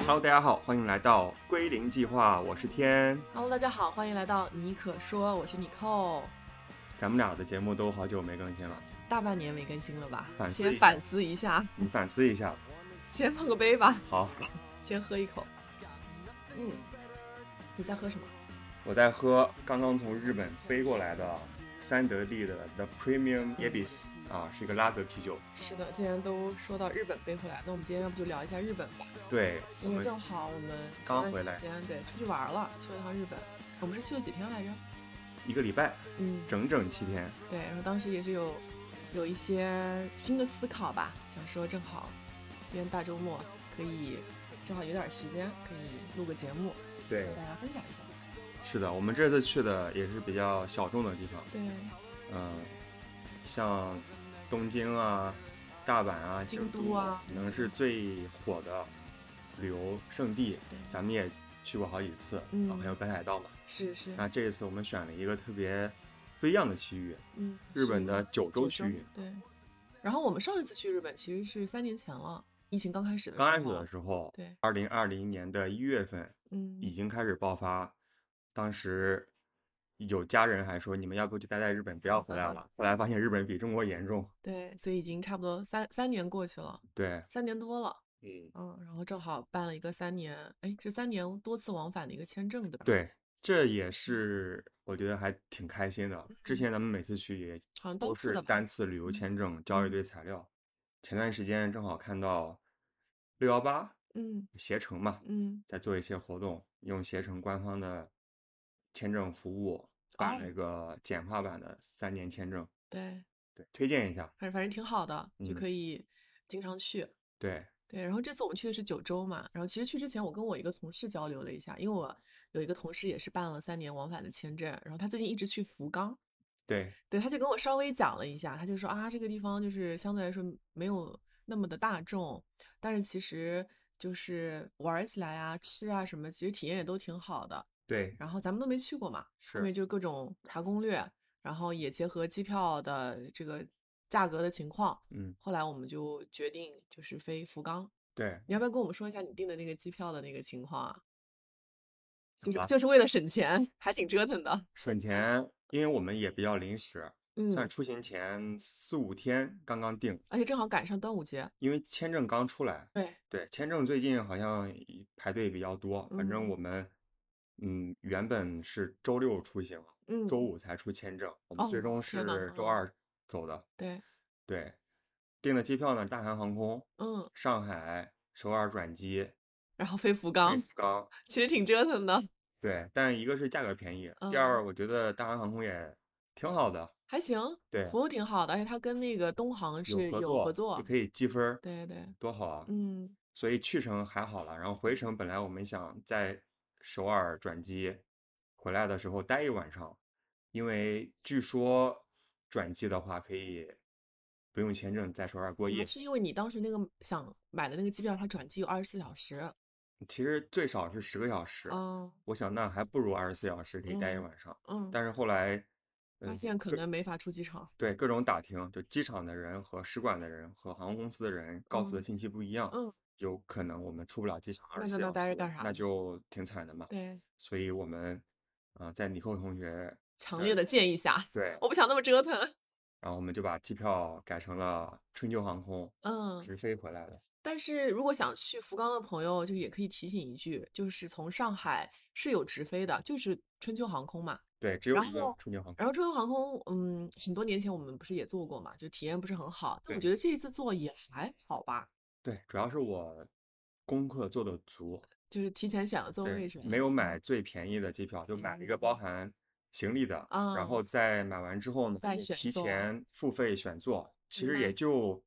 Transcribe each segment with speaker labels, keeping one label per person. Speaker 1: Hello，大家好，欢迎来到归零计划，我是天。
Speaker 2: Hello，大家好，欢迎来到你可说，我是你扣。
Speaker 1: 咱们俩的节目都好久没更新了，
Speaker 2: 大半年没更新了吧？
Speaker 1: 反思一
Speaker 2: 先
Speaker 1: 下
Speaker 2: 反思一下，
Speaker 1: 你反思一下。
Speaker 2: 先碰个杯吧，
Speaker 1: 好，
Speaker 2: 先喝一口。嗯，你在喝什么？
Speaker 1: 我在喝刚刚从日本飞过来的三得利的 The Premium Ibis 啊，是一个拉格啤酒。
Speaker 2: 是的，既然都说到日本飞回来，那我们今天要不就聊一下日本吧？
Speaker 1: 对，我
Speaker 2: 因为
Speaker 1: 们
Speaker 2: 正好我们前
Speaker 1: 刚
Speaker 2: 段
Speaker 1: 回来
Speaker 2: 时间对出去玩了，去了趟日本。我们是去了几天来着？
Speaker 1: 一个礼拜
Speaker 2: 嗯，
Speaker 1: 整整七天，
Speaker 2: 对，然后当时也是有有一些新的思考吧，想说正好今天大周末可以正好有点时间，可以录个节目
Speaker 1: 对
Speaker 2: 给大家分享一下。
Speaker 1: 是的，我们这次去的也是比较小众的地方，
Speaker 2: 对，
Speaker 1: 嗯，像东京啊、大阪啊、
Speaker 2: 京都啊
Speaker 1: 京可能是最火的旅游胜地，咱们也去过好几次，
Speaker 2: 嗯
Speaker 1: 啊，还有北海道嘛。
Speaker 2: 是是，
Speaker 1: 那这一次我们选了一个特别不一样的区域，
Speaker 2: 嗯，
Speaker 1: 日
Speaker 2: 是
Speaker 1: 本的九州
Speaker 2: 九
Speaker 1: 区域。
Speaker 2: 对，然后我们上一次去日本其实是三年前了，疫情刚开始的时候。
Speaker 1: 刚开始的时候，
Speaker 2: 对，
Speaker 1: 二零二零年的一月份
Speaker 2: 嗯，
Speaker 1: 已经开始爆发，当时。有家人还说你们要不就待在日本，不要回来了。后来发现日本比中国严重，
Speaker 2: 对，所以已经差不多三三年过去了，
Speaker 1: 对，
Speaker 2: 三年多了，
Speaker 1: 嗯，
Speaker 2: 嗯，然后正好办了一个三年，哎，是三年多次往返的一个签证，对吧？，
Speaker 1: 对，这也是我觉得还挺开心的。之前咱们每次去也
Speaker 2: 嗯好像
Speaker 1: 都
Speaker 2: 多次
Speaker 1: 是
Speaker 2: 的吧
Speaker 1: 单。次旅游
Speaker 2: 嗯
Speaker 1: 签证，交一
Speaker 2: 嗯
Speaker 1: 堆材料。前段时间正好看到六幺八
Speaker 2: 嗯
Speaker 1: 携程嘛，
Speaker 2: 嗯，
Speaker 1: 在做一些活动，用携程官方的签证服务办了
Speaker 2: 哦
Speaker 1: 一个简化版的三年签证。
Speaker 2: 对，
Speaker 1: 对，推荐一下。
Speaker 2: 反正反正挺好的，就
Speaker 1: 嗯
Speaker 2: 可以经常去。
Speaker 1: 对，
Speaker 2: 对，然后这次我们去的是九州嘛，然后其实去之前我跟我一个同事交流了一下，因为我有一个同事也是办了三年往返的签证，然后他最近一直去福冈，
Speaker 1: 对，
Speaker 2: 对，他就跟我稍微讲了一下，他就说啊，这个地方就是相对来说没有那么的大众，但是其实就是玩儿起来啊、吃啊什么，其实体验也都挺好的。
Speaker 1: 对，
Speaker 2: 然后咱们都没去过嘛，后面
Speaker 1: 是，
Speaker 2: 就各种查攻略，然后也结合机票的这个价格的情况，
Speaker 1: 嗯，
Speaker 2: 后来我们就决定就是飞福冈。
Speaker 1: 对，
Speaker 2: 你要不要跟我们说一下你订的那个机票的那个情况啊？就
Speaker 1: 么
Speaker 2: 是
Speaker 1: 了
Speaker 2: 就是为了省钱，还挺折腾的。
Speaker 1: 省钱，因为我们也比较临时，算
Speaker 2: 嗯，
Speaker 1: 出行前四五天刚刚定，
Speaker 2: 而且正好赶上端午节。
Speaker 1: 因为签证刚出来，
Speaker 2: 对，
Speaker 1: 对，签证最近好像一排队比较多，反正
Speaker 2: 嗯
Speaker 1: 我们，嗯，原本是周六出行，
Speaker 2: 嗯，
Speaker 1: 周五才出签证，我们最
Speaker 2: 哦
Speaker 1: 终
Speaker 2: 天呐
Speaker 1: 是周
Speaker 2: 嗯
Speaker 1: 二走的。
Speaker 2: 对，
Speaker 1: 对，订的机票呢，大韩航空
Speaker 2: 嗯，
Speaker 1: 上海、首尔转机，
Speaker 2: 然后飞福
Speaker 1: 飞
Speaker 2: 冈，
Speaker 1: 福冈。
Speaker 2: 其实挺折腾的，
Speaker 1: 对，但一个是价格便宜，第二
Speaker 2: 嗯
Speaker 1: 我觉得大韩航空也挺好的，
Speaker 2: 还行，
Speaker 1: 对
Speaker 2: 服务挺好的，而且它跟那个东航是
Speaker 1: 有合
Speaker 2: 有合
Speaker 1: 作，
Speaker 2: 作
Speaker 1: 也。可以积分儿，
Speaker 2: 对对，
Speaker 1: 多好啊！
Speaker 2: 嗯，
Speaker 1: 所以去程还好了，然后回程本来我们想在首尔转机，回来的时候待一晚上，因为据说转机的话可以不用签证在首尔过
Speaker 2: 可
Speaker 1: 夜
Speaker 2: 哦能，是因为你当时那个想买的那个机票，它转机有二十四小时。
Speaker 1: 其实最少是十个小时，
Speaker 2: 嗯
Speaker 1: 我想那还不如二十四小时可以待一
Speaker 2: 嗯
Speaker 1: 晚上，
Speaker 2: 嗯，
Speaker 1: 但是后来，
Speaker 2: 发
Speaker 1: 嗯，
Speaker 2: 现可能没法出机场。
Speaker 1: 对各种打听，就机场的人和使馆的人和航空公司的人告诉的
Speaker 2: 嗯
Speaker 1: 信息不一样，
Speaker 2: 嗯，
Speaker 1: 有可能我们出不了机场，二
Speaker 2: 那在
Speaker 1: 十四
Speaker 2: 那
Speaker 1: 小
Speaker 2: 待着
Speaker 1: 时，
Speaker 2: 干啥
Speaker 1: 那
Speaker 2: 呢
Speaker 1: 就挺惨的嘛。
Speaker 2: 对，
Speaker 1: 所以我们，啊、在尼寇同学
Speaker 2: 强烈的建议下，
Speaker 1: 对，
Speaker 2: 我不想那么折腾。
Speaker 1: 然后我们就把机票改成了春秋航空
Speaker 2: 嗯，
Speaker 1: 直飞回来的。
Speaker 2: 但是如果想去福冈的朋友，就也可以提醒一句，就是从上海是有直飞的，就是春秋航空嘛。
Speaker 1: 对，只有
Speaker 2: 然
Speaker 1: 一个
Speaker 2: 后
Speaker 1: 春秋航空。
Speaker 2: 然后春秋航空，嗯，很多年前我们不是也做过嘛，就体验不是很好，但我
Speaker 1: 对
Speaker 2: 觉得这一次做也还好吧，
Speaker 1: 对，主要是我功课做的足，
Speaker 2: 就是提前选了座位
Speaker 1: 对
Speaker 2: 是吧？，
Speaker 1: 没有买最便宜的机票，就买了一个包
Speaker 2: 嗯
Speaker 1: 含行李的，然
Speaker 2: 嗯
Speaker 1: 后再买完之后呢，
Speaker 2: 再
Speaker 1: 也
Speaker 2: 选
Speaker 1: 提
Speaker 2: 座
Speaker 1: 前付费选座，其
Speaker 2: 明
Speaker 1: 实也
Speaker 2: 白
Speaker 1: 就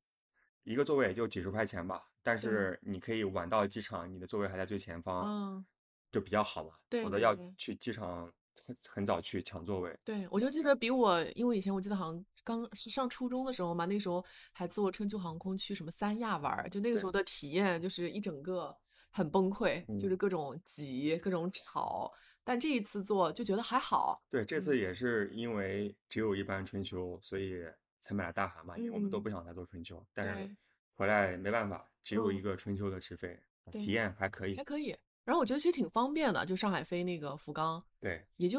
Speaker 1: 一个座位也就几十块钱吧，但
Speaker 2: 对
Speaker 1: 是你可以晚到机场，你的座位还在最前方，
Speaker 2: 嗯，
Speaker 1: 就比较好嘛，
Speaker 2: 对
Speaker 1: 否则
Speaker 2: 对
Speaker 1: 要
Speaker 2: 对
Speaker 1: 去机场很很早去抢座位。
Speaker 2: 对，我就记得比我，因为以前我记得好像刚是上初中的时候嘛，那时候还坐春秋航空去什么三亚玩儿，就那个时候的体验就是一整个很崩溃，就是
Speaker 1: 嗯
Speaker 2: 各种挤、各种吵。但这一次坐就觉得还好，
Speaker 1: 对，这次
Speaker 2: 嗯
Speaker 1: 也是因为只有一班春秋，所以才买了大韩嘛，因为我们都
Speaker 2: 嗯
Speaker 1: 不想再做春秋，但是
Speaker 2: 对，
Speaker 1: 回来没办法，只有一
Speaker 2: 嗯
Speaker 1: 个春秋的直飞，
Speaker 2: 对
Speaker 1: 体验还可以
Speaker 2: 还。可以。然后我觉得其实挺方便的，就上海飞那个福冈，
Speaker 1: 对，
Speaker 2: 也就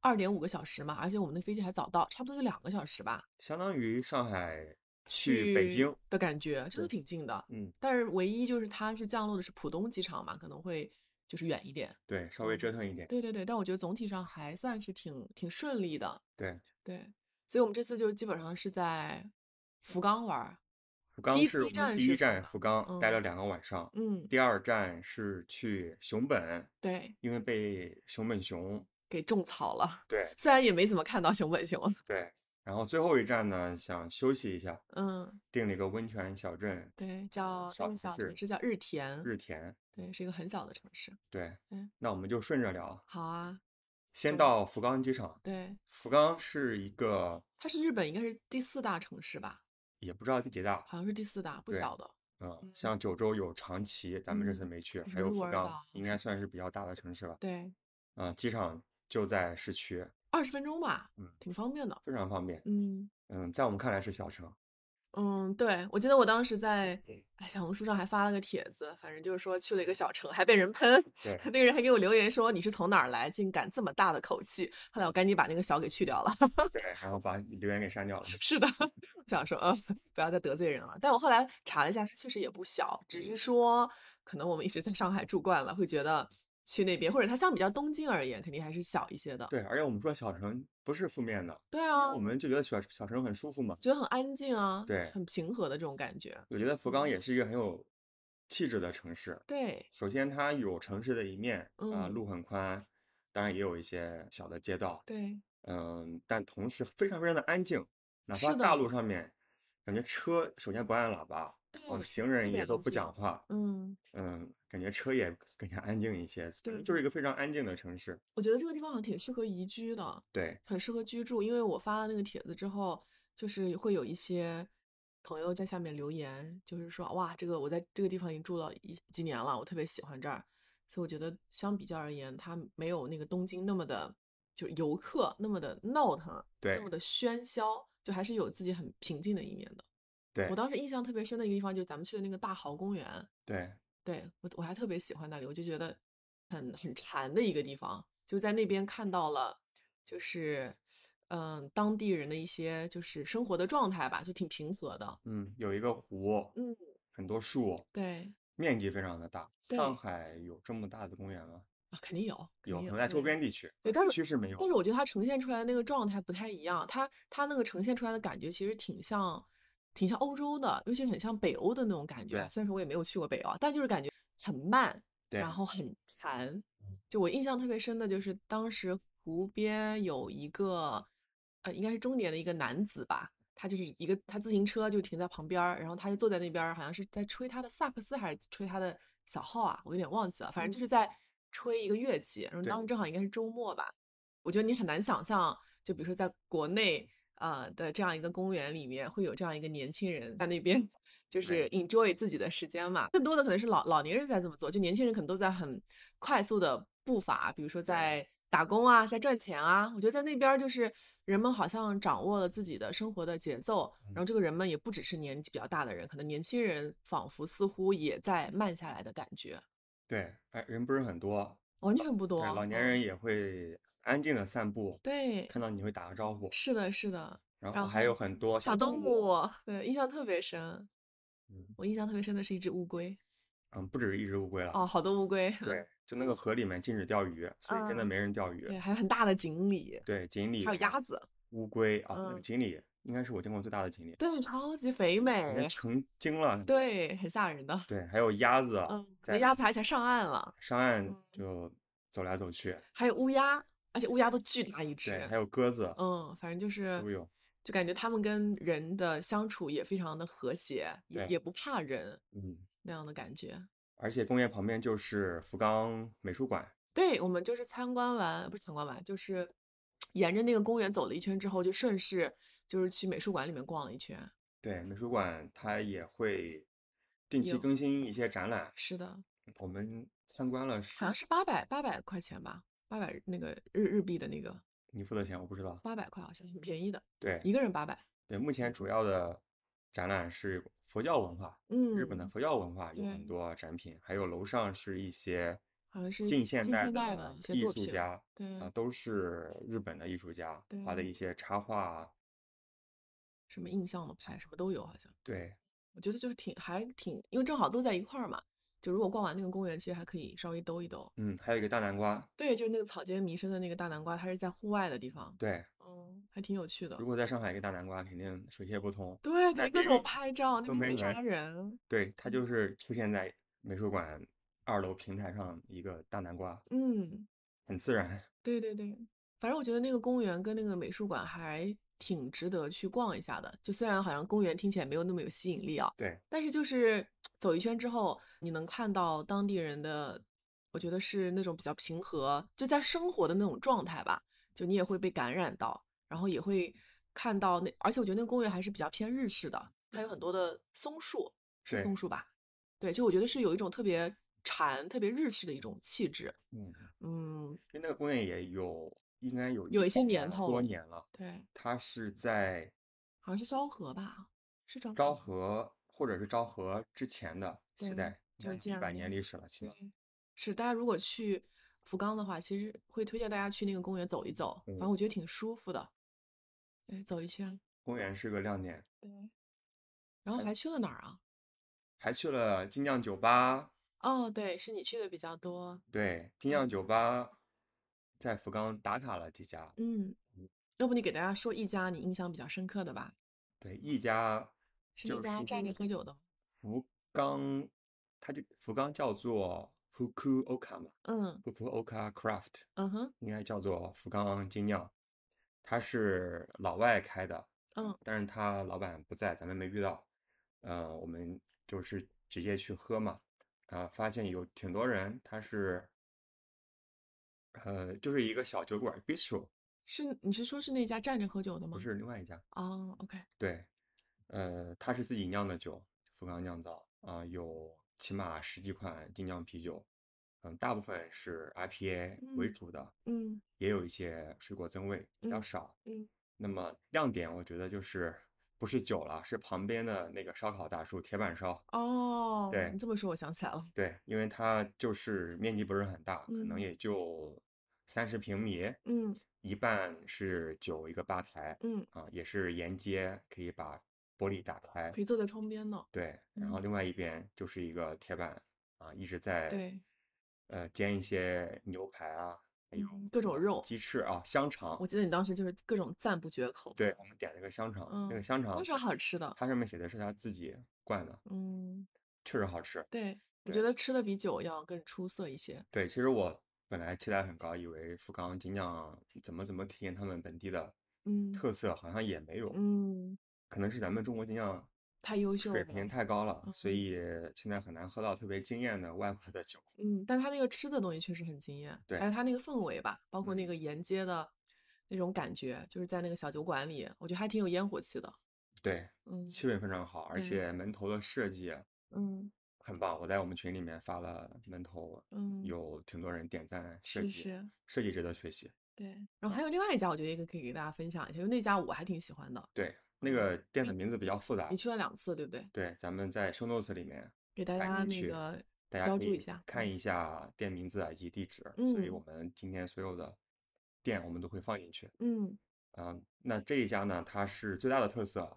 Speaker 2: 二点五个小时嘛，而且我们的飞机还早到，差不多就两个小时吧。
Speaker 1: 相当于上海去北京，
Speaker 2: 的感觉，真的
Speaker 1: 对
Speaker 2: 挺近的。
Speaker 1: 嗯，
Speaker 2: 但是唯一就是它是降落的是浦东机场嘛，可能会就是远一点。
Speaker 1: 对，稍微折腾一点。
Speaker 2: 嗯对对对，但我觉得总体上还算是挺挺顺利的。
Speaker 1: 对，
Speaker 2: 对，所以我们这次就基本上是在福冈玩儿。
Speaker 1: 福冈
Speaker 2: 一
Speaker 1: 是我
Speaker 2: 一站
Speaker 1: 们第
Speaker 2: 是
Speaker 1: 一
Speaker 2: 福
Speaker 1: 站
Speaker 2: 冈
Speaker 1: 福冈，待
Speaker 2: 嗯
Speaker 1: 了两个晚上。
Speaker 2: 嗯，
Speaker 1: 第二站是去熊本，
Speaker 2: 对，
Speaker 1: 因为被熊本熊
Speaker 2: 给种草了。
Speaker 1: 对
Speaker 2: 虽然也没怎么看到熊本熊。
Speaker 1: 对，然后最后一站呢，想休息一下，
Speaker 2: 嗯，
Speaker 1: 订了一个温泉小镇
Speaker 2: 对，叫那
Speaker 1: 小城
Speaker 2: 个小
Speaker 1: 市
Speaker 2: 城市叫日田，
Speaker 1: 日田。
Speaker 2: 对，是一个很小的城市。
Speaker 1: 对
Speaker 2: 嗯，
Speaker 1: 那我们就顺着聊，
Speaker 2: 好啊，
Speaker 1: 先
Speaker 2: 行
Speaker 1: 到福冈机场。
Speaker 2: 对，
Speaker 1: 福冈是一个
Speaker 2: 它是日本应该是第四大城市吧？
Speaker 1: 也不知道第几大，
Speaker 2: 好像是第四大，不
Speaker 1: 对
Speaker 2: 小的。
Speaker 1: 嗯
Speaker 2: 嗯，
Speaker 1: 像九州有长崎，咱们这
Speaker 2: 嗯
Speaker 1: 次没去，
Speaker 2: 还
Speaker 1: 还
Speaker 2: 有
Speaker 1: 有
Speaker 2: 鹿
Speaker 1: 福
Speaker 2: 儿
Speaker 1: 冈
Speaker 2: 岛，
Speaker 1: 应该算是比较大的城市了。
Speaker 2: 对，
Speaker 1: 啊，机场就在市区，
Speaker 2: 二十分钟吧，
Speaker 1: 嗯
Speaker 2: 挺方便的。
Speaker 1: 非常方便。
Speaker 2: 嗯
Speaker 1: 嗯，在我们看来是小 城，
Speaker 2: 嗯，对，我记得我当时在哎小红书上还发了个帖子，反正就是说去了一个小城，还被人喷，
Speaker 1: 对
Speaker 2: 那个人还给我留言说你是从哪儿来，竟敢这么大的口气。后来我赶紧把那个小给去掉了。
Speaker 1: 对，然后把留言给删 掉了。
Speaker 2: 是的，想说呃不要再得罪人了。但我后来查了一下，它确实也不小，只是说可能我们一直在上海住惯了，会觉得去那边或者它相比较东京而言，肯定还是小一些的。
Speaker 1: 对，而且我们说小城不是负面的，
Speaker 2: 对啊
Speaker 1: 我，们就觉得小小城很舒服嘛。
Speaker 2: 觉得很安静啊，
Speaker 1: 对
Speaker 2: 很平和的这种感觉。
Speaker 1: 我觉得福冈
Speaker 2: 嗯
Speaker 1: 也是一个很有气质的城市。
Speaker 2: 对，
Speaker 1: 首先，它有城市的一面啊、
Speaker 2: 嗯
Speaker 1: 路很宽，当然也有一些小的街道，
Speaker 2: 对，
Speaker 1: 嗯，但同时非常非常的安静，哪
Speaker 2: 是
Speaker 1: 怕大
Speaker 2: 的
Speaker 1: 路上面，感觉车首先不按喇叭，哦，
Speaker 2: 对
Speaker 1: 行
Speaker 2: 特
Speaker 1: 人
Speaker 2: 别
Speaker 1: 也都
Speaker 2: 安
Speaker 1: 不讲
Speaker 2: 静
Speaker 1: 话，
Speaker 2: 嗯，
Speaker 1: 嗯，感觉车也更加安静一些，反正
Speaker 2: 对
Speaker 1: 就是一个非常安静的城市。
Speaker 2: 我觉得这个地方好像挺适合宜居的，
Speaker 1: 对，
Speaker 2: 很适合居住。因为我发了那个帖子之后，就是会有一些朋友在下面留言，就是说哇，这个我在这个地方已经住了一几年了，我特别喜欢这儿。所以我觉得相比较而言，它没有那个东京那么的，就是游客那么的闹腾，啊
Speaker 1: 对
Speaker 2: 那么的喧嚣，就还是有自己很平静的一面的。
Speaker 1: 对
Speaker 2: 我，当时印象特别深的一个地方就是咱们去的那个大濠公园，
Speaker 1: 对，
Speaker 2: 对我我还特别喜欢那里，我就觉得很很馋的一个地方，就在那边看到了，就是嗯当地人的一些就是生活的状态吧，就挺平和的。
Speaker 1: 嗯，有一个湖，
Speaker 2: 嗯，
Speaker 1: 很多树，
Speaker 2: 对
Speaker 1: 面积非常的大。
Speaker 2: 对
Speaker 1: 上海有这么大的公园吗？
Speaker 2: 啊，肯定有，肯
Speaker 1: 有，
Speaker 2: 定
Speaker 1: 可
Speaker 2: 有
Speaker 1: 能在周
Speaker 2: 对
Speaker 1: 边地区，
Speaker 2: 对，但
Speaker 1: 市
Speaker 2: 是
Speaker 1: 区是没有
Speaker 2: 但。是我觉得它呈现出来的那个状态不太一样，它它那个呈现出来的感觉其实挺像，挺像欧洲的，尤其很像北欧的那种感觉啊。
Speaker 1: 对
Speaker 2: 虽然说我也没有去过北欧啊，但就是感觉很慢，
Speaker 1: 对
Speaker 2: 然后很馋。就我印象特别深的就是当时湖边有一个，呃，应该是中年的一个男子吧。他就是一个，他自行车就停在旁边儿，然后他就坐在那边儿，好像是在吹他的萨克斯还是吹他的小号啊，我有点忘记了，反正就是在吹一个乐器。然后
Speaker 1: 嗯对
Speaker 2: 当时正好应该是周末吧，我觉得你很难想象，就比如说在国内呃的这样一个公园里面，会有这样一个年轻人在那边
Speaker 1: 对
Speaker 2: 就是 enjoy 自己的时间嘛。更多的可能是老老年人在这么做，就年轻人可能都在很快速的步伐，比如说在打工啊，在赚钱啊。我觉得在那边儿就是人们好像掌握了自己的生活的节奏，然后
Speaker 1: 嗯
Speaker 2: 这个人们也不只是年纪比较大的人，可能年轻人仿佛似乎也在慢下来的感觉，
Speaker 1: 对，哎，人不是很多，
Speaker 2: 完全不多。
Speaker 1: 对，老年
Speaker 2: 嗯
Speaker 1: 人也会安静的散步，
Speaker 2: 对，
Speaker 1: 看到你会打个招呼，
Speaker 2: 是的，是的。
Speaker 1: 然
Speaker 2: 然
Speaker 1: 后还有
Speaker 2: 后
Speaker 1: 很多
Speaker 2: 小
Speaker 1: 动
Speaker 2: 动
Speaker 1: 物，
Speaker 2: 物，对，印象特别深。
Speaker 1: 嗯
Speaker 2: 我印象特别深的是一只乌龟，
Speaker 1: 嗯，不只是一只乌龟了，
Speaker 2: 哦，好多乌龟，
Speaker 1: 对，就那个河里面禁止钓鱼，所以真的
Speaker 2: 嗯
Speaker 1: 没人钓鱼
Speaker 2: 对，。还有很大的锦鲤，
Speaker 1: 对，锦鲤
Speaker 2: 还有鸭
Speaker 1: 嘛、
Speaker 2: 子，
Speaker 1: 乌龟啊，那个
Speaker 2: 嗯
Speaker 1: 锦鲤应该是我见过最大的锦鲤，
Speaker 2: 对，超级肥
Speaker 1: 已经
Speaker 2: 美，
Speaker 1: 成精了。
Speaker 2: 对，很吓人的，
Speaker 1: 对，还有鸭子，
Speaker 2: 嗯，那
Speaker 1: 啊在
Speaker 2: 鸭子还想上岸了，
Speaker 1: 上岸
Speaker 2: 嗯
Speaker 1: 就走来走去，
Speaker 2: 还有乌鸦，而且乌鸦都巨大一只
Speaker 1: 对，，还有鸽子，
Speaker 2: 嗯，反正就是
Speaker 1: 都有，
Speaker 2: 就感觉它们跟人的相处也非常的和谐，也
Speaker 1: 对
Speaker 2: 也不怕人
Speaker 1: 嗯，
Speaker 2: 那样的感觉。
Speaker 1: 而且公园旁边就是福冈美术馆，
Speaker 2: 对，我们就是参观完，不是参观完，就是沿着那个公园走了一圈之后，就顺势就是去美术馆里面逛了一圈。
Speaker 1: 对，美术馆它也会定期
Speaker 2: 有
Speaker 1: 更新一些展览。
Speaker 2: 是的，嗯
Speaker 1: 我们参观了十，
Speaker 2: 好像是八百八百块钱吧，八百那个日日币的那个哦
Speaker 1: 你付的钱我不知道。
Speaker 2: 八百块，好像很便宜的，
Speaker 1: 对
Speaker 2: 一个人八百。
Speaker 1: 对，目前主要的展览是佛教文化，
Speaker 2: 嗯，
Speaker 1: 日本的佛教文化有
Speaker 2: 对
Speaker 1: 很多展品，还有楼上是一些
Speaker 2: 好像是
Speaker 1: 近
Speaker 2: 近
Speaker 1: 现
Speaker 2: 现
Speaker 1: 代
Speaker 2: 代的一些
Speaker 1: 艺
Speaker 2: 作
Speaker 1: 术
Speaker 2: 品
Speaker 1: 家
Speaker 2: 对
Speaker 1: 啊，都是日本的艺术家画的
Speaker 2: 对
Speaker 1: 一些插画啊，
Speaker 2: 什么印象的牌什么都有，好像
Speaker 1: 对，
Speaker 2: 我觉得就是挺还挺，因为正好都在一块儿嘛，就如果逛完那个公园，其实还可以稍微兜一兜。
Speaker 1: 嗯，还有一个大南瓜，
Speaker 2: 对，就是那个草间弥生的那个大南瓜，它是在户外的地方，
Speaker 1: 对，
Speaker 2: 嗯，还挺有趣的
Speaker 1: 如。果在上海一个大南瓜，肯定水泄不通，
Speaker 2: 对，
Speaker 1: 那
Speaker 2: 肯定各
Speaker 1: 地
Speaker 2: 种
Speaker 1: 方
Speaker 2: 拍照，那
Speaker 1: 都
Speaker 2: 边
Speaker 1: 没
Speaker 2: 没啥
Speaker 1: 人
Speaker 2: 人。
Speaker 1: 对，它
Speaker 2: 嗯
Speaker 1: 就是出现在美术馆二楼平台上一个大南瓜，
Speaker 2: 嗯，
Speaker 1: 很自然，
Speaker 2: 对对对，反正我觉得那个公园跟那个美术馆还挺值得去逛一下的。就虽然好像公园听起来没有那么有吸引力啊，
Speaker 1: 对，
Speaker 2: 但是就是走一圈之后，你能看到当地人的，我觉得是那种比较平和，就在生活的那种状态吧。就你也会被感染到，然后也会看到那，而且我觉得那个公园还是比较偏日式的，它有很多的松树，是
Speaker 1: 对
Speaker 2: 松树吧？对，就我觉得是有一种特别禅、特别日式的一种气质。
Speaker 1: 嗯，
Speaker 2: 嗯，
Speaker 1: 因为那个公园也有，应该有
Speaker 2: 有一些年
Speaker 1: 百
Speaker 2: 头
Speaker 1: 多
Speaker 2: 了
Speaker 1: 年了，
Speaker 2: 对，
Speaker 1: 它是在
Speaker 2: 好像是昭和吧？是昭
Speaker 1: 昭
Speaker 2: 和。
Speaker 1: 和或者是昭和之前的时
Speaker 2: 对
Speaker 1: 代，
Speaker 2: 就这
Speaker 1: 一
Speaker 2: 样
Speaker 1: 百
Speaker 2: 的
Speaker 1: 年历史了，起码，
Speaker 2: 对，是大家如果去福冈的话，其实会推荐大家去那个公园走一走，反正
Speaker 1: 嗯
Speaker 2: 我觉得挺舒服的。对，走一圈。
Speaker 1: 公园是个亮点，
Speaker 2: 对。然后还
Speaker 1: 哎
Speaker 2: 去了哪儿啊？
Speaker 1: 还去了金酿酒吧，
Speaker 2: 哦，对，是你去的比较多。
Speaker 1: 对，
Speaker 2: 嗯
Speaker 1: 金酿酒吧在福冈打卡了几家，
Speaker 2: 嗯，要不你给大家说一家你印象比较深刻的吧？
Speaker 1: 对，一家
Speaker 2: 是那
Speaker 1: 就
Speaker 2: 家
Speaker 1: 是
Speaker 2: 站着喝酒的吗？
Speaker 1: 福冈，它就福冈叫做 Fukuoka 嘛
Speaker 2: 嗯
Speaker 1: ，Fukuoka Craft
Speaker 2: 嗯哼
Speaker 1: 应该叫做福冈精酿，它是老外开的，
Speaker 2: 嗯
Speaker 1: 但是他老板不在，咱们没遇到。呃，我们就是直接去喝嘛，啊、发现有挺多人，他是，呃，就是一个小酒馆 bistro，
Speaker 2: 是你是说是那家站着喝酒的吗？
Speaker 1: 不是另外一家。
Speaker 2: 哦，OK，
Speaker 1: 对，呃，他是自己酿的酒，福冈酿造啊、有起码十几款精酿啤酒，嗯，大部分是 IPA 为
Speaker 2: 嗯
Speaker 1: 主的，
Speaker 2: 嗯
Speaker 1: 也有一些水果增味，比较
Speaker 2: 嗯
Speaker 1: 少。
Speaker 2: 嗯，
Speaker 1: 那么亮点，我觉得就是不是酒了，是旁边的那个烧烤大叔铁板烧。
Speaker 2: 哦，
Speaker 1: 对
Speaker 2: 你这么说我想起来了，
Speaker 1: 对，因为它就是面积不是很大，可能
Speaker 2: 嗯
Speaker 1: 也就三十平米，
Speaker 2: 嗯
Speaker 1: 一半是酒，一个吧台，
Speaker 2: 嗯，
Speaker 1: 啊，也是沿街可以把玻璃打开，
Speaker 2: 可以坐在窗边呢，
Speaker 1: 对，然后
Speaker 2: 嗯
Speaker 1: 另外一边就是一个铁板啊，一直在
Speaker 2: 对，
Speaker 1: 呃煎一些牛排啊，还有
Speaker 2: 嗯，各种肉，
Speaker 1: 鸡翅啊，香肠
Speaker 2: 我，记得你当时就是各种赞不绝口，
Speaker 1: 对，我啊们点了个香肠，那
Speaker 2: 嗯
Speaker 1: 个香
Speaker 2: 非
Speaker 1: 肠
Speaker 2: 常好吃的，
Speaker 1: 它上面写的是他自己灌的，
Speaker 2: 嗯，
Speaker 1: 确实好吃。
Speaker 2: 对，
Speaker 1: 对
Speaker 2: 我觉得吃的比酒要更出色一些，
Speaker 1: 对，其实我本来期待很高，以为福冈精酿怎么怎么体现他们本地的
Speaker 2: 嗯
Speaker 1: 特色，好像也没有，
Speaker 2: 嗯，
Speaker 1: 可能是咱们中国精酿
Speaker 2: 太优秀
Speaker 1: 水
Speaker 2: 了，
Speaker 1: 平太高了，所
Speaker 2: 嗯
Speaker 1: 以现在很难喝到特别惊艳的外国的酒。
Speaker 2: 嗯，但他那个吃的东西确实很惊艳，
Speaker 1: 对
Speaker 2: 还有他那个氛围吧，包括
Speaker 1: 嗯
Speaker 2: 那个沿街的那种感觉，就是在那个小酒馆里，我觉得还挺有烟火气的。
Speaker 1: 对，
Speaker 2: 嗯
Speaker 1: 气味非常好，而
Speaker 2: 对
Speaker 1: 且门头的设计
Speaker 2: 嗯
Speaker 1: 很棒。我在我们群里面发了门头，
Speaker 2: 嗯，
Speaker 1: 有挺多人点赞设
Speaker 2: 是
Speaker 1: 计，啊
Speaker 2: 是，
Speaker 1: 设计值得学习。
Speaker 2: 对。然后还有另外一家，我觉得也可以给大家分享一下，因为那家我还挺喜欢的。
Speaker 1: 对，那
Speaker 2: 嗯，
Speaker 1: 个店的名字比较复杂
Speaker 2: 你，去了两次，对不对？
Speaker 1: 对，咱们在 show notes 里面
Speaker 2: 给大
Speaker 1: 带
Speaker 2: 家
Speaker 1: 你
Speaker 2: 那
Speaker 1: 去，
Speaker 2: 个
Speaker 1: 大家
Speaker 2: 标
Speaker 1: 可
Speaker 2: 注一
Speaker 1: 以
Speaker 2: 下。
Speaker 1: 看
Speaker 2: 嗯
Speaker 1: 一下店名字啊以及地址，所以我
Speaker 2: 嗯
Speaker 1: 们今天所有的店我们都会放进去。
Speaker 2: 嗯，
Speaker 1: 啊，那这一家呢，它是最大的特色，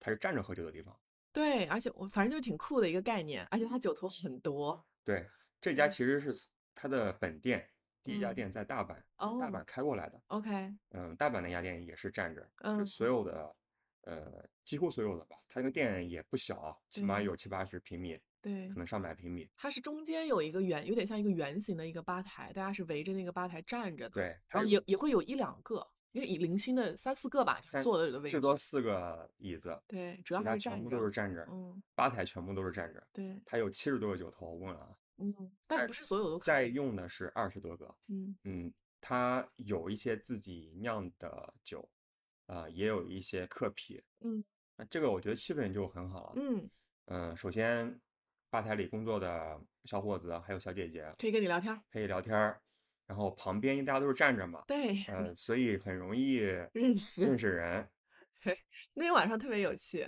Speaker 1: 它是站着喝酒的地方。
Speaker 2: 对，而且我反正就是挺酷的一个概念，而且它酒头很多。
Speaker 1: 对，这家
Speaker 2: 嗯
Speaker 1: 其实是它的本店，第一家
Speaker 2: 嗯，
Speaker 1: 店在大阪，大阪
Speaker 2: 哦
Speaker 1: 开过来的。
Speaker 2: ，OK，
Speaker 1: 嗯，大阪那家店也是站着，就
Speaker 2: 嗯，
Speaker 1: 所有的，呃，几乎所有的吧，它那个店也不小，起码
Speaker 2: 对
Speaker 1: 有七八十平米，
Speaker 2: 对。
Speaker 1: 可能上百平米。
Speaker 2: 它是中间有一个圆，有点像一个圆形的一个吧台，大家是围着那个吧台站着的，
Speaker 1: 对，它
Speaker 2: 然后
Speaker 1: 有
Speaker 2: 哦也也会有一两个，因为以零星的三四个吧，就
Speaker 1: 三，
Speaker 2: 坐的位
Speaker 1: 最
Speaker 2: 置。
Speaker 1: 多四个椅子，
Speaker 2: 对，主要
Speaker 1: 其
Speaker 2: 还
Speaker 1: 他
Speaker 2: 是
Speaker 1: 全
Speaker 2: 站
Speaker 1: 部都
Speaker 2: 着。
Speaker 1: 是站着，
Speaker 2: 嗯，
Speaker 1: 吧台全部都是站着。
Speaker 2: 对，
Speaker 1: 它有七十多个酒头，我问了啊，
Speaker 2: 嗯，但
Speaker 1: 但
Speaker 2: 不是所有都可
Speaker 1: 在
Speaker 2: 以。
Speaker 1: 用的是二十多个。
Speaker 2: 嗯
Speaker 1: 嗯，它有一些自己酿的酒，啊，也有一些客啤。
Speaker 2: 嗯
Speaker 1: 那这个我觉得气氛就很好了。
Speaker 2: 嗯，
Speaker 1: 嗯，首先吧台里工作的小伙子还有小姐姐
Speaker 2: 可以跟你聊天儿。
Speaker 1: 可以聊天儿，然后旁边大家都是站着嘛，
Speaker 2: 对，
Speaker 1: 呃，所以很容易
Speaker 2: 认
Speaker 1: 认
Speaker 2: 识。
Speaker 1: 识人。
Speaker 2: 那天晚上特别有趣，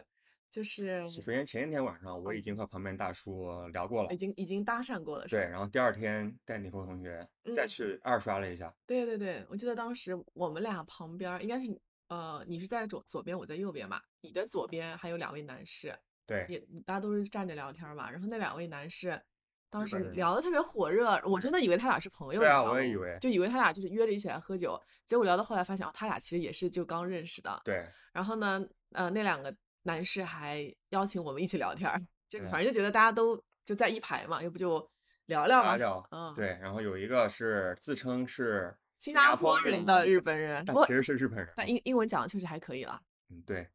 Speaker 2: 就是
Speaker 1: 首先前一天晚
Speaker 2: 嗯
Speaker 1: 上我已经和旁边大叔聊过了
Speaker 2: 已，经已经搭讪过了，是
Speaker 1: 对，
Speaker 2: 吧？
Speaker 1: 然后第二天带你和同学再
Speaker 2: 嗯
Speaker 1: 去二刷了一下，
Speaker 2: 对对对，我记得当时我们俩旁边儿应该是呃，你是在左左边，我在右边嘛。你的左边还有两位男士，
Speaker 1: 对，
Speaker 2: 也大家都是站着聊天儿嘛。然后那两位男士当
Speaker 1: 日
Speaker 2: 时
Speaker 1: 本人
Speaker 2: 聊的特别火热，我真的以为他俩是朋友，
Speaker 1: 对
Speaker 2: 你
Speaker 1: 啊
Speaker 2: 知道
Speaker 1: 我也
Speaker 2: 吗
Speaker 1: 以为
Speaker 2: 就以为他俩就是约着一起来喝酒。结果聊到后来发现，哦，他俩其实也是就刚认识的。
Speaker 1: 对，
Speaker 2: 然后呢，呃，那两个男士还邀请我们一起聊天儿，就是
Speaker 1: 对
Speaker 2: 反正就觉得大家都就在一排嘛，要不就聊聊
Speaker 1: 阿
Speaker 2: 嘛。
Speaker 1: 角，
Speaker 2: 嗯，
Speaker 1: 对，然后有一个是自称是
Speaker 2: 新加坡人的日本人，
Speaker 1: 但
Speaker 2: 不过
Speaker 1: 其实是日本人，
Speaker 2: 但英英文讲的确实还可以啦。
Speaker 1: 嗯， 对，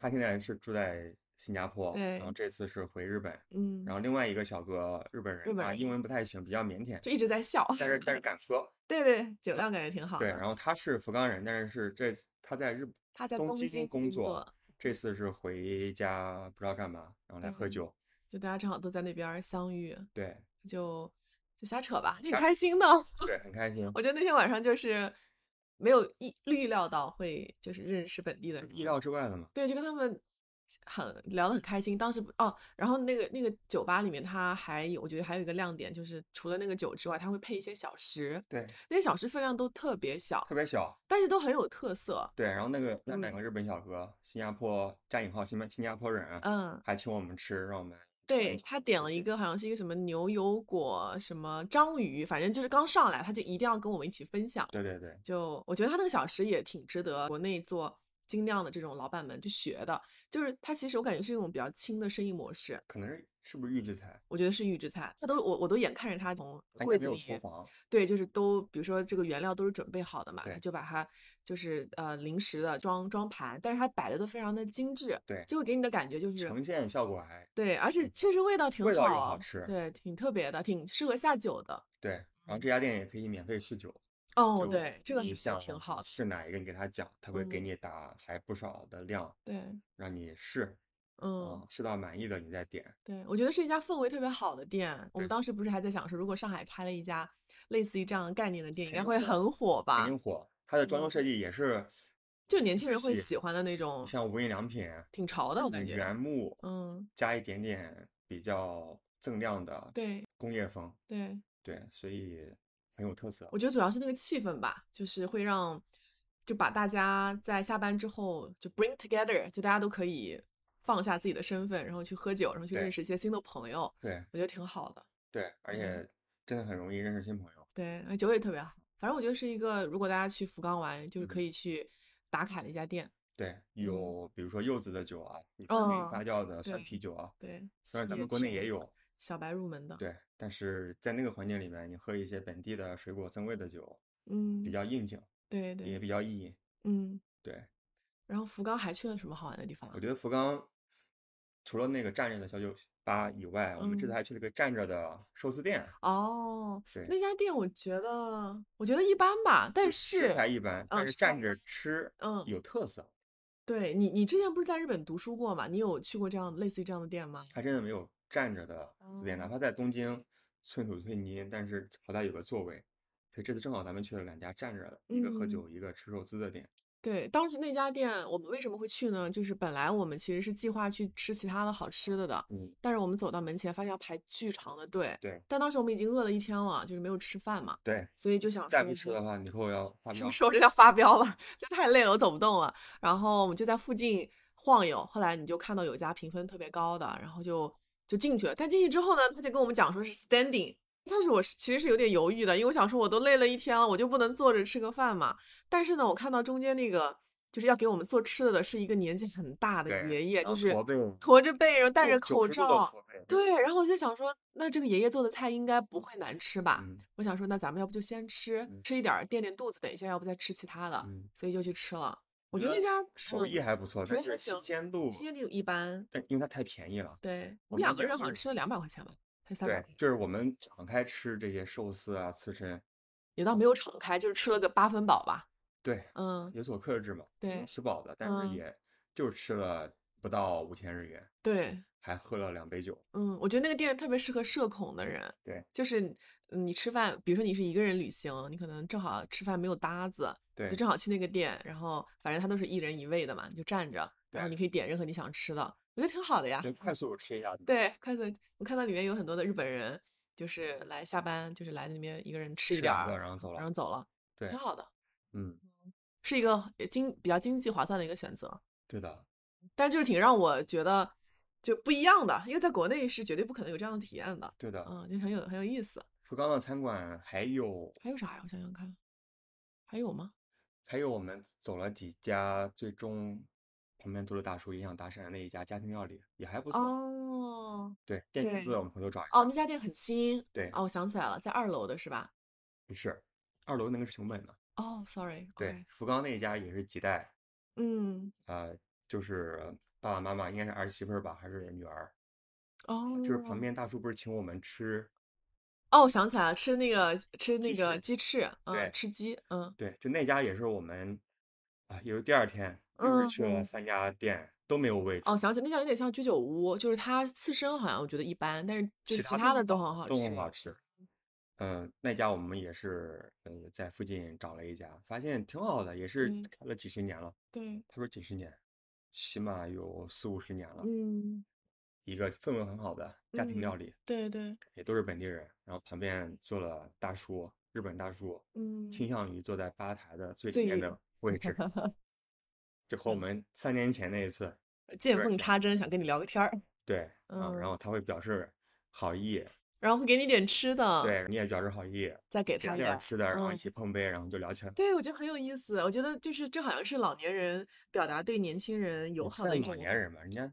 Speaker 1: 他现在是住在新加坡，然后
Speaker 2: 对
Speaker 1: 这次是回日本，
Speaker 2: 嗯，
Speaker 1: 然后另外一个小哥日本人，
Speaker 2: 日本
Speaker 1: 他
Speaker 2: 人
Speaker 1: 英文不太行，比较腼腆，
Speaker 2: 就一直在笑。
Speaker 1: 但是但是敢喝，
Speaker 2: 对对，酒量感觉挺好的。
Speaker 1: 对，然后他是福冈人，但是是这次他在日
Speaker 2: 他在
Speaker 1: 东
Speaker 2: 东
Speaker 1: 京
Speaker 2: 京
Speaker 1: 工
Speaker 2: 工
Speaker 1: 作
Speaker 2: 作
Speaker 1: 这次是回家不知道干嘛，然后来喝
Speaker 2: 嗯
Speaker 1: 酒，
Speaker 2: 就大家正好都在那边儿相遇，
Speaker 1: 对
Speaker 2: 就就瞎扯吧，挺
Speaker 1: 瞎
Speaker 2: 开心的。
Speaker 1: 对，很开心，
Speaker 2: 哦我觉得那天晚上就是没有意预料到会就是认识本地的人，
Speaker 1: 意料之外的嘛，
Speaker 2: 对，就跟他们很聊得很开心。当时不哦，然后那个那个酒吧里面，它还有我觉得还有一个亮点，就是除了那个酒之外，它会配一些小食，
Speaker 1: 对，
Speaker 2: 那些小食分量都特别小
Speaker 1: 特，别小，
Speaker 2: 但是都很有 特色。
Speaker 1: 对，然后那个那两
Speaker 2: 嗯
Speaker 1: 个日本小哥，新加坡加引号新加新加坡人，啊
Speaker 2: 嗯，
Speaker 1: 还请我们吃，让我们尝一
Speaker 2: 对他
Speaker 1: 尝
Speaker 2: 点
Speaker 1: 嗯就
Speaker 2: 了
Speaker 1: 是
Speaker 2: 一个好像是一个什么牛油果什么章鱼，反正就是刚上来他就一定要跟我们一起分享。
Speaker 1: 对对对，
Speaker 2: 就我觉得他那个小食也挺值得国内做精酿的这种老板们去学的，就是它其实我感觉是一种比较轻的生意模式，
Speaker 1: 可能是是不是预制菜？
Speaker 2: 我觉得是预制菜，他都我我都眼看着他从
Speaker 1: 他应该没
Speaker 2: 柜子
Speaker 1: 有
Speaker 2: 里
Speaker 1: 厨
Speaker 2: 面，
Speaker 1: 房，
Speaker 2: 对，就是都比如说这个原料都是准备好的嘛，他
Speaker 1: 对
Speaker 2: 就把它就是呃临时的装装盘，但是它摆的都非常的精致，
Speaker 1: 对
Speaker 2: 就会给你的感觉就是
Speaker 1: 呈现效果还
Speaker 2: 对，而且确实味道挺
Speaker 1: 味道也
Speaker 2: 好
Speaker 1: 好
Speaker 2: 啊
Speaker 1: 吃
Speaker 2: 对，挺特别的，挺适合下酒的。
Speaker 1: 对。然后这家店也可以免费试酒，
Speaker 2: 哦，
Speaker 1: 就
Speaker 2: 对，这个
Speaker 1: 你
Speaker 2: 还
Speaker 1: 想
Speaker 2: 挺好的。
Speaker 1: 是哪一个？你给他讲，他会给
Speaker 2: 嗯
Speaker 1: 你打还不少的量，
Speaker 2: 对，
Speaker 1: 让你试，
Speaker 2: 嗯
Speaker 1: 啊，，试到满意的你再点。
Speaker 2: 对，我觉得是一家氛围特别好的店。我们
Speaker 1: 对
Speaker 2: 当时不是还在想说，如果上海开了一家类似于这样的概念的店，应
Speaker 1: 肯
Speaker 2: 该
Speaker 1: 定
Speaker 2: 会
Speaker 1: 火
Speaker 2: 很火
Speaker 1: 肯
Speaker 2: 吧
Speaker 1: 定？火，它的装修
Speaker 2: 啊嗯
Speaker 1: 设计也是
Speaker 2: 就年轻人会
Speaker 1: 喜
Speaker 2: 喜欢的那种，
Speaker 1: 像无印良品，
Speaker 2: 挺潮的，我感
Speaker 1: 嗯
Speaker 2: 觉。
Speaker 1: 原木，
Speaker 2: 嗯，
Speaker 1: 加一点点比较锃亮的
Speaker 2: 对
Speaker 1: 工业风，
Speaker 2: 对，
Speaker 1: 对，所以很有特色
Speaker 2: 我。觉得主要是那个气氛吧，就是会让就把大家在下班之后就 bring together，就大家都可以放下自己的身份，然后去喝酒，然后去认
Speaker 1: 对
Speaker 2: 识一些新的朋友，
Speaker 1: 对
Speaker 2: 我觉得挺好的。
Speaker 1: 对，而
Speaker 2: 嗯
Speaker 1: 且真的很容易认识新朋友。
Speaker 2: 对，哎酒也特别好。反正我觉得是一个，如果大家去福冈玩，就是
Speaker 1: 嗯
Speaker 2: 可以去打卡的一家店。
Speaker 1: 对，有比如说柚子的酒啊，你看那个发
Speaker 2: 嗯
Speaker 1: 酵的酸
Speaker 2: 对
Speaker 1: 啤酒啊，
Speaker 2: 对，
Speaker 1: 虽然
Speaker 2: 是
Speaker 1: 咱
Speaker 2: 也
Speaker 1: 们国内
Speaker 2: 挺
Speaker 1: 也有，
Speaker 2: 小白入门的。，
Speaker 1: 对，但是在那个环境里面，你喝一些本地的水果增味的酒，
Speaker 2: 嗯，
Speaker 1: 比较应景，
Speaker 2: 对
Speaker 1: 也
Speaker 2: 对，
Speaker 1: 比较意义。
Speaker 2: 嗯。
Speaker 1: 对，
Speaker 2: 然后福冈还去了什么好玩的地方啊
Speaker 1: 我？觉得福冈除了那个站着的小酒吧以外，我们这次
Speaker 2: 嗯
Speaker 1: 还去了个站着的寿司店，
Speaker 2: 哦，
Speaker 1: 对
Speaker 2: 那家店我觉得我觉得一般吧，但
Speaker 1: 食
Speaker 2: 是
Speaker 1: 材一般，但
Speaker 2: 嗯
Speaker 1: 是
Speaker 2: 食材
Speaker 1: 站着吃
Speaker 2: 嗯
Speaker 1: 有特色，
Speaker 2: 对你，你之前不是在日本读书过嘛？你有去过这样类似于这样的店吗？
Speaker 1: 还真的没有站着的酒店，哪
Speaker 2: 哦
Speaker 1: 怕在东京寸土寸金，但是好歹有个座位。所以这次正好咱们去了两家站着的，一个喝
Speaker 2: 嗯
Speaker 1: 酒，一个吃寿司的店。
Speaker 2: 对，当时那家店我们为什么会去呢？就是本来我们其实是计划去吃其他的好吃的的，
Speaker 1: 嗯，
Speaker 2: 但是我们走到门前发现要排巨长的队。
Speaker 1: 对
Speaker 2: 但当时我们已经饿了一天了，就是没有吃饭嘛，
Speaker 1: 对，
Speaker 2: 所以就想
Speaker 1: 再
Speaker 2: 说
Speaker 1: 不吃 的话，你以后要发飙
Speaker 2: 不。说我这叫发飙了， 这太累了，我走不动了。然后我们就在附近晃悠，后来你就看到有一家评分特别高的，然后就就进去了。但进去之后呢，他就跟我们讲说是 standing。一开始我是其实是有点犹豫的，因为我想说我都累了一天了，我就不能坐着吃个饭嘛。但是呢，我看到中间那个就是要给我们做吃的的是一个年纪很大的
Speaker 1: 对，
Speaker 2: 爷爷，
Speaker 1: 然
Speaker 2: 就
Speaker 1: 后
Speaker 2: 是
Speaker 1: 驼背，
Speaker 2: 驼着背，然后戴
Speaker 1: 就
Speaker 2: 着口
Speaker 1: 90度的
Speaker 2: 罩。
Speaker 1: 驼背，
Speaker 2: 对，然后我就想说，那这个爷爷做的菜应该不会难吃吧？
Speaker 1: 嗯
Speaker 2: 我想说，那咱们要不就先吃
Speaker 1: 嗯
Speaker 2: 吃一点儿垫垫肚子，等一下要不再吃其他的，
Speaker 1: 嗯，
Speaker 2: 所以就去吃了。
Speaker 1: 我
Speaker 2: 我觉得那家
Speaker 1: 手艺
Speaker 2: 呃嗯
Speaker 1: 还不错，
Speaker 2: 手
Speaker 1: 但
Speaker 2: 艺
Speaker 1: 是
Speaker 2: 还行
Speaker 1: 新鲜度，
Speaker 2: 新鲜度一般。
Speaker 1: 但因为它太便宜了。
Speaker 2: 对我
Speaker 1: 我们
Speaker 2: 们两个
Speaker 1: 两个
Speaker 2: 人好像
Speaker 1: 人
Speaker 2: 吃了两百块钱吧，还三百
Speaker 1: 对
Speaker 2: 块，钱，
Speaker 1: 就是我们敞开吃这些寿司啊、刺身，
Speaker 2: 也倒没有敞开，就是吃了个八分饱吧。
Speaker 1: 对，
Speaker 2: 嗯，
Speaker 1: 有所克制嘛，
Speaker 2: 对
Speaker 1: 吃饱的，但是
Speaker 2: 嗯
Speaker 1: 也就吃了不到五千日元，
Speaker 2: 对，
Speaker 1: 还喝了两杯酒。
Speaker 2: 嗯，我觉得那个店特别适合社恐的人。
Speaker 1: 对，
Speaker 2: 就是你吃饭，比如说你是一个人旅行，你可能正好吃饭没有搭子，
Speaker 1: 对
Speaker 2: 就，正好去那个店，然后反正它都是一人一位的嘛，你就站着，然
Speaker 1: 对
Speaker 2: 后你可以点任何你想吃的，我觉得挺好的呀。
Speaker 1: 就快速吃一下。，
Speaker 2: 对，快速，我看到里面有很多的日本人，就是来下班，就是来那边一个人吃一点
Speaker 1: 两个
Speaker 2: 儿，
Speaker 1: 然后走
Speaker 2: 然
Speaker 1: 了
Speaker 2: 后。走了，
Speaker 1: 对
Speaker 2: 挺好的，
Speaker 1: 嗯，
Speaker 2: 是一个经比较经济划算的一个选择。
Speaker 1: 对的，
Speaker 2: 但就是挺让我觉得就不一样的，因为在国内是绝对不可能有这样的体验的。
Speaker 1: 对的。
Speaker 2: 嗯，就很有很有意思。
Speaker 1: 福冈的餐馆还有
Speaker 2: 还有啥呀？我想想看，还有吗？
Speaker 1: 还有我们走了几家，最终旁边坐着大叔也想搭讪的那一家家庭料理也还不错。
Speaker 2: 哦
Speaker 1: 对，店名字
Speaker 2: 对
Speaker 1: 我们回头找一下。
Speaker 2: 哦，那家店很新。
Speaker 1: 对
Speaker 2: 哦，我想起来了，在二楼的是吧？
Speaker 1: 不是，二楼那个是熊本的。
Speaker 2: 哦，sorry，
Speaker 1: 对
Speaker 2: OK，，
Speaker 1: 福冈那一家也是几代，
Speaker 2: 嗯，
Speaker 1: 呃，就是爸爸妈妈应该是儿媳妇儿吧，还是女儿？
Speaker 2: 哦，
Speaker 1: 就是旁边大叔不是请我们吃，
Speaker 2: 哦，我想起来了，吃那个吃那
Speaker 1: 鸡
Speaker 2: 个
Speaker 1: 翅
Speaker 2: 鸡翅，
Speaker 1: 对
Speaker 2: 嗯，吃鸡，嗯，
Speaker 1: 对，就那家也是我们啊，也是第二天，就是去了
Speaker 2: 嗯
Speaker 1: 三家店都没有位置
Speaker 2: 哦，，想起那家有点像居酒屋，就是它刺身好像我觉得一般，但是就是
Speaker 1: 他
Speaker 2: 他的都很好
Speaker 1: 都
Speaker 2: 吃
Speaker 1: 很。好吃。嗯，那家我们也是呃在附近找了一家，发现挺好的，也是
Speaker 2: 对
Speaker 1: 开了几十年了。
Speaker 2: 对，
Speaker 1: 他说几十年，起码有四五十年了，
Speaker 2: 嗯，
Speaker 1: 一个氛围很好的家庭料
Speaker 2: 嗯
Speaker 1: 理。
Speaker 2: 对对，
Speaker 1: 也都是本地人，然后旁边坐了大叔，日本大叔，
Speaker 2: 嗯，
Speaker 1: 倾向于坐在吧台的最
Speaker 2: 最嗯
Speaker 1: 里面
Speaker 2: 里
Speaker 1: 的位 置，就和我们三年前那一次，
Speaker 2: 见
Speaker 1: 有点
Speaker 2: 缝
Speaker 1: 像
Speaker 2: 插针，想跟你聊个天 儿，
Speaker 1: 对，啊，然
Speaker 2: 嗯
Speaker 1: 后他会表示好意，
Speaker 2: 然后会给你点吃的，，
Speaker 1: 对，你也表示好意，
Speaker 2: 再给
Speaker 1: 给他
Speaker 2: 啊他一
Speaker 1: 点
Speaker 2: 点
Speaker 1: 儿
Speaker 2: 儿
Speaker 1: 吃的，然后一
Speaker 2: 嗯
Speaker 1: 起碰杯，然后就聊起来。
Speaker 2: 对，我觉得很有意思。我觉得就是这好像是老年人表达对年轻人友
Speaker 1: 也不
Speaker 2: 好的
Speaker 1: 算
Speaker 2: 一
Speaker 1: 老
Speaker 2: 种，
Speaker 1: 年人嘛，人家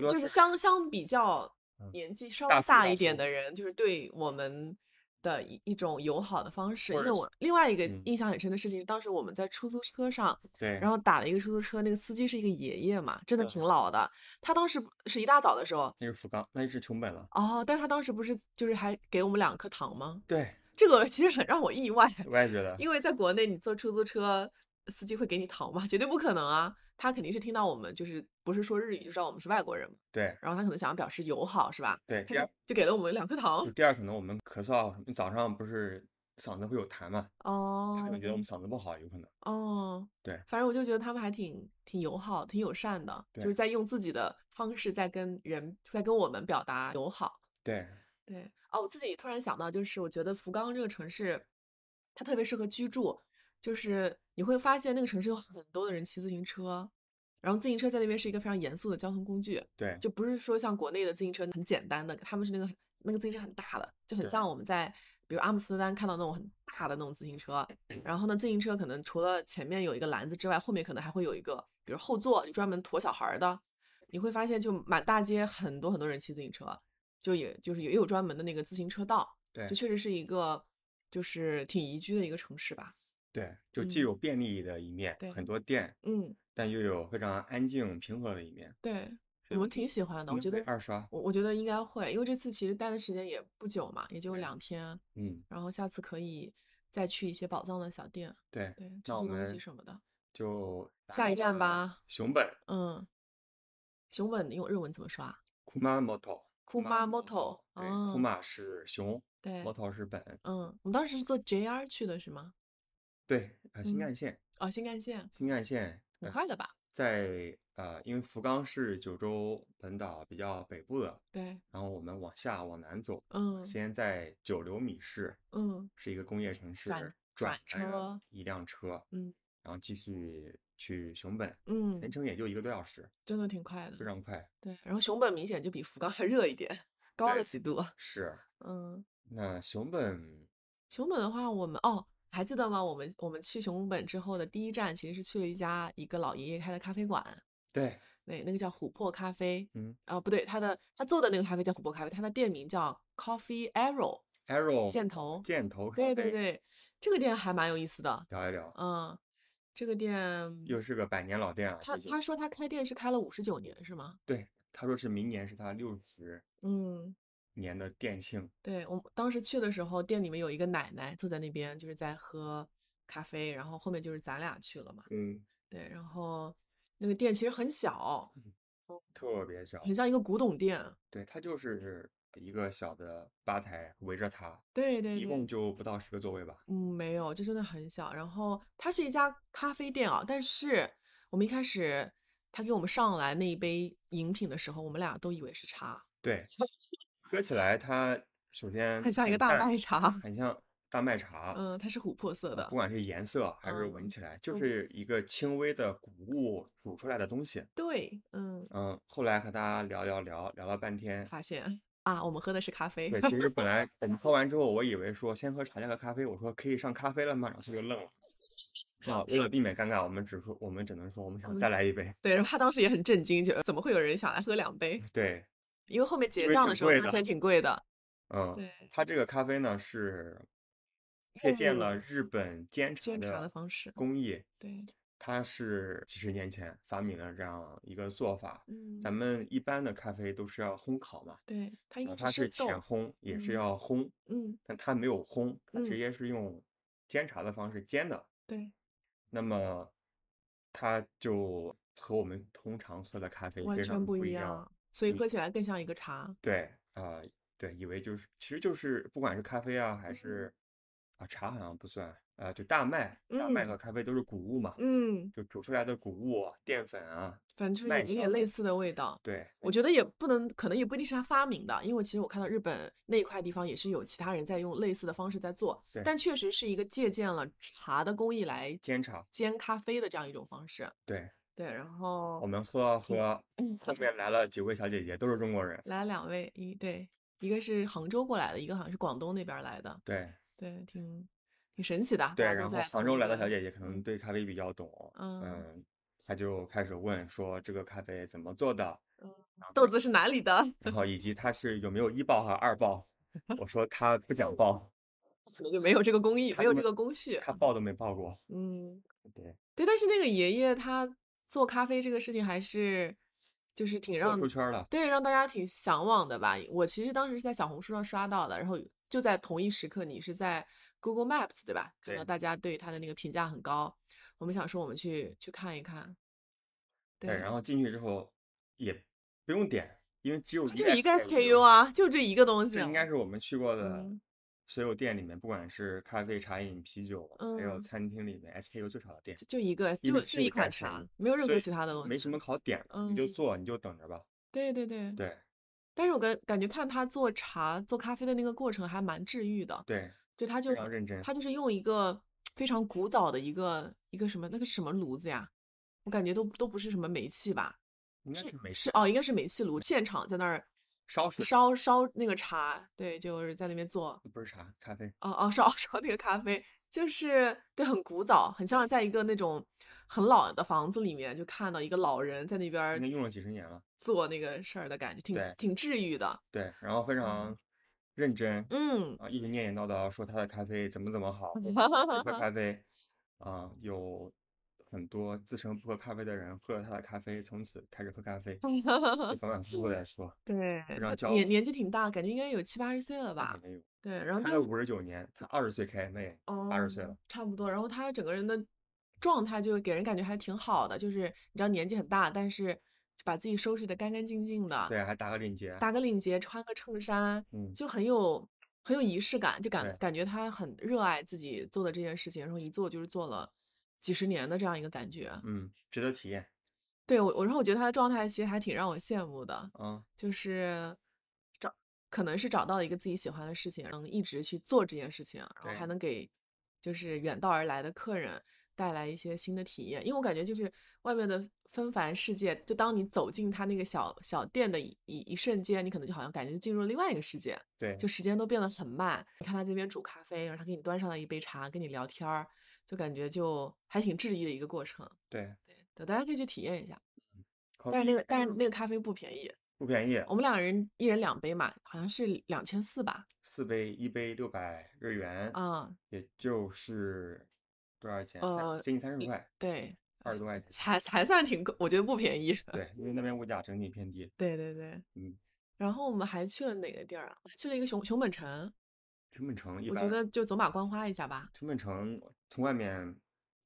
Speaker 1: 最多
Speaker 2: 就是相相比较
Speaker 1: 嗯
Speaker 2: 年纪稍
Speaker 1: 大
Speaker 2: 微
Speaker 1: 叔
Speaker 2: 大
Speaker 1: 大
Speaker 2: 一点
Speaker 1: 叔
Speaker 2: 的人，就是对我们的一一种友好的方式。
Speaker 1: 或
Speaker 2: 因为
Speaker 1: 者
Speaker 2: 我另外一个
Speaker 1: 嗯
Speaker 2: 印象很深的事情是，当时我们在出租车上，
Speaker 1: 对，
Speaker 2: 然后打了一个出租车，那个司机是一个爷爷嘛，真的
Speaker 1: 对
Speaker 2: 挺老的。他当时是一大早的时候，
Speaker 1: 那是福冈，那是熊本了，
Speaker 2: 哦，但他当时不是就是还给我们两颗糖吗？
Speaker 1: 对，
Speaker 2: 这个其实很让我意外。
Speaker 1: 我也觉得，
Speaker 2: 因为在国内，你坐出租车，司机会给你糖吗？绝 对不可能啊！他肯定是听到我们就是不是说日语，就知道我们是外国人嘛，
Speaker 1: 对
Speaker 2: 然后他可能想要表示友好，是吧？
Speaker 1: 对，
Speaker 2: 他
Speaker 1: 第
Speaker 2: 就
Speaker 1: 二
Speaker 2: 就给了我们两颗糖
Speaker 1: 就。第二可能我们咳嗽，什么早上不是嗓子会有痰嘛，他可
Speaker 2: 哦
Speaker 1: 能觉得我们嗓子不好，有可能。
Speaker 2: 哦，
Speaker 1: 嗯对
Speaker 2: 反正我就觉得他们还挺挺友好、挺友善的，就
Speaker 1: 对
Speaker 2: 是在用自己的方式在跟人、在跟我们表达友好。
Speaker 1: 对，
Speaker 2: 对，哦，我自己突然想到，就是我觉得福冈这个城市，它特别适合居住，就是你会发现那个城市有很多的人骑自行车，然后自行车在那边是一个非常严肃的交通工具，
Speaker 1: 对，
Speaker 2: 就不是说像国内的自行车很简单的，他们是那个那个自行车很大的，就很
Speaker 1: 对
Speaker 2: 像我们在比如阿姆斯特丹看到那种很大的那种自行车，然后呢，自行车可能除了前面有一个篮子之外，后面可能还会有一个，比如后座就专门驮小孩儿的，你会发现就满大街很多很多人骑自行车。就也就是也有专门的那个自行车道，
Speaker 1: 对
Speaker 2: 就确实是一个就是挺宜居的一个城市吧。
Speaker 1: 对，就既
Speaker 2: 嗯
Speaker 1: 有便利的一面，
Speaker 2: 对
Speaker 1: 很多店，
Speaker 2: 嗯，
Speaker 1: 但又有非常安静平和的一面。
Speaker 2: 对，
Speaker 1: 所以
Speaker 2: 我们挺喜欢
Speaker 1: 我
Speaker 2: 的，我
Speaker 1: 们
Speaker 2: 觉
Speaker 1: 会
Speaker 2: 得
Speaker 1: 二刷，
Speaker 2: 我我觉得应该会，因为这次其实待的时间也不久嘛，也就
Speaker 1: 对
Speaker 2: 两天，
Speaker 1: 嗯，
Speaker 2: 然后下次可以再去一些宝藏的小店，
Speaker 1: 对，
Speaker 2: 对，吃
Speaker 1: 那我
Speaker 2: 吃东西
Speaker 1: 们
Speaker 2: 什么的。
Speaker 1: 就来
Speaker 2: 下一站
Speaker 1: 个
Speaker 2: 吧，
Speaker 1: 熊本
Speaker 2: 嗯，熊本用日文怎么说啊？
Speaker 1: Kumamoto。
Speaker 2: Kumamoto，
Speaker 1: 对
Speaker 2: 哦
Speaker 1: ，Kuma 是熊
Speaker 2: 对，
Speaker 1: ，Moto 是本，
Speaker 2: 嗯，我们当时是坐 JR 去的是吗？
Speaker 1: 对，呃，新
Speaker 2: 嗯
Speaker 1: 干线，
Speaker 2: 哦，新干线，
Speaker 1: 新干线，
Speaker 2: 很
Speaker 1: 呃，
Speaker 2: 快的吧？
Speaker 1: 在呃，因为福冈是九州本岛比较北部的，
Speaker 2: 对，
Speaker 1: 然后我们往下往南走，
Speaker 2: 嗯
Speaker 1: 先在九流米市，
Speaker 2: 嗯，
Speaker 1: 是一个工业城市，
Speaker 2: 转
Speaker 1: 转了
Speaker 2: 转车
Speaker 1: 一辆车，
Speaker 2: 嗯，
Speaker 1: 然后继续去熊本，
Speaker 2: 嗯
Speaker 1: 全，程也就一个多小时，
Speaker 2: 真的挺快
Speaker 1: 非
Speaker 2: 的。
Speaker 1: 常快。
Speaker 2: 对，然后熊本明显就比福冈还热一点，高了
Speaker 1: 对
Speaker 2: 几度。
Speaker 1: 是，
Speaker 2: 嗯，
Speaker 1: 那熊本，
Speaker 2: 熊本的话，我们哦，还记得吗？我们我们去熊本之后的第一站，其实是去了一家一个老爷爷开的咖啡馆，
Speaker 1: 对，
Speaker 2: 对，那个叫琥珀咖啡。
Speaker 1: 嗯
Speaker 2: 啊、不对，他的他做的那个咖啡叫琥珀咖啡，他的店名叫 Coffee Arrow
Speaker 1: ，Arrow
Speaker 2: 箭头。
Speaker 1: 哦箭头咖
Speaker 2: 对对
Speaker 1: 啡，
Speaker 2: 对，这个店还蛮有意思的。
Speaker 1: 聊一聊，
Speaker 2: 嗯，这个店，
Speaker 1: 又是个百年老店啊，
Speaker 2: 他
Speaker 1: 已经
Speaker 2: 他说他开店是开了五十九年，是吗？
Speaker 1: 对，他说是明年是他六十
Speaker 2: 嗯，
Speaker 1: 年的店庆，
Speaker 2: 对，我们当时去的时候，店里面有一个奶奶坐在那边，就是在喝咖啡，然后后面就是咱俩去了嘛。
Speaker 1: 嗯，
Speaker 2: 对，然后那个店其实很小，
Speaker 1: 特别小，
Speaker 2: 很像一个古董店。
Speaker 1: 对，它就是一个小的吧台围着它，
Speaker 2: 对对
Speaker 1: 一
Speaker 2: 对
Speaker 1: 共，就不到十个座位吧，
Speaker 2: 嗯，没有，就真的很小。然后它是一家咖啡店啊，但是我们一开始他给我们上来那一杯饮品的时候，我们俩都以为是茶，
Speaker 1: 对，喝起来它首先
Speaker 2: 很像一个大
Speaker 1: 淡
Speaker 2: 麦 茶。
Speaker 1: 很像大麦茶，
Speaker 2: 嗯，它是琥珀色的
Speaker 1: 不。管是颜色还是闻
Speaker 2: 嗯
Speaker 1: 起来，就
Speaker 2: 嗯
Speaker 1: 是一个轻微的谷物煮出来的东西。
Speaker 2: 对，嗯，
Speaker 1: 嗯，后来和大家聊聊聊聊了半天，
Speaker 2: 发现啊，我们喝的是咖啡。
Speaker 1: 嗯对，其实本来我们喝完之后，我以为说先喝茶再喝咖啡，我说可以上咖啡了吗？然后他就愣了。啊，为了避免尴尬，我们只说我们只能说我们想
Speaker 2: 们
Speaker 1: 再来一杯。
Speaker 2: 对，然后他当时也很震惊，觉得怎么会有人想来喝两杯？
Speaker 1: 对，
Speaker 2: 因为后面
Speaker 1: 嗯因
Speaker 2: 结
Speaker 1: 为
Speaker 2: 账
Speaker 1: 挺
Speaker 2: 的时候
Speaker 1: 贵
Speaker 2: 发
Speaker 1: 的
Speaker 2: 现挺贵的。
Speaker 1: 嗯，
Speaker 2: 对，
Speaker 1: 它这个咖啡呢是借鉴了
Speaker 2: 用
Speaker 1: 日本煎茶
Speaker 2: 煎茶的
Speaker 1: 的
Speaker 2: 方式
Speaker 1: 工艺，
Speaker 2: 对，
Speaker 1: 它是几十年前发明了这样一个做法。
Speaker 2: 嗯，
Speaker 1: 咱们一般的咖啡都是要烘烤嘛，
Speaker 2: 对，它应
Speaker 1: 哪
Speaker 2: 该
Speaker 1: 怕是
Speaker 2: 生
Speaker 1: 浅
Speaker 2: 豆。
Speaker 1: 烘也是
Speaker 2: 嗯
Speaker 1: 要烘，
Speaker 2: 嗯，
Speaker 1: 但它没有烘，它直
Speaker 2: 嗯
Speaker 1: 接是用煎茶的方式煎的。
Speaker 2: 对，
Speaker 1: 那么它就和我们通常喝的咖啡
Speaker 2: 完
Speaker 1: 非
Speaker 2: 全
Speaker 1: 常
Speaker 2: 不
Speaker 1: 不
Speaker 2: 一
Speaker 1: 一嗯
Speaker 2: 样，所以
Speaker 1: 你
Speaker 2: 喝起来更像一个茶。
Speaker 1: 对啊、对，以为就是，其实就是不管是咖啡啊，还
Speaker 2: 嗯
Speaker 1: 是啊茶好像不算，呃，就大麦，大麦
Speaker 2: 嗯
Speaker 1: 和咖啡都是谷物嘛，
Speaker 2: 嗯，
Speaker 1: 就煮出来的谷物淀粉啊，
Speaker 2: 反正就是
Speaker 1: 麦
Speaker 2: 有有点
Speaker 1: 香
Speaker 2: 类似的味道。
Speaker 1: 对，
Speaker 2: 我觉得也不能，可能也不一定是他发明的，因为其实我看到日本那一块地方也是有其他人在用类似的方式在做
Speaker 1: 对，
Speaker 2: 但确实是一个借鉴了茶的工艺来
Speaker 1: 煎茶，
Speaker 2: 煎咖啡的这样一种方式。
Speaker 1: 对，
Speaker 2: 对，然
Speaker 1: 我
Speaker 2: 后
Speaker 1: 们喝
Speaker 2: 挺
Speaker 1: 喝，
Speaker 2: 嗯
Speaker 1: 后面来了几位小姐姐，都是中国人，
Speaker 2: 来了两位，一对，一个是杭州过来的，一个好像是广东那边儿来的，
Speaker 1: 对
Speaker 2: 对，挺挺神奇的，大
Speaker 1: 对，
Speaker 2: 家都
Speaker 1: 然后
Speaker 2: 在
Speaker 1: 杭
Speaker 2: 同
Speaker 1: 州
Speaker 2: 一
Speaker 1: 来的
Speaker 2: 个
Speaker 1: 小姐姐可能
Speaker 2: 嗯
Speaker 1: 对咖啡比较懂，
Speaker 2: 嗯，
Speaker 1: 嗯，她就开始问说这个咖啡怎么做的，
Speaker 2: 豆子是哪里的？
Speaker 1: 然后以及它是有没有一爆和二爆，我说它不讲爆，
Speaker 2: 可能就没有这个工艺，
Speaker 1: 他
Speaker 2: 没有
Speaker 1: 们
Speaker 2: 这个工序。
Speaker 1: 它爆都没爆过，
Speaker 2: 嗯，
Speaker 1: 对。
Speaker 2: 对，但是那个爷爷他做咖啡这个事情还是就是挺
Speaker 1: 走
Speaker 2: 让
Speaker 1: 出圈儿了。
Speaker 2: 对让大家挺向往的吧。我其实当时是在小红书上刷到的，然后就在同一时刻，你是在 Google Maps 对吧？看到
Speaker 1: 对
Speaker 2: 大家对他的那个评价很高，我们想说我们去去看一看。对，
Speaker 1: 对，然后进去之后也不用点，因为只有
Speaker 2: 它就一个 SKU
Speaker 1: SKU，
Speaker 2: 啊，就这一个东西
Speaker 1: 这
Speaker 2: 啊。
Speaker 1: 应该是我们去过的
Speaker 2: 嗯
Speaker 1: 所有店里面，不管是咖啡、茶饮、啤酒，还有
Speaker 2: 嗯
Speaker 1: 餐厅里面 SKU 最少的店，
Speaker 2: 就就一个，
Speaker 1: 因
Speaker 2: 就
Speaker 1: 为只
Speaker 2: 就
Speaker 1: 有
Speaker 2: 一
Speaker 1: 一个 SKU，
Speaker 2: 款茶，没有任
Speaker 1: 所
Speaker 2: 何
Speaker 1: 以
Speaker 2: 其他的东西。
Speaker 1: 没什么好点的，你就
Speaker 2: 嗯
Speaker 1: 坐，你就等着吧。
Speaker 2: 对对对。
Speaker 1: 对
Speaker 2: 但是我感感觉看他做茶、做咖啡的那个过程还蛮治愈的，
Speaker 1: 对，
Speaker 2: 就他就
Speaker 1: 非常
Speaker 2: 很
Speaker 1: 认真。
Speaker 2: 他就是用一个非常古早的一个一个什么那个是什么炉子呀？我感觉都都不是什么煤气吧，
Speaker 1: 应该是没
Speaker 2: 是哦，应该是煤气炉，现场在那儿
Speaker 1: 烧水，
Speaker 2: 烧烧那个茶，对，就是在那边做，
Speaker 1: 不是茶，咖啡。
Speaker 2: 哦哦，烧 烧那个咖啡，就是对，很古早，很像在一个那种很老的房子里面，就看到一个老人在那边
Speaker 1: 应
Speaker 2: 儿
Speaker 1: 该用了几十年了，
Speaker 2: 做那个事儿的感觉，挺
Speaker 1: 对
Speaker 2: 挺治愈的，
Speaker 1: 对，然后非常认真
Speaker 2: 嗯。
Speaker 1: 啊，一直念念叨叨说他的咖啡怎么怎么好，只
Speaker 2: 嗯
Speaker 1: 喝咖啡，啊、有很多自称不喝咖啡的人喝了他的咖啡，从此开始喝咖啡，
Speaker 2: 嗯
Speaker 1: 就反反复复的说，
Speaker 2: 对，
Speaker 1: 非常
Speaker 2: 他
Speaker 1: 骄傲
Speaker 2: 年年纪挺大，感觉应该有七八十岁了吧？
Speaker 1: 没有，
Speaker 2: 对，然后
Speaker 1: 开
Speaker 2: 他
Speaker 1: 了五十九年，他二十岁开，那也八十岁
Speaker 2: 哦
Speaker 1: 了，
Speaker 2: 差不多，然后他整个人的状态就给人感觉还挺好的，就是你知道年纪很大，但是把自己收拾得干干净净的，
Speaker 1: 对，还打个领结，
Speaker 2: 打个领结，穿个衬衫，
Speaker 1: 嗯，
Speaker 2: 就很有很有仪式感，就
Speaker 1: 对
Speaker 2: 感感觉他很热爱自己做的这件事情，然后一做就是做了几十年的这样一个感觉。
Speaker 1: 嗯，值得体验，
Speaker 2: 对我，我然后我觉得他的状态其实还挺让我羡慕的。
Speaker 1: 啊、
Speaker 2: 就是找，可能是找到了一个自己喜欢的事情，能一直去做这件事情，然后
Speaker 1: 对
Speaker 2: 还能给就是远道而来的客人带来一些新的体验。因为我感觉就是外面的纷繁世界，就当你走进他那个小小店的一一一瞬间，你可能就好像感觉进入了另外一个世界，
Speaker 1: 对，
Speaker 2: 就时间都变得很慢。你看他这边煮咖啡，然后他给你端上来一杯茶，跟你聊天儿，就感觉就还挺治愈的一个过程。
Speaker 1: 对，
Speaker 2: 对，大家可以去体验一下。
Speaker 1: 好
Speaker 2: 但是那个，但是那个哦咖啡不便宜。
Speaker 1: 不便宜，
Speaker 2: 我们两人一人两杯嘛，好像是两千四吧？
Speaker 1: 四杯一杯六百日元，
Speaker 2: 啊、
Speaker 1: 也就是多少钱？三
Speaker 2: 呃
Speaker 1: 接近三十块，
Speaker 2: 对，
Speaker 1: 二十多块钱，
Speaker 2: 才才算挺够，我觉得不便宜。
Speaker 1: 对，因为那边物价整体偏低，
Speaker 2: 对对对，
Speaker 1: 嗯，
Speaker 2: 然后我们还去了哪个地儿啊？去了一个熊熊本城，
Speaker 1: 成本城一
Speaker 2: 我
Speaker 1: 般。
Speaker 2: 觉得就走马观花一下吧。
Speaker 1: 成本城从外面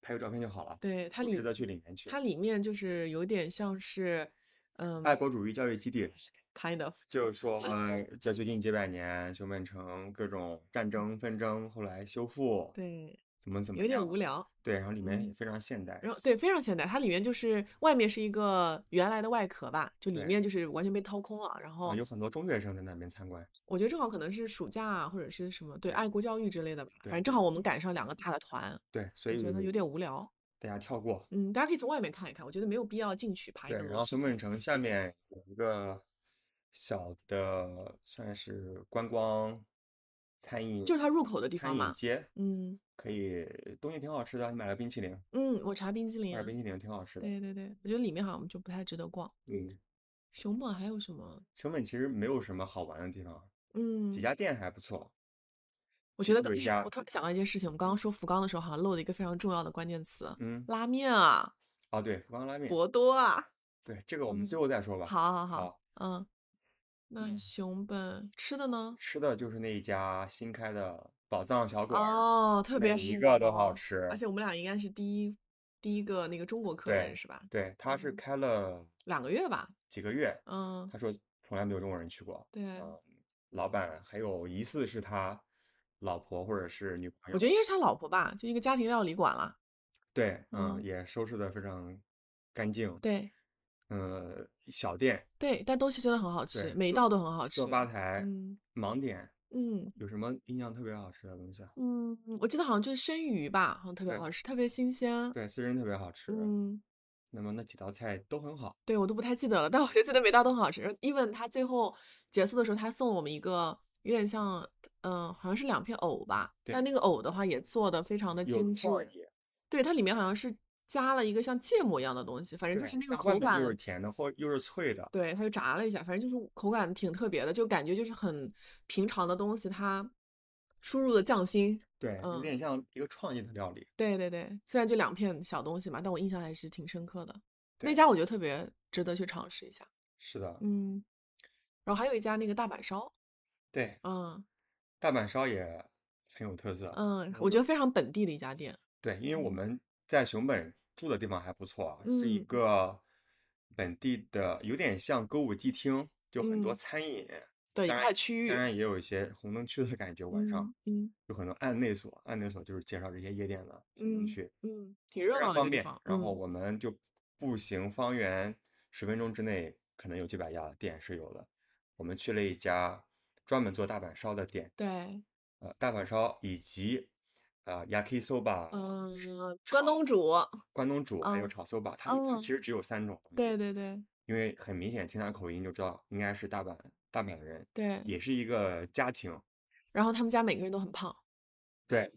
Speaker 1: 拍个照片就好了，
Speaker 2: 对，它
Speaker 1: 不
Speaker 2: 里
Speaker 1: 值得去里面去。
Speaker 2: 它里面就是有点像是，嗯
Speaker 1: 爱国主义教育基地，
Speaker 2: ，kind of，
Speaker 1: 就是说，呃，在最近几百年，熊本城各种战争纷争，后来修复，
Speaker 2: 对，
Speaker 1: 怎么怎么
Speaker 2: 有点
Speaker 1: 样
Speaker 2: 无聊。
Speaker 1: 对，然后里面
Speaker 2: 嗯
Speaker 1: 也非常现代，
Speaker 2: 然后对，非常现代，它里面就是外面是一个原来的外壳吧，就里
Speaker 1: 对
Speaker 2: 面就是完全被掏空了。然后
Speaker 1: 啊有很多中学生在那边参观，
Speaker 2: 我觉得正好可能是暑假啊或者是什么对爱国教育之类的吧，
Speaker 1: 对
Speaker 2: 反正正好我们赶上两个大的团，
Speaker 1: 对，所
Speaker 2: 我
Speaker 1: 以
Speaker 2: 觉得有点无聊。
Speaker 1: 大家跳过，
Speaker 2: 嗯，大家可以从外面看一看，我觉得没有必要进去爬一
Speaker 1: 对，
Speaker 2: 个
Speaker 1: 然
Speaker 2: 楼
Speaker 1: 后
Speaker 2: 梯
Speaker 1: 松。本城下面有一个小的算是观光餐饮，
Speaker 2: 就是它入口的地
Speaker 1: 餐
Speaker 2: 方
Speaker 1: 饮
Speaker 2: 嘛
Speaker 1: 街，
Speaker 2: 嗯
Speaker 1: 可以东西挺好吃的，买了冰淇淋，
Speaker 2: 嗯，我查冰激凌
Speaker 1: 买
Speaker 2: 啊
Speaker 1: 了，冰淇淋挺好吃的，
Speaker 2: 对对对，我觉得里面好像就不太值得逛。
Speaker 1: 嗯，
Speaker 2: 熊本还有什么？
Speaker 1: 成本其实没有什么好玩的地方，
Speaker 2: 嗯，
Speaker 1: 几家店还不错，
Speaker 2: 我觉得
Speaker 1: 有一
Speaker 2: 哎
Speaker 1: 家
Speaker 2: 我突然想到一件事情，我们刚刚说福冈的时候，好像漏了一个非常重要的关键词，
Speaker 1: 嗯，
Speaker 2: 拉面啊，
Speaker 1: 哦对，福冈拉面，
Speaker 2: 博多啊。
Speaker 1: 对，这个我们
Speaker 2: 嗯
Speaker 1: 最后再说吧，
Speaker 2: 好好
Speaker 1: 好
Speaker 2: 好，嗯，那
Speaker 1: 嗯
Speaker 2: 熊本吃的呢？
Speaker 1: 吃的就是那一家新开的宝藏小馆儿，
Speaker 2: 哦，特别
Speaker 1: 每一个都好
Speaker 2: 好，
Speaker 1: 吃，
Speaker 2: 而且我们俩应该是第一第一个那个中国客
Speaker 1: 对
Speaker 2: 人是吧？
Speaker 1: 对，他是
Speaker 2: 嗯
Speaker 1: 开了
Speaker 2: 两个月吧，
Speaker 1: 几个月，
Speaker 2: 嗯，
Speaker 1: 他说从来没有中国人去过。
Speaker 2: 对，
Speaker 1: 嗯，老板还有疑似是他老婆或者是女朋友。
Speaker 2: 我觉得应该是他老婆吧，就一个家庭料理馆啦。
Speaker 1: 对，嗯，
Speaker 2: 嗯
Speaker 1: 也收拾的非常干净。，
Speaker 2: 对
Speaker 1: 嗯，小店
Speaker 2: 对，但东西真的很好吃
Speaker 1: 对，
Speaker 2: 每一
Speaker 1: 坐
Speaker 2: 道都很好吃
Speaker 1: 坐。吧台，
Speaker 2: 嗯
Speaker 1: 盲点
Speaker 2: 嗯
Speaker 1: 有什么印象特别好吃的东西啊？
Speaker 2: 嗯，我记得好像就是生鱼吧，好像特别
Speaker 1: 对
Speaker 2: 好吃，特别新鲜。
Speaker 1: 对，私人特别好吃。
Speaker 2: 嗯，
Speaker 1: 那么那几道菜都很好。
Speaker 2: 对我都不太记得了，但我就记得每道都很好吃。然后 even 他最后结束的时候，他送了我们一个有点像，嗯、好像是两片藕吧，
Speaker 1: 对
Speaker 2: 但那个藕的话也做的非常的
Speaker 1: 有
Speaker 2: 精致。
Speaker 1: 创意，
Speaker 2: 对，它里面好像是加了一个像芥末一样的东西，反正就
Speaker 1: 对
Speaker 2: 是那个
Speaker 1: 它外
Speaker 2: 口
Speaker 1: 面
Speaker 2: 感
Speaker 1: 又，是甜的，或又是脆的。
Speaker 2: 对，他就炸了一下，反正就是口感挺特别的，就感觉就是很平常的东西，它输入了匠心。
Speaker 1: 对，有
Speaker 2: 嗯
Speaker 1: 点像一个创意的料理。
Speaker 2: 对对对，虽然就两片小东西嘛，但我印象还是挺深刻的。那
Speaker 1: 对
Speaker 2: 家我觉得特别值得去尝试一下。
Speaker 1: 是的，
Speaker 2: 嗯，然后还有一家那个大阪烧，
Speaker 1: 对，
Speaker 2: 嗯
Speaker 1: 大阪烧也很有特色。
Speaker 2: 嗯，我觉得非常本地的一家店。
Speaker 1: 对，因为我
Speaker 2: 嗯
Speaker 1: 们在熊本住的地方还不错啊，是一
Speaker 2: 嗯
Speaker 1: 个本地的，有点像歌舞伎町，就很多
Speaker 2: 嗯
Speaker 1: 餐饮，
Speaker 2: 对一
Speaker 1: 当
Speaker 2: 块
Speaker 1: 然
Speaker 2: 区域
Speaker 1: 当，然也有一些红灯区的感觉。晚上
Speaker 2: 嗯嗯
Speaker 1: 有很多暗内所，暗内所就是介绍这些夜店的红灯
Speaker 2: 嗯
Speaker 1: 区，
Speaker 2: 嗯，挺
Speaker 1: 非
Speaker 2: 热
Speaker 1: 常
Speaker 2: 闹
Speaker 1: 方
Speaker 2: 的一个地
Speaker 1: 便。
Speaker 2: 方。
Speaker 1: 然后
Speaker 2: 嗯
Speaker 1: 我们就步行方圆十分钟之内，可能有几百家店是有的。我们去了一家专门做大阪烧的店，
Speaker 2: 对，
Speaker 1: 呃，大阪烧以及呃 yakisoba
Speaker 2: 嗯，关东煮，
Speaker 1: 关东煮还有
Speaker 2: 嗯
Speaker 1: 炒搜吧，它它
Speaker 2: 嗯
Speaker 1: 其实只有三种东西。
Speaker 2: 对对对
Speaker 1: 因为很明显听他口音就知道应该是大阪大阪人，
Speaker 2: 对。
Speaker 1: 也是一个家庭。
Speaker 2: 然后他们家每个人都很胖，
Speaker 1: 对，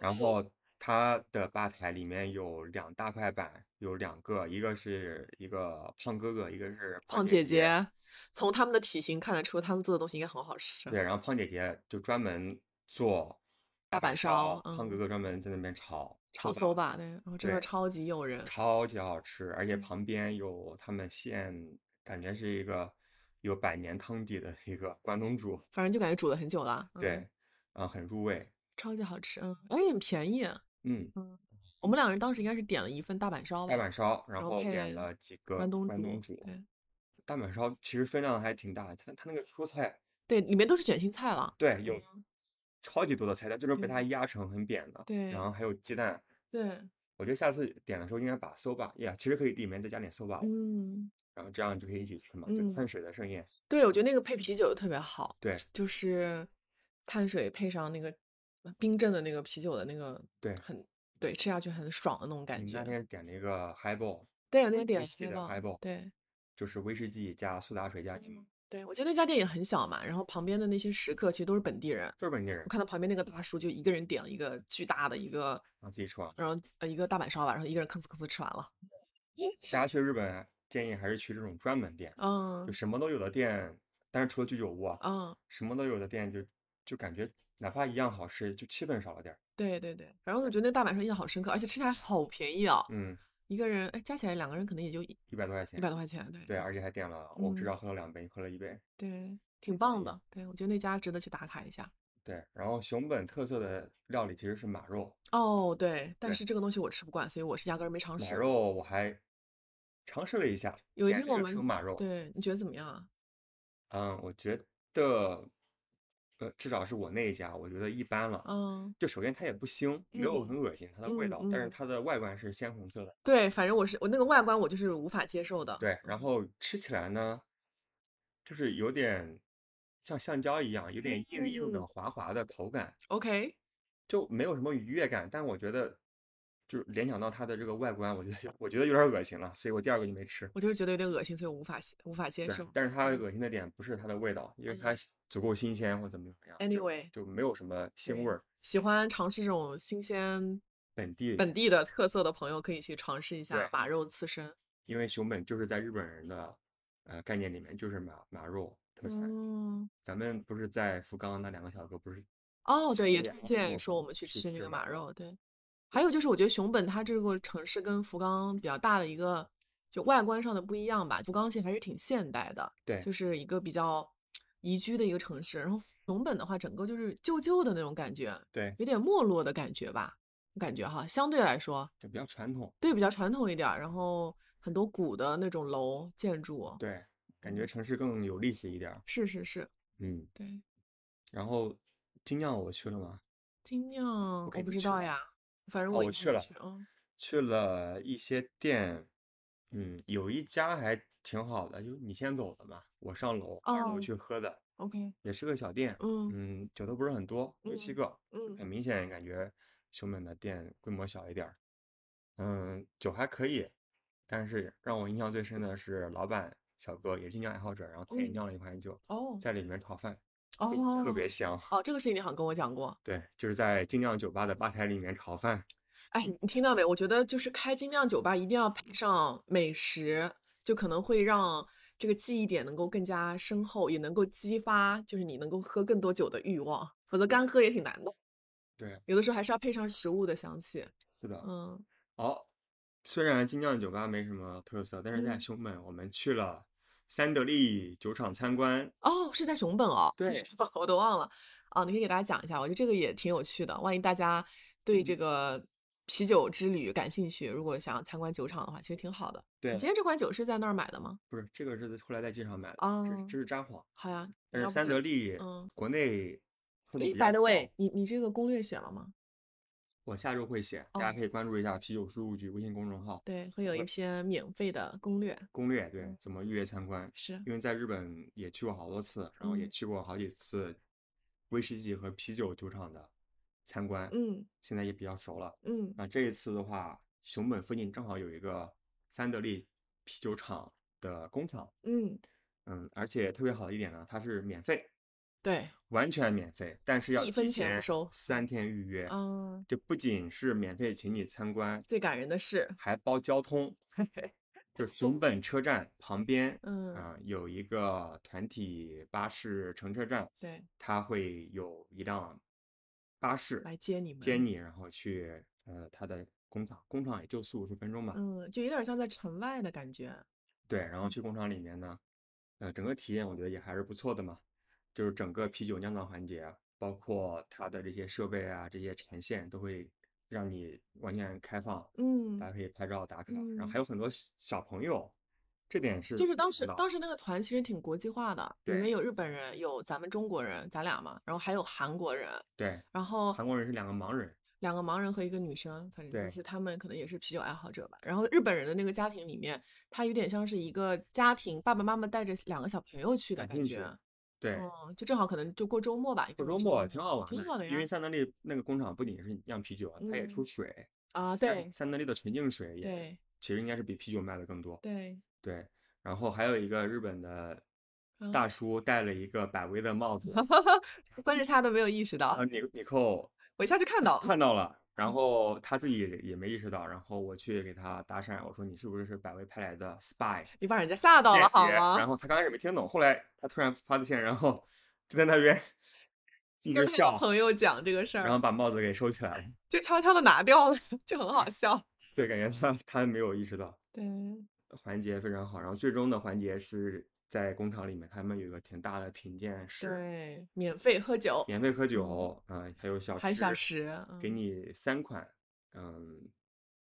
Speaker 1: 然后它的吧台里面有两大块板，有两个，一个是一个胖哥哥，一个是
Speaker 2: 胖
Speaker 1: 姐
Speaker 2: 姐姐，从他们的体型看得出他们做的东西应该很好吃。
Speaker 1: 对，然后胖姐姐就专门做
Speaker 2: 大阪烧
Speaker 1: 胖哥
Speaker 2: 嗯
Speaker 1: 哥专门在那边炒
Speaker 2: 炒
Speaker 1: 搜
Speaker 2: 搜
Speaker 1: 吧，
Speaker 2: 吧，对，然后真的
Speaker 1: 对
Speaker 2: 超级诱人。
Speaker 1: 超级好吃，而且
Speaker 2: 嗯
Speaker 1: 旁边有他们现，感觉是一个有百年汤底的一个关东煮，
Speaker 2: 反正就感觉煮了很久了，嗯，
Speaker 1: 对，啊，很入味，
Speaker 2: 超级好吃，嗯，而且很便宜。
Speaker 1: 嗯，
Speaker 2: 我们两人当时应该是点了一份大阪烧
Speaker 1: 大
Speaker 2: 吧，
Speaker 1: 阪烧，然
Speaker 2: 然后
Speaker 1: 后
Speaker 2: 配
Speaker 1: 点
Speaker 2: 了
Speaker 1: 了几个
Speaker 2: 关东
Speaker 1: 关东
Speaker 2: 煮，
Speaker 1: 煮，
Speaker 2: 对
Speaker 1: 大阪烧其实分量还挺大，它它那个蔬菜，
Speaker 2: 对，里面都是卷心菜了，
Speaker 1: 对，有超级多的菜，它就是被它
Speaker 2: 嗯
Speaker 1: 压成很扁的，
Speaker 2: 对
Speaker 1: 然后还有鸡蛋，
Speaker 2: 对，
Speaker 1: 我觉得下次点的时候应该把 soba 哎呀，其实可以里面再加点 soba，
Speaker 2: 嗯
Speaker 1: 然后这样就可以一起吃嘛，就
Speaker 2: 嗯
Speaker 1: 碳水的盛宴，
Speaker 2: 对，我觉得那个配啤酒特别好，
Speaker 1: 对
Speaker 2: 就是碳水配上那个冰镇的那个啤酒的那个，
Speaker 1: 对
Speaker 2: 很对，吃下去很爽的那种
Speaker 1: 你
Speaker 2: 感
Speaker 1: 们
Speaker 2: 觉
Speaker 1: 那。天点了一个 highball，
Speaker 2: 对，那个点
Speaker 1: 威士忌的 highball，
Speaker 2: 对
Speaker 1: 就是威士忌加苏打水加柠檬，
Speaker 2: 对，我记得那家店也很小嘛，然后旁边的那些食客其实都是本地人。
Speaker 1: 就是本地人
Speaker 2: 我，看到旁边那个大叔就一个人点了一个巨大的一个，
Speaker 1: 然后自己吃完。
Speaker 2: 然后呃一个大阪烧吧，然后一个人吭哧吭哧吃完了。
Speaker 1: 大家去日本啊建议还是去这种专门店，
Speaker 2: 嗯
Speaker 1: 就什么都有的店，但是除了居酒屋啊，
Speaker 2: 嗯，
Speaker 1: 什么都有的店就就感觉哪怕一样好吃，就气氛少了点儿。
Speaker 2: 对对对，然后我觉得那大阪烧印象好深刻，而且吃起来好便宜啊，
Speaker 1: 嗯，
Speaker 2: 一个人哎加起来两个人可能也就一
Speaker 1: 一百多块
Speaker 2: 一
Speaker 1: 钱
Speaker 2: 百。多块钱，对
Speaker 1: 对，而且还点了，我至
Speaker 2: 嗯
Speaker 1: 少喝了两杯，喝了一杯。
Speaker 2: 对，挺棒
Speaker 1: 以
Speaker 2: 的。对，我觉得那家值得去打卡一下。
Speaker 1: 对，然后熊本特色的料理其实是马肉，
Speaker 2: 哦，对，但
Speaker 1: 对
Speaker 2: 是这个东西我吃不惯，所以我哦是压根儿没尝
Speaker 1: 马
Speaker 2: 试。
Speaker 1: 肉我还尝试了一下，
Speaker 2: 有一
Speaker 1: 点
Speaker 2: 天
Speaker 1: 了
Speaker 2: 我
Speaker 1: 一个生
Speaker 2: 们
Speaker 1: 马肉。
Speaker 2: 对，你觉得怎么样啊？
Speaker 1: 嗯，我觉得，呃，至少是我那一家，我觉得一般了。
Speaker 2: 嗯，
Speaker 1: 就首先它也不腥，没有
Speaker 2: 嗯
Speaker 1: 很恶心，它的味
Speaker 2: 嗯
Speaker 1: 道，但是
Speaker 2: 嗯
Speaker 1: 它的外观是鲜红色的。
Speaker 2: 对，反正我是我那个外观我就是无法接受的。
Speaker 1: 对，然后吃起来呢，就是有点像橡胶一样，有点硬硬的、
Speaker 2: 嗯
Speaker 1: 滑滑的口感，
Speaker 2: OK，
Speaker 1: 就没有什么愉悦感。但我觉得，就是联想到它的这个外观，我觉得有我觉得有点恶心了，所以我第二个就没吃。
Speaker 2: 我就是觉得有点恶心，所以我无法接无法接
Speaker 1: 对
Speaker 2: 受，。
Speaker 1: 但是它恶心的点不是它的味道，因为它足够新鲜或怎么怎么样就
Speaker 2: 哎 Anyway，
Speaker 1: 就没有什么腥
Speaker 2: 对
Speaker 1: 味儿。
Speaker 2: 喜欢尝试这种新鲜
Speaker 1: 本地
Speaker 2: 本地的特色的朋友可以去尝试一下
Speaker 1: 对
Speaker 2: 马肉刺身。
Speaker 1: 因为熊本就是在日本人的呃概念里面就是马马肉特产。
Speaker 2: 嗯，
Speaker 1: 咱们不是在福冈那两个小哥不是
Speaker 2: 哦，对，也
Speaker 1: 对
Speaker 2: 推
Speaker 1: 我
Speaker 2: 荐
Speaker 1: 我
Speaker 2: 说我们去
Speaker 1: 去
Speaker 2: 吃那
Speaker 1: 吃
Speaker 2: 个
Speaker 1: 马
Speaker 2: 马
Speaker 1: 肉
Speaker 2: 肉。对，还有就是我觉得熊本它这个城市跟福冈比较大的一个就外观上的不一样吧，福冈其实还是挺现代的，
Speaker 1: 对
Speaker 2: 就是一个比较宜居的一个城市。然后熊本的话，整个就是旧旧的那种感觉，
Speaker 1: 对，
Speaker 2: 有点没落的感觉吧，我感觉哈，相对来说，
Speaker 1: 就比较传统，
Speaker 2: 对比较传统一点儿，然后很多古的那种楼建筑，
Speaker 1: 对，感觉城市更有历史一点儿。
Speaker 2: 是是是，
Speaker 1: 嗯，
Speaker 2: 对。
Speaker 1: 然后金酿我去了吗？
Speaker 2: 精酿我
Speaker 1: 肯
Speaker 2: 不
Speaker 1: 定
Speaker 2: 知
Speaker 1: 去
Speaker 2: 道
Speaker 1: 了
Speaker 2: 呀，反正
Speaker 1: 哦
Speaker 2: 我
Speaker 1: 我
Speaker 2: 一
Speaker 1: 去
Speaker 2: 般
Speaker 1: 了
Speaker 2: 不去，嗯，
Speaker 1: 去了一些店，嗯，有一家还挺好的，就你先走的嘛，我上楼二楼
Speaker 2: 哦
Speaker 1: 去喝的，
Speaker 2: OK，
Speaker 1: 也是个小店，
Speaker 2: 嗯
Speaker 1: 嗯，酒都不是很多，六七个，
Speaker 2: 嗯
Speaker 1: 很明显感觉熊本的店规模小一点儿，嗯，酒还可以，但是让我印象最深的是老板小哥也是酿爱好者，然后他也
Speaker 2: 嗯
Speaker 1: 酿了一款酒，
Speaker 2: 哦
Speaker 1: 在里面炒饭，就
Speaker 2: 哦，
Speaker 1: 特别香。
Speaker 2: 哦，这个事情你好像跟我讲过，
Speaker 1: 对，就是在精酿酒吧的吧台里面炒饭，
Speaker 2: 哎，你听到没？我觉得就是开精酿酒吧一定要配上美食，就可能会让这个记忆点能够更加深厚，也能够激发就是你能够喝更多酒的欲望，否则干喝也挺难的，
Speaker 1: 对，
Speaker 2: 有的时候还是要配上食物的香气，
Speaker 1: 是的，
Speaker 2: 嗯
Speaker 1: 哦，虽然精酿酒吧没什么特色，但是在
Speaker 2: 嗯
Speaker 1: 熊本我们去了三得利酒厂参观。
Speaker 2: 哦，是在熊本哦，
Speaker 1: 对，
Speaker 2: 我都忘了啊，你可以给大家讲一下，我觉得这个也挺有趣的。万一大家对
Speaker 1: 嗯
Speaker 2: 这个啤酒之旅感兴趣，如果想要参观酒厂的话，其实挺好的。
Speaker 1: 对
Speaker 2: 你今天这款酒是在那儿买的吗？
Speaker 1: 不是这个是后来在机场买的，这是
Speaker 2: 哦
Speaker 1: 这是札幌，
Speaker 2: 好呀，
Speaker 1: 但
Speaker 2: 要
Speaker 1: 是
Speaker 2: 不
Speaker 1: 呃三
Speaker 2: 讲
Speaker 1: 得利
Speaker 2: 嗯
Speaker 1: 国内喝的
Speaker 2: 诶
Speaker 1: 比较
Speaker 2: ，by the
Speaker 1: 少
Speaker 2: way，你你这个攻略写了吗？
Speaker 1: 我下周会写，大家
Speaker 2: 哦
Speaker 1: 可以关注一下啤酒事务局微信公众号
Speaker 2: 对，会有一篇免费的攻略，
Speaker 1: 攻略，对
Speaker 2: 嗯，
Speaker 1: 怎么预约参观。
Speaker 2: 是，
Speaker 1: 因为在日本也去过好多次，然后也
Speaker 2: 嗯
Speaker 1: 去过好几次威士忌和啤酒酒厂的参观，
Speaker 2: 嗯
Speaker 1: 现在也比较熟了。
Speaker 2: 嗯
Speaker 1: 那这一次的话，熊本附近正好有一个三得利啤酒厂的工厂，
Speaker 2: 嗯，
Speaker 1: 嗯，而且特别好的一点呢，它是免费，
Speaker 2: 对，
Speaker 1: 完全免费，但是要
Speaker 2: 一分
Speaker 1: 提
Speaker 2: 钱不
Speaker 1: 前
Speaker 2: 收
Speaker 1: 三天预约。
Speaker 2: 嗯，
Speaker 1: 就不仅是免费请你参观，
Speaker 2: 最感人的 是，
Speaker 1: 还包交通，就熊本车站旁边，
Speaker 2: 哦嗯，
Speaker 1: 啊、有一个团体巴士乘车站，
Speaker 2: 对，
Speaker 1: 它会有一辆巴士
Speaker 2: 来接你
Speaker 1: 接
Speaker 2: 们
Speaker 1: 你，然后去呃它的工厂，工厂也就四五十分钟吧，
Speaker 2: 嗯，就有点像在城外的感觉，
Speaker 1: 对，然后
Speaker 2: 嗯
Speaker 1: 去工厂里面呢，呃，整个体验我觉得也还是不错的嘛，就是整个啤酒酿造环节，包括它的这些设备啊，这些产线都会让你完全开放，
Speaker 2: 嗯
Speaker 1: 大家可以拍照打卡，然后
Speaker 2: 嗯
Speaker 1: 还有很多小小朋友，这点是
Speaker 2: 就是
Speaker 1: 没
Speaker 2: 当
Speaker 1: 想
Speaker 2: 时
Speaker 1: 到
Speaker 2: 当时那个团其实挺国际化的，里面
Speaker 1: 对
Speaker 2: 有日本人，有咱们中国人，咱俩嘛，然后还有韩国人，
Speaker 1: 对，
Speaker 2: 然后
Speaker 1: 韩国人是两个盲人，
Speaker 2: 两个盲人和一个女生，反正
Speaker 1: 对
Speaker 2: 就是他们可能也是啤酒爱好者吧。然后日本人的那个家庭里面，他有点像是一个家庭，爸爸妈妈带着两个小朋友去的
Speaker 1: 感
Speaker 2: 感
Speaker 1: 兴趣
Speaker 2: 觉，
Speaker 1: 对，
Speaker 2: 嗯，就正好可能就过周末吧，也
Speaker 1: 过周
Speaker 2: 不用是
Speaker 1: 末
Speaker 2: 嗯
Speaker 1: 挺好玩
Speaker 2: 挺好的
Speaker 1: 因为
Speaker 2: 呀，
Speaker 1: 三得利那个工厂不仅是酿啤酒啊，它也出
Speaker 2: 嗯
Speaker 1: 水，
Speaker 2: 啊，
Speaker 1: 三
Speaker 2: 对
Speaker 1: 三得利的纯净水也
Speaker 2: 对
Speaker 1: 其实应该是比啤酒卖的更多。
Speaker 2: 对，
Speaker 1: 对，然后还有一个日本的
Speaker 2: 嗯，
Speaker 1: 大叔戴了一个百威的 帽子，
Speaker 2: 关键是他都没有意识到
Speaker 1: 呃，，你你扣
Speaker 2: 我一下就看到了，
Speaker 1: 看到了，然后他自己也没意识到，然后我去给他搭讪，我说你是不是是百威派来的 spy
Speaker 2: 你把人家吓到
Speaker 1: 间
Speaker 2: 了好
Speaker 1: 谍？然
Speaker 2: 吗？
Speaker 1: 后他刚开始没听懂，后来他突然发自现，然后就在那 边一
Speaker 2: 跟
Speaker 1: 直
Speaker 2: 他的
Speaker 1: 笑，
Speaker 2: 朋友讲这个事
Speaker 1: 然
Speaker 2: 儿
Speaker 1: 后，把帽子给收起来了。
Speaker 2: 就悄悄的拿 掉了，就很好笑。
Speaker 1: 对，感觉他他没有意识到呃
Speaker 2: 对，
Speaker 1: 环节非常好，然后最终的环节是在工厂里面，他们有一个挺大的品鉴室，
Speaker 2: 对，免费喝酒，
Speaker 1: 免费喝酒，嗯、还有小
Speaker 2: 还有小
Speaker 1: 吃。
Speaker 2: 时，
Speaker 1: 给
Speaker 2: 嗯，
Speaker 1: 你三款，嗯，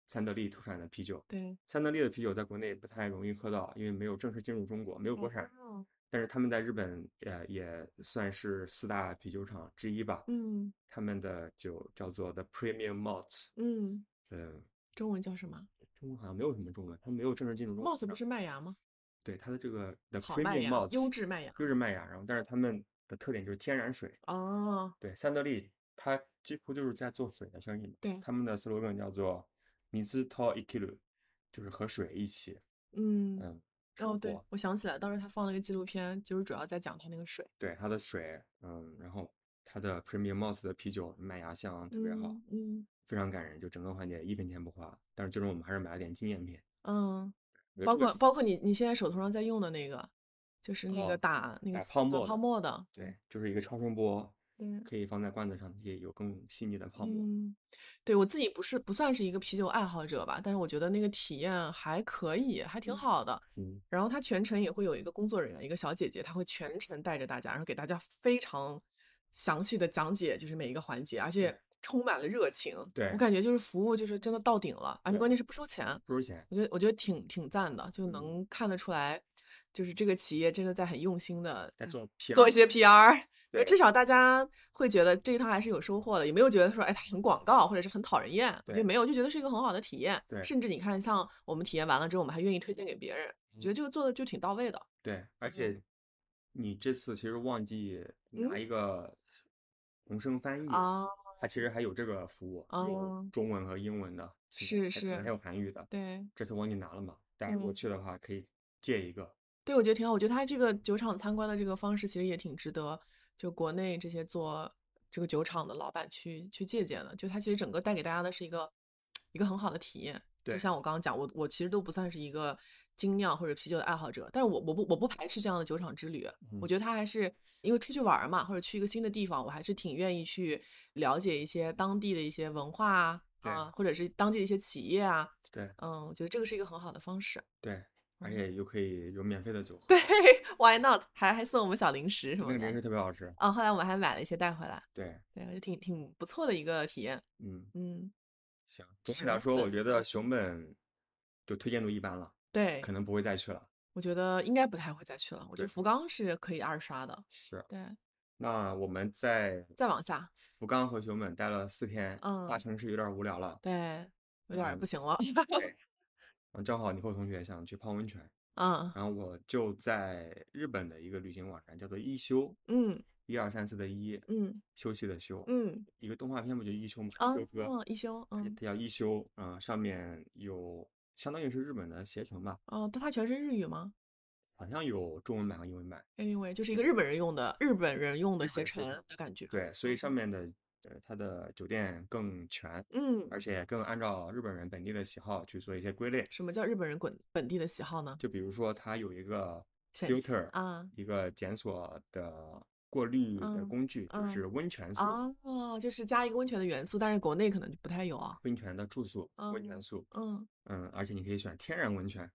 Speaker 1: 三得利特产的啤酒。
Speaker 2: 对，
Speaker 1: 三得利的啤酒在国内不太容易喝到，因为没有正式进入中国，没有国产。
Speaker 2: 哦
Speaker 1: 但是他们在日本呃也算是四大啤酒厂之一吧，
Speaker 2: 嗯
Speaker 1: 他们的酒叫做 The Premium Malt，
Speaker 2: 嗯，
Speaker 1: 嗯，
Speaker 2: 中文叫什么
Speaker 1: 中文好像没有什么中文，它没有正式进入中国市
Speaker 2: ？malt
Speaker 1: 场。
Speaker 2: 不是麦芽吗？
Speaker 1: 对它的这个 The
Speaker 2: 好麦
Speaker 1: Premium
Speaker 2: 芽，
Speaker 1: Malt，
Speaker 2: 优质麦芽。
Speaker 1: 优质麦芽，然后但是他们的特点就是天然水，
Speaker 2: 哦，
Speaker 1: 对，三得利它几乎就是在做水的生意嘛。
Speaker 2: 对
Speaker 1: 他们的 slogan 叫做 “mizu to ikiru”，就是和水一起，
Speaker 2: 嗯，
Speaker 1: 嗯，
Speaker 2: 哦，
Speaker 1: 生
Speaker 2: 对
Speaker 1: 活，
Speaker 2: 我想起来，当时他放了一个纪录片，就是主要在讲他那个水。
Speaker 1: 对它的水，嗯，然后它的 premium malt 的啤酒麦芽香特别好，
Speaker 2: 嗯
Speaker 1: 非常感人，就整个环节一分钱不花。但是最终我们还是买了点纪念品，
Speaker 2: 嗯，
Speaker 1: 我觉得
Speaker 2: 包
Speaker 1: 这个
Speaker 2: 括
Speaker 1: 是
Speaker 2: 包括你你现在手头上在用的那个，就是那个
Speaker 1: 哦
Speaker 2: 打、那个
Speaker 1: 打
Speaker 2: 瓷
Speaker 1: 泡
Speaker 2: 打
Speaker 1: 沫
Speaker 2: 泡
Speaker 1: 的
Speaker 2: 沫的，
Speaker 1: 对，就是一个超声波，
Speaker 2: 对，
Speaker 1: 可以放在罐子上，也有更细腻的泡沫。
Speaker 2: 嗯，对我自己不是不算是一个啤酒爱好者吧，但是我觉得那个体验还可以，还挺好的。
Speaker 1: 嗯，
Speaker 2: 然后他全程也会有一个工作人员，一个小姐姐，她会全程带着大家，然后给大家非常详细的讲解，就是每一个环节，而且
Speaker 1: 对
Speaker 2: 充满了热情。
Speaker 1: 对
Speaker 2: 我感觉就是服务就是真的到顶了，而且
Speaker 1: 对
Speaker 2: 关键是不收钱，
Speaker 1: 不收钱，
Speaker 2: 我觉得我觉得挺挺赞的，就
Speaker 1: 嗯
Speaker 2: 能看得出来，就是这个企业真的在很用心的
Speaker 1: 再做 PR
Speaker 2: 做一 些 PR，因
Speaker 1: 对
Speaker 2: 为至少大家会觉得这一趟还是有收获的，也没有觉得说哎它很广告或者是很讨人厌，我觉得
Speaker 1: 对
Speaker 2: 没有，就觉得是一个很好的体验。
Speaker 1: 对
Speaker 2: 甚至你看，像我们体验完了之后，我们还愿意推荐给别人，
Speaker 1: 嗯
Speaker 2: 觉得这个做的就挺到位的。
Speaker 1: 对，而且你这次其实忘记拿
Speaker 2: 嗯
Speaker 1: 一个同声翻译，
Speaker 2: 啊，
Speaker 1: 它其实还有这个服务，有
Speaker 2: 哦
Speaker 1: 中文和英文的，其实
Speaker 2: 是
Speaker 1: 还可能
Speaker 2: 是
Speaker 1: 还有韩语的。
Speaker 2: 对
Speaker 1: 这次忘记拿了嘛，但是如果
Speaker 2: 嗯
Speaker 1: 去的话可以借一个。
Speaker 2: 对，我觉得挺好。我觉得他这个酒厂参观的这个方式其实也挺值得，就国内这些做这个酒厂的老板去去借鉴的。就他其实整个带给大家的是一个一个很好的体验。就
Speaker 1: 对
Speaker 2: 像我刚刚讲，我我其实都不算是一个精酿或者啤酒的爱好者，但是我我不我不排斥这样的酒厂之旅。
Speaker 1: 嗯
Speaker 2: 我觉得他还是因为出去玩儿嘛，或者去一个新的地方，我还是挺愿意去了解一些当地的一些文化啊，
Speaker 1: 对
Speaker 2: 啊或者是当地的一些企业啊。
Speaker 1: 对
Speaker 2: 嗯，我觉得这个是一个很好的方式。
Speaker 1: 对，而
Speaker 2: 嗯
Speaker 1: 且又可以有免费的酒喝，
Speaker 2: 对，Why not？还还送我们小零食什
Speaker 1: 那
Speaker 2: 么
Speaker 1: 个零食
Speaker 2: 的。
Speaker 1: 特别好吃。
Speaker 2: 啊、后来我们还买了一些带回来，
Speaker 1: 对，
Speaker 2: 对，我觉得挺挺不错的一个体验。
Speaker 1: 嗯，
Speaker 2: 嗯，啊
Speaker 1: 行。总体
Speaker 2: 熊
Speaker 1: 来说，我
Speaker 2: 本
Speaker 1: 觉得熊本就推荐度一般了，
Speaker 2: 对
Speaker 1: 可，能不会再去了。
Speaker 2: 我觉得应该不太会再去了。我觉
Speaker 1: 对
Speaker 2: 得福冈是可以二刷的。
Speaker 1: 是，
Speaker 2: 对，
Speaker 1: 那我们在
Speaker 2: 再往下，
Speaker 1: 福冈和熊本待了四天，大
Speaker 2: 嗯
Speaker 1: 城市有点无聊了。
Speaker 2: 对，有点儿不
Speaker 1: 嗯
Speaker 2: 行了。
Speaker 1: 嗯，正好你后同学想去泡温泉，
Speaker 2: 嗯
Speaker 1: 然后我就在日本的一个旅行网站叫做一休，
Speaker 2: 嗯
Speaker 1: 一二三四的一，
Speaker 2: 嗯
Speaker 1: 休息的休，
Speaker 2: 嗯
Speaker 1: 一个动画片不就一休吗？
Speaker 2: 啊，
Speaker 1: 休哥，
Speaker 2: 一休，
Speaker 1: 它
Speaker 2: 嗯
Speaker 1: 它叫一休，啊，上面有相当于是日本的携程吧，
Speaker 2: 哦，但它全是日语吗
Speaker 1: 好像有中文版和英文版。
Speaker 2: ？Anyway，就是一个
Speaker 1: 对
Speaker 2: 日本人用的日本人用的
Speaker 1: 日
Speaker 2: 携
Speaker 1: 本
Speaker 2: 程
Speaker 1: 携程
Speaker 2: 的感觉。
Speaker 1: 对，所以上面的呃，它的酒店更全，
Speaker 2: 嗯，
Speaker 1: 而且更按照日本人本地的喜好去做一些归类。
Speaker 2: 什么叫日本人本本地的喜好呢？
Speaker 1: 就比如说，它有一个
Speaker 2: 选项
Speaker 1: filter，
Speaker 2: 啊
Speaker 1: 一个检索的过滤的
Speaker 2: 嗯
Speaker 1: 工具，就
Speaker 2: 嗯
Speaker 1: 是温泉宿、
Speaker 2: 哦，就是加一个温泉的元素，但是国内可能就不太有啊。
Speaker 1: 温泉的住宿、温泉
Speaker 2: 嗯
Speaker 1: 宿。
Speaker 2: 嗯，
Speaker 1: 嗯，而且你可以选天然温泉，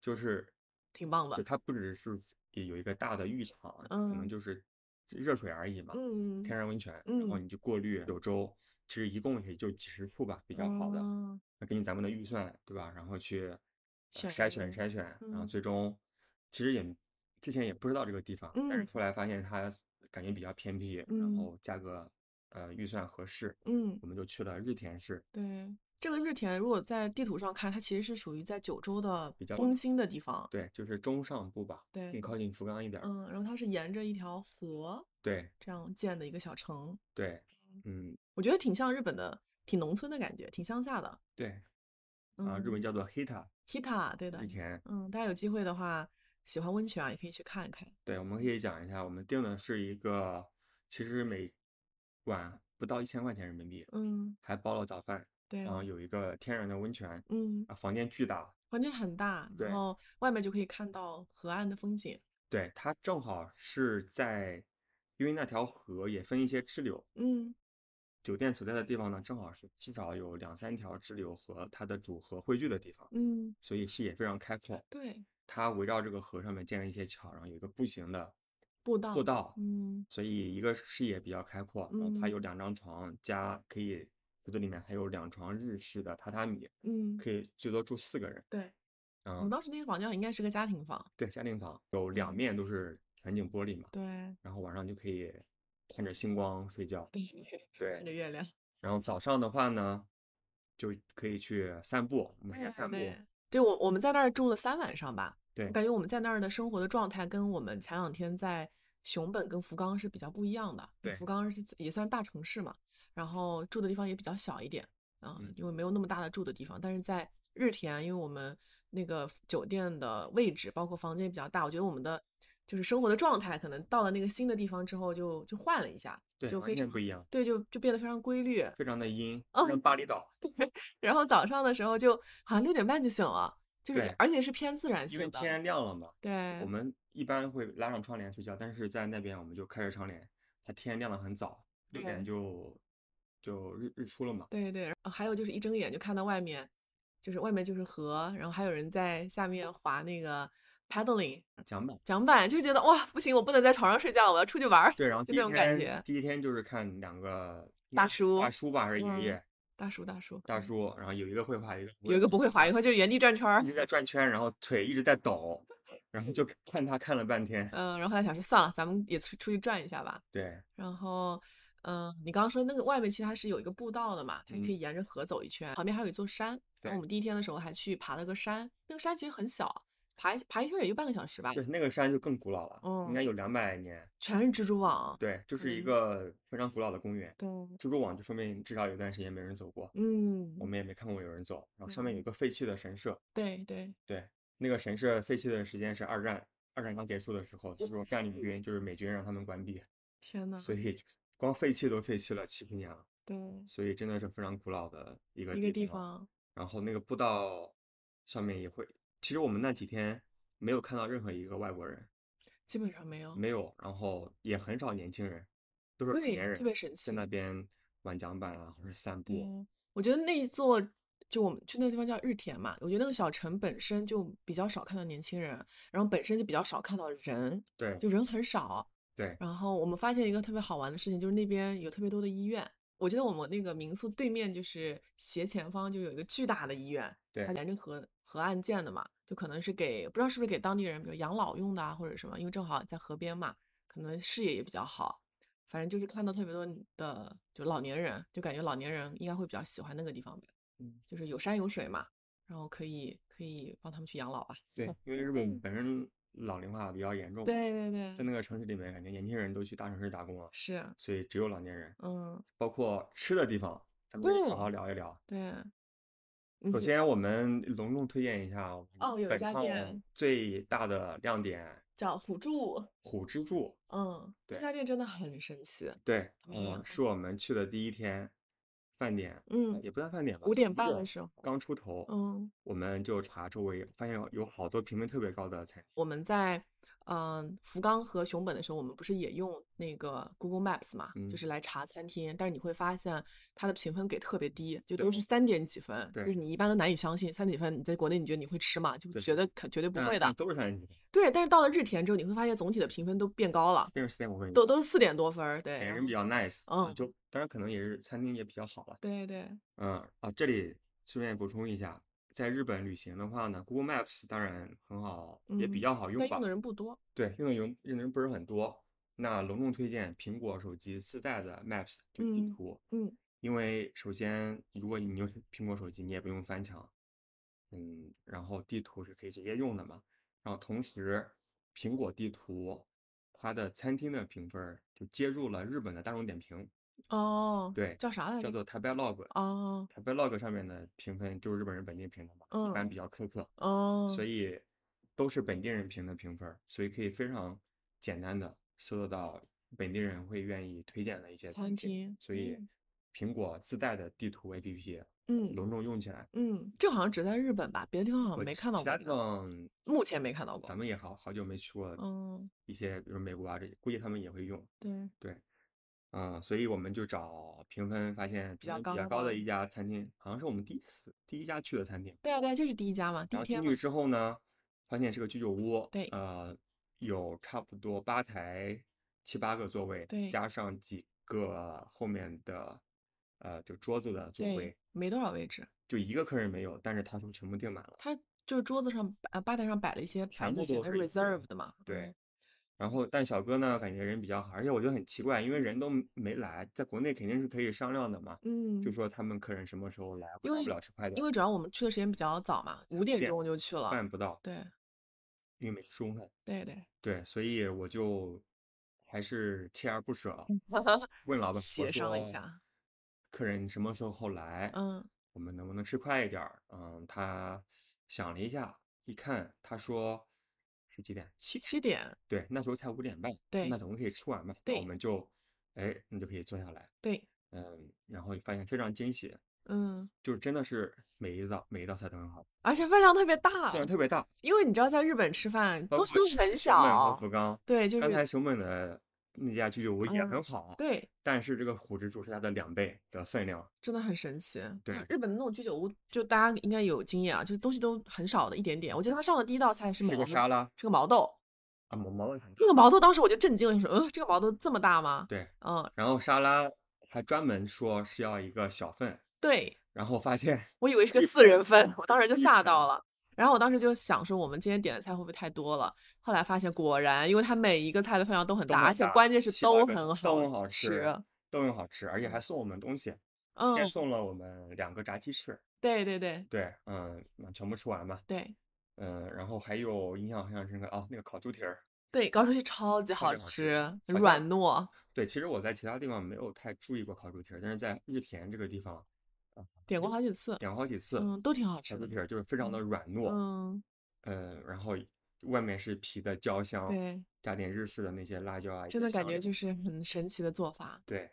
Speaker 1: 就是
Speaker 2: 挺棒
Speaker 1: 就
Speaker 2: 的。
Speaker 1: 它不只是有一个大的浴场，可能
Speaker 2: 嗯
Speaker 1: 就是热水而已嘛，
Speaker 2: 嗯
Speaker 1: 天然温泉，然后
Speaker 2: 嗯
Speaker 1: 你就过滤九州，其实一共也就几十处吧，比较好的，
Speaker 2: 哦
Speaker 1: 那根据咱们的预算，对吧？然后去呃
Speaker 2: 选
Speaker 1: 筛
Speaker 2: 一
Speaker 1: 选
Speaker 2: 个
Speaker 1: 筛选，然后
Speaker 2: 嗯
Speaker 1: 最终其实也之前也不知道这个地方，但是
Speaker 2: 嗯
Speaker 1: 后来发现它感觉比较偏僻，然
Speaker 2: 嗯
Speaker 1: 后价格呃预算合适，
Speaker 2: 嗯，
Speaker 1: 我们就去了日田市，
Speaker 2: 对。这个日田如果在地图上看，它其实是属于在九州的
Speaker 1: 比较
Speaker 2: 东心的地方。
Speaker 1: 对，就是中上部吧，
Speaker 2: 对
Speaker 1: 更靠近福冈一点儿，
Speaker 2: 嗯，然后它是沿着一条河
Speaker 1: 对。
Speaker 2: 这样建的一个小城，
Speaker 1: 对，嗯，
Speaker 2: 我觉得挺像日本的，挺农村的感觉，挺乡下的。
Speaker 1: 对，啊，日文
Speaker 2: 嗯
Speaker 1: 叫做 Hita
Speaker 2: ，Hita，对的
Speaker 1: 日。田。
Speaker 2: 嗯，大家有机会的话，喜欢温泉啊，也可以去看一看。
Speaker 1: 对，我们
Speaker 2: 嗯
Speaker 1: 可以讲一下，我们订的是一个，其实每晚不到一千块钱人民币，
Speaker 2: 嗯，哎
Speaker 1: 还包了早饭，
Speaker 2: 对
Speaker 1: 然后有一个天然的温泉，
Speaker 2: 嗯，
Speaker 1: 啊，房间巨大。
Speaker 2: 房间很大，
Speaker 1: 对
Speaker 2: 然后外面就可以看到河岸的风景。
Speaker 1: 对，它正好是在，因为那条河也分一些支流，
Speaker 2: 嗯
Speaker 1: 酒店所在的地方呢，正好是至少有两三条支流和它的主河汇聚的地方，
Speaker 2: 嗯，
Speaker 1: 所以视野非常开阔。
Speaker 2: 对，
Speaker 1: 它围绕这个河上面建了一些桥，然后有一个步行的
Speaker 2: 步道，
Speaker 1: 步道，
Speaker 2: 嗯
Speaker 1: 所以一个视野比较开阔，然后它
Speaker 2: 嗯
Speaker 1: 有两张床加可以，屋子里面还有两床日式的榻榻米，
Speaker 2: 嗯，
Speaker 1: 可以最多住四个人。
Speaker 2: 对，我们
Speaker 1: 嗯，
Speaker 2: 当时那个房间应该是个家庭房，
Speaker 1: 对，家庭房有两面都是全景玻璃嘛，
Speaker 2: 对，
Speaker 1: 然后晚上就可以看着星光睡 觉。
Speaker 2: 看着
Speaker 1: 对，
Speaker 2: 月亮，
Speaker 1: 然后早上的话呢，就可以去散步，我们
Speaker 2: 哎
Speaker 1: 家散步。
Speaker 2: 对，对我我们在那儿住了三晚上吧，
Speaker 1: 对
Speaker 2: 我感觉我们在那儿的生活的状态跟我们前两天在熊本跟福冈是比较不一样的。
Speaker 1: 对
Speaker 2: 福冈是也算大城市嘛，然后住的地方也比较小一点，啊、
Speaker 1: 嗯
Speaker 2: 因为没有那么大的住的地方。但是在日田，因为我们那个酒店的位置包括房间也比较大，我觉得我们的就是生活的状态，可能到了那个新的地方之后就就换了一下，
Speaker 1: 对，
Speaker 2: 就
Speaker 1: 完
Speaker 2: 非
Speaker 1: 全
Speaker 2: 常
Speaker 1: 不一样，
Speaker 2: 对，就就变得非常规律。
Speaker 1: 非常的阴，
Speaker 2: 哦
Speaker 1: 像巴厘岛，
Speaker 2: 然后早上的时候就好像六点半就醒了，就是
Speaker 1: 对
Speaker 2: 而且是偏自然
Speaker 1: 因为
Speaker 2: 醒的。嗯
Speaker 1: 天亮了嘛，
Speaker 2: 对，
Speaker 1: 我们一般会拉上窗帘睡觉，但是在那边我们就开着窗帘，它天亮的很早，六点
Speaker 2: 对
Speaker 1: 就就日日出了嘛。
Speaker 2: 对对，呃还有就是一睁眼就看到外面，就是外面就是河，然后还有人在下面划那个 paddling
Speaker 1: 桨板。
Speaker 2: 桨板，就觉得哇，不行，我不能在床上睡觉，我要出去玩儿。
Speaker 1: 对，然后
Speaker 2: 就
Speaker 1: 第一
Speaker 2: 这种感
Speaker 1: 天
Speaker 2: 觉。
Speaker 1: 第一天就是看两个应
Speaker 2: 大
Speaker 1: 该是大
Speaker 2: 叔
Speaker 1: 叔吧还是爷
Speaker 2: 嗯
Speaker 1: 爷
Speaker 2: 大叔，大叔，
Speaker 1: 大叔，然后有一个会画，有一个不
Speaker 2: 有一个不会划，一会儿就原地转圈儿
Speaker 1: 一。直在转圈，然后腿一直在抖，然后就看他看了半天。
Speaker 2: 嗯，然后他想说算了，咱们也出出去转一下吧。
Speaker 1: 对，
Speaker 2: 然后，嗯，你刚刚说那个外面其实它是有一个步道的嘛，它可
Speaker 1: 嗯
Speaker 2: 以沿着河走一圈，旁边还有一座山。然
Speaker 1: 对
Speaker 2: 后我们第一天的时候还去爬了个山，那个山其实很小，爬一爬一圈也就半个小时吧
Speaker 1: 对，，那个山就更古老了，应该
Speaker 2: 嗯
Speaker 1: 有两百年。
Speaker 2: 全是蜘蛛网。
Speaker 1: 对，就是一
Speaker 2: 嗯
Speaker 1: 个非常古老的公园。
Speaker 2: 对，
Speaker 1: 蜘蛛网就说明至少有段时间没人走过，
Speaker 2: 嗯，
Speaker 1: 我们也没看过有人走。然后上面
Speaker 2: 嗯
Speaker 1: 有一个废弃的神社，
Speaker 2: 对对，
Speaker 1: 对，那个神社废弃的时间是二战，二战刚结束的时候，就是说占
Speaker 2: 嗯
Speaker 1: 领军就是美军让他们关闭，
Speaker 2: 天呐，
Speaker 1: 所以光废弃都废弃了七十年了。
Speaker 2: 对，
Speaker 1: 所以真的是非常古老的一个
Speaker 2: 一个地
Speaker 1: 方。
Speaker 2: 方，
Speaker 1: 然后那个步道上面也会，其实我们那几天没有看到任何一个外国人，
Speaker 2: 基本上没有，
Speaker 1: 没有，然后也很少年轻人，都是老
Speaker 2: 对
Speaker 1: 年，
Speaker 2: 特别
Speaker 1: 人
Speaker 2: 嗯神奇
Speaker 1: 在。那边玩桨板啊，或者散
Speaker 2: 对
Speaker 1: 步。，
Speaker 2: 我觉得那一座就我们去那个地方叫日田嘛，我觉得那个小城本身就比较少看到年轻人，然后本身就比较少看到人，
Speaker 1: 对
Speaker 2: 就人很少。
Speaker 1: 对
Speaker 2: 然后我们发现一个特别好玩的事情，就是那边有特别多的医院。我记得我们那个民宿对面就是斜前方就有一个巨大的医院，
Speaker 1: 对
Speaker 2: 它沿着河河岸建的嘛，就可能是给不知道是不是给当地人，比如养老用的啊或者什么，因为正好在河边嘛，可能视野也比较好。反正就是看到特别多的就老年人，就感觉老年人应该会比较喜欢那个地方吧，
Speaker 1: 嗯
Speaker 2: 就是有山有水嘛，然后可以可以帮他们去养老吧。啊
Speaker 1: 对，因为日本本身老龄化比较严重嘛，
Speaker 2: 嗯对对对，
Speaker 1: 在那个城市里面，感觉年轻人都去大城市打工了，
Speaker 2: 是，
Speaker 1: 所以只有老年人。
Speaker 2: 嗯，
Speaker 1: 包括吃的地方，咱们也好
Speaker 2: 对
Speaker 1: 好聊一聊。
Speaker 2: 对。
Speaker 1: 首
Speaker 2: 嗯
Speaker 1: 先，我们隆重推荐一下我
Speaker 2: 哦
Speaker 1: 们
Speaker 2: 有一
Speaker 1: 本
Speaker 2: 家
Speaker 1: 趟
Speaker 2: 店
Speaker 1: 最大的亮点
Speaker 2: 叫虎柱，
Speaker 1: ——虎之助。
Speaker 2: 嗯，那
Speaker 1: 对
Speaker 2: 家店真的很神奇，
Speaker 1: 对，
Speaker 2: 怎么
Speaker 1: 嗯，
Speaker 2: 样
Speaker 1: 是我们去的第一天，饭点，
Speaker 2: 嗯
Speaker 1: 也不算饭点吧，
Speaker 2: 五点
Speaker 1: 一
Speaker 2: 半
Speaker 1: 个
Speaker 2: 的时候，
Speaker 1: 刚出头，
Speaker 2: 嗯，
Speaker 1: 我们就查周围，发现有有好多评分特别高的餐厅。
Speaker 2: 我们在嗯、呃福冈和熊本的时候，我们不是也用那个 Google Maps 嘛，
Speaker 1: 嗯
Speaker 2: 就是来查餐厅，但是你会发现它的评分给特别低，就
Speaker 1: 对
Speaker 2: 都是三点几分，就
Speaker 1: 对
Speaker 2: 是你一般都难以相信三点几分，你在国内你觉得你会吃吗？就
Speaker 1: 对嗯
Speaker 2: 觉得肯绝对不
Speaker 1: 但
Speaker 2: 会
Speaker 1: 但
Speaker 2: 的，
Speaker 1: 都是餐厅，
Speaker 2: 对。但是到了日田之后，你会发现总体的评分都变高了，
Speaker 1: 便是四点五分以
Speaker 2: 都
Speaker 1: 上，
Speaker 2: 都是四点多分儿，对，
Speaker 1: 本
Speaker 2: 然
Speaker 1: 人比
Speaker 2: 后
Speaker 1: 较 nice，呃
Speaker 2: 嗯
Speaker 1: 就当然可能也是餐厅也比较好了。
Speaker 2: 对对，
Speaker 1: 嗯啊，这里顺便补充一下，在日本旅行的话呢，Google Maps 当然很好，也比
Speaker 2: 嗯
Speaker 1: 较好用
Speaker 2: 但
Speaker 1: 吧
Speaker 2: 用的。人不多，
Speaker 1: 对，用的用用的人不是很多。那隆重推荐苹果手机自带的 Maps 就地
Speaker 2: 嗯
Speaker 1: 图，
Speaker 2: 嗯，
Speaker 1: 因为首先如果你用苹果手机，你也不用翻墙，嗯，然后地图是可以直接用的嘛。然后同时，苹果地图它的餐厅的评分儿就接入了日本的大众点评，
Speaker 2: 哦，
Speaker 1: 对，
Speaker 2: 叫啥来
Speaker 1: 叫做
Speaker 2: 着？
Speaker 1: Tabelog。
Speaker 2: 哦
Speaker 1: Tabelog 上面的评分就是日本人本地评的嘛，一般
Speaker 2: 嗯
Speaker 1: 比较苛刻。
Speaker 2: 哦，
Speaker 1: 所以都是本地人评的评分儿，所以可以非常简单的搜得到本地人会愿意推荐的一些
Speaker 2: 餐
Speaker 1: 餐厅。
Speaker 2: 厅
Speaker 1: 所以
Speaker 2: 嗯，
Speaker 1: 苹果自带的地图 APP
Speaker 2: 嗯
Speaker 1: 隆重用起来。
Speaker 2: 嗯，这个好像只在日本吧，别的地方好
Speaker 1: 我
Speaker 2: 哦像没看到
Speaker 1: 其
Speaker 2: 过
Speaker 1: 他地
Speaker 2: 这个，
Speaker 1: 方
Speaker 2: 目前没看到过
Speaker 1: 咱。们也好好久没去过
Speaker 2: 嗯，
Speaker 1: 一些，比如美国啊，这估计他们也会用。
Speaker 2: 对，
Speaker 1: 对，嗯，所以我们就找评分发现
Speaker 2: 比
Speaker 1: 评分
Speaker 2: 较高
Speaker 1: 比较
Speaker 2: 的
Speaker 1: 高的
Speaker 2: 吗
Speaker 1: 一家餐厅，好像是我们第一次第一家去的餐厅。
Speaker 2: 对啊，对啊，这是第一家嘛，第
Speaker 1: 然后
Speaker 2: 一
Speaker 1: 进
Speaker 2: 天
Speaker 1: 去
Speaker 2: 嘛，
Speaker 1: 之后呢，发现是个居酒屋，
Speaker 2: 对
Speaker 1: 呃，有差不多吧台七八个座位，
Speaker 2: 对
Speaker 1: 加上几个后面的呃就桌子的座
Speaker 2: 对
Speaker 1: 位，，
Speaker 2: 没多少位置。
Speaker 1: 就一个客人没有，但是他说全部订满了。
Speaker 2: 它就是桌子上呃吧台上摆了一些牌
Speaker 1: 全
Speaker 2: 子
Speaker 1: 部
Speaker 2: 写
Speaker 1: 都
Speaker 2: 的
Speaker 1: 是一些
Speaker 2: reserve 的嘛，
Speaker 1: 对，然后但小哥呢，感觉人比较好，而且我觉得很奇怪，因为人都没来，在国内肯定是可以商量的嘛，
Speaker 2: 嗯，
Speaker 1: 就说他们客人什么时候来，我
Speaker 2: 因
Speaker 1: 要
Speaker 2: 为
Speaker 1: 不了吃快
Speaker 2: 因
Speaker 1: 点，
Speaker 2: 为主要我们去的时间比较早嘛，五点
Speaker 1: 点
Speaker 2: 钟就去了，
Speaker 1: 办不到，
Speaker 2: 对
Speaker 1: 因为没吃中饭。
Speaker 2: 对对，
Speaker 1: 对，所以我就还是锲而不舍，问老板我
Speaker 2: 嗯协商了一
Speaker 1: 说，
Speaker 2: 下，
Speaker 1: 客人什么时候来？
Speaker 2: 嗯
Speaker 1: 我们能不能吃快一点儿？嗯，他想了一下，一看，他说是几点？七
Speaker 2: 七点
Speaker 1: 对，那时候才五点半，
Speaker 2: 对
Speaker 1: 那总共可以吃完嘛。那我
Speaker 2: 对
Speaker 1: 们就，哎，那就可以坐下来，
Speaker 2: 对，
Speaker 1: 嗯，然后就发现非常惊喜，
Speaker 2: 嗯，
Speaker 1: 就是真的是每一道每一道菜都很好，
Speaker 2: 而且分量特别大
Speaker 1: 虽，然特别大，
Speaker 2: 因为你知道在日本吃饭
Speaker 1: 包
Speaker 2: 东
Speaker 1: 括
Speaker 2: 啊西都
Speaker 1: 熊
Speaker 2: 很
Speaker 1: 熊本和
Speaker 2: 小，
Speaker 1: 福冈，
Speaker 2: 对，就
Speaker 1: 刚才
Speaker 2: 是
Speaker 1: 熊本的那家居酒屋也
Speaker 2: 嗯
Speaker 1: 很好，
Speaker 2: 对，
Speaker 1: 但是这个虎之助是它的两倍的分量，
Speaker 2: 真的很神奇。就
Speaker 1: 对
Speaker 2: 日本的那种居酒屋，就大家应该有经验啊，就是东西都很少的一点点。我记得他上的第一道菜是
Speaker 1: 是
Speaker 2: 毛
Speaker 1: 个
Speaker 2: 豆，
Speaker 1: 沙拉
Speaker 2: 是个毛豆。
Speaker 1: 啊，毛毛很
Speaker 2: 那个毛豆当时我就震惊了，说：“呃，这个毛豆这么大吗？”
Speaker 1: 对，
Speaker 2: 嗯，
Speaker 1: 然后沙拉还专门说是要一个小份，
Speaker 2: 对，
Speaker 1: 然后发 现
Speaker 2: 我以为是个
Speaker 1: 一
Speaker 2: 四人
Speaker 1: 盆
Speaker 2: 份，我当时就
Speaker 1: 一
Speaker 2: 吓
Speaker 1: 盆
Speaker 2: 到了。然后我当时就想说，我们今天点的菜会不会太多了？后来发现果然，因为它每一个菜的分量都很
Speaker 1: 都
Speaker 2: 大，
Speaker 1: 很
Speaker 2: 而且
Speaker 1: 大
Speaker 2: 关键是
Speaker 1: 七八
Speaker 2: 都
Speaker 1: 个
Speaker 2: 很
Speaker 1: 都很好
Speaker 2: 吃啊
Speaker 1: 吃。都很好吃，而且还送我们东西，先
Speaker 2: 嗯，
Speaker 1: 送了我们两个炸鸡翅，
Speaker 2: 对对对
Speaker 1: 对，嗯，那全部吃完嘛，
Speaker 2: 对
Speaker 1: 嗯，然后还有印象非常深刻哦，那个烤猪蹄儿，
Speaker 2: 对，高出去超级
Speaker 1: 超
Speaker 2: 好
Speaker 1: 级好吃
Speaker 2: 吃，
Speaker 1: 好像
Speaker 2: 软糯。
Speaker 1: 对，其实我在其他地方没有太注意过烤猪蹄儿，但是在日田这个地方
Speaker 2: 点过好几次，
Speaker 1: 点过好几次，
Speaker 2: 嗯，都挺好吃
Speaker 1: 小猪
Speaker 2: 的。
Speaker 1: 蹄儿就是非常的软糯，
Speaker 2: 嗯，
Speaker 1: 嗯，然后外面是皮的焦香，
Speaker 2: 对，
Speaker 1: 加点日式的那些辣椒啊，一
Speaker 2: 真
Speaker 1: 些
Speaker 2: 的啊感
Speaker 1: 香
Speaker 2: 觉
Speaker 1: 料
Speaker 2: 就是嗯很神奇的做法。
Speaker 1: 对，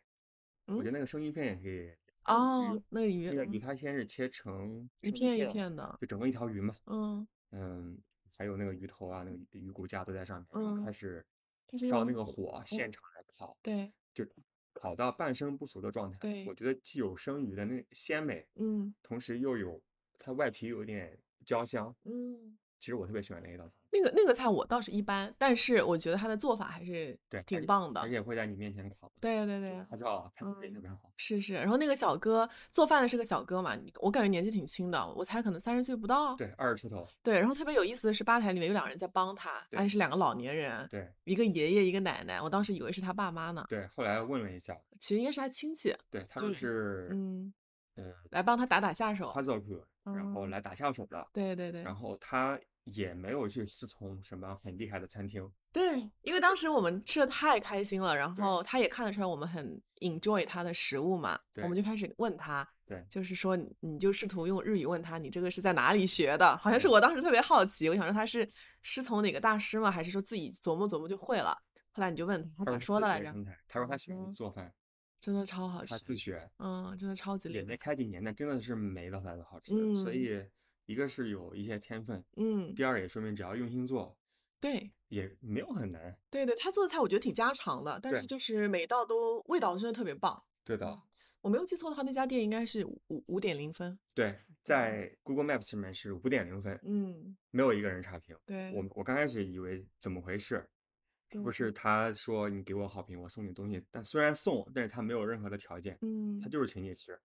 Speaker 1: 我觉得那个生鱼片也可以，
Speaker 2: 哦，那个
Speaker 1: 那个鱼
Speaker 2: 鱼
Speaker 1: 它先是切成
Speaker 2: 一
Speaker 1: 生鱼
Speaker 2: 片一片的，
Speaker 1: 就整个一条鱼嘛，
Speaker 2: 嗯，
Speaker 1: 嗯，还有那个鱼头啊，那个鱼骨架都在上面，然后
Speaker 2: 嗯
Speaker 1: 开始
Speaker 2: 它是
Speaker 1: 烧那
Speaker 2: 用
Speaker 1: 个
Speaker 2: 哦
Speaker 1: 火，现场来烤，
Speaker 2: 对，
Speaker 1: 就烤到半生不熟的状态。
Speaker 2: 对
Speaker 1: 我觉得既有生鱼的那鲜美，
Speaker 2: 嗯
Speaker 1: 同时又有它外皮有一点焦香。
Speaker 2: 嗯，
Speaker 1: 其实我特别喜欢那一道菜，
Speaker 2: 那个那个菜我倒是一般，但是我觉得它的做法还是
Speaker 1: 对，而
Speaker 2: 挺
Speaker 1: 且
Speaker 2: 棒的
Speaker 1: 而。且会在你面前烤，
Speaker 2: 对啊对
Speaker 1: 就
Speaker 2: 对，
Speaker 1: 拍照啊拍照也
Speaker 2: 嗯
Speaker 1: 特别好。
Speaker 2: 是是。然后那个小哥做饭的是个小哥嘛，我感觉年纪挺轻的，我猜可能三十岁不到。
Speaker 1: 对，二十出头，
Speaker 2: 对，然后特别有意思的是，吧台里面有两个人在帮他，而且
Speaker 1: 对
Speaker 2: 是两个老年人，
Speaker 1: 对
Speaker 2: 一个爷爷一个奶奶，我当时以为是他爸妈呢，
Speaker 1: 对。后来问了一下，
Speaker 2: 其实应该是他亲戚。
Speaker 1: 对，他
Speaker 2: 就
Speaker 1: 们
Speaker 2: 是
Speaker 1: 是
Speaker 2: 嗯，
Speaker 1: 嗯
Speaker 2: 来帮他打打下手。
Speaker 1: Kazoku，然后
Speaker 2: 嗯
Speaker 1: 来打下手的，
Speaker 2: 对对对
Speaker 1: 然后他也没有去侍从什么很厉害的餐厅。
Speaker 2: 对，因为当时我们吃的太开心了，然
Speaker 1: 对
Speaker 2: 后他也看得出来我们很 enjoy 他的食物嘛，我
Speaker 1: 对
Speaker 2: 们就开始问他，
Speaker 1: 对
Speaker 2: 就是说你你就试图用日语问他，你这个是在哪里学的？好像是
Speaker 1: 对
Speaker 2: 我当时特别好奇，我想说他是师从哪个大师吗？还是说自己琢磨琢磨就会了？后来你就问他，他
Speaker 1: 他
Speaker 2: 咋
Speaker 1: 说
Speaker 2: 说的
Speaker 1: 自
Speaker 2: 来
Speaker 1: 学
Speaker 2: 着？
Speaker 1: 生态，他说他喜
Speaker 2: 嗯
Speaker 1: 欢做饭，
Speaker 2: 真的超好
Speaker 1: 他
Speaker 2: 吃，
Speaker 1: 自学，
Speaker 2: 嗯，真的超级厉
Speaker 1: 也没
Speaker 2: 害，
Speaker 1: 开几年，但真的是每一道菜都好吃。所
Speaker 2: 嗯
Speaker 1: 以一个是有一些天分，
Speaker 2: 嗯，
Speaker 1: 第二也说明只要用心做，
Speaker 2: 对。
Speaker 1: 也没有很难。
Speaker 2: 对对，他做的菜我觉得挺家常的，但
Speaker 1: 对
Speaker 2: 是就是每道都味道真的特别棒。
Speaker 1: 对的
Speaker 2: 嗯，我没有记错的话，那家店应该是五五点零分。
Speaker 1: 对，在 Google Maps 上面是五点零分，
Speaker 2: 嗯，
Speaker 1: 没有一个人差评。
Speaker 2: 对，
Speaker 1: 我我刚开始以为怎么回事，是不
Speaker 2: 嗯
Speaker 1: 是他说你给我好评，我送你东西，但虽然送，但是他没有任何的条件，
Speaker 2: 嗯
Speaker 1: 他，就是请你吃。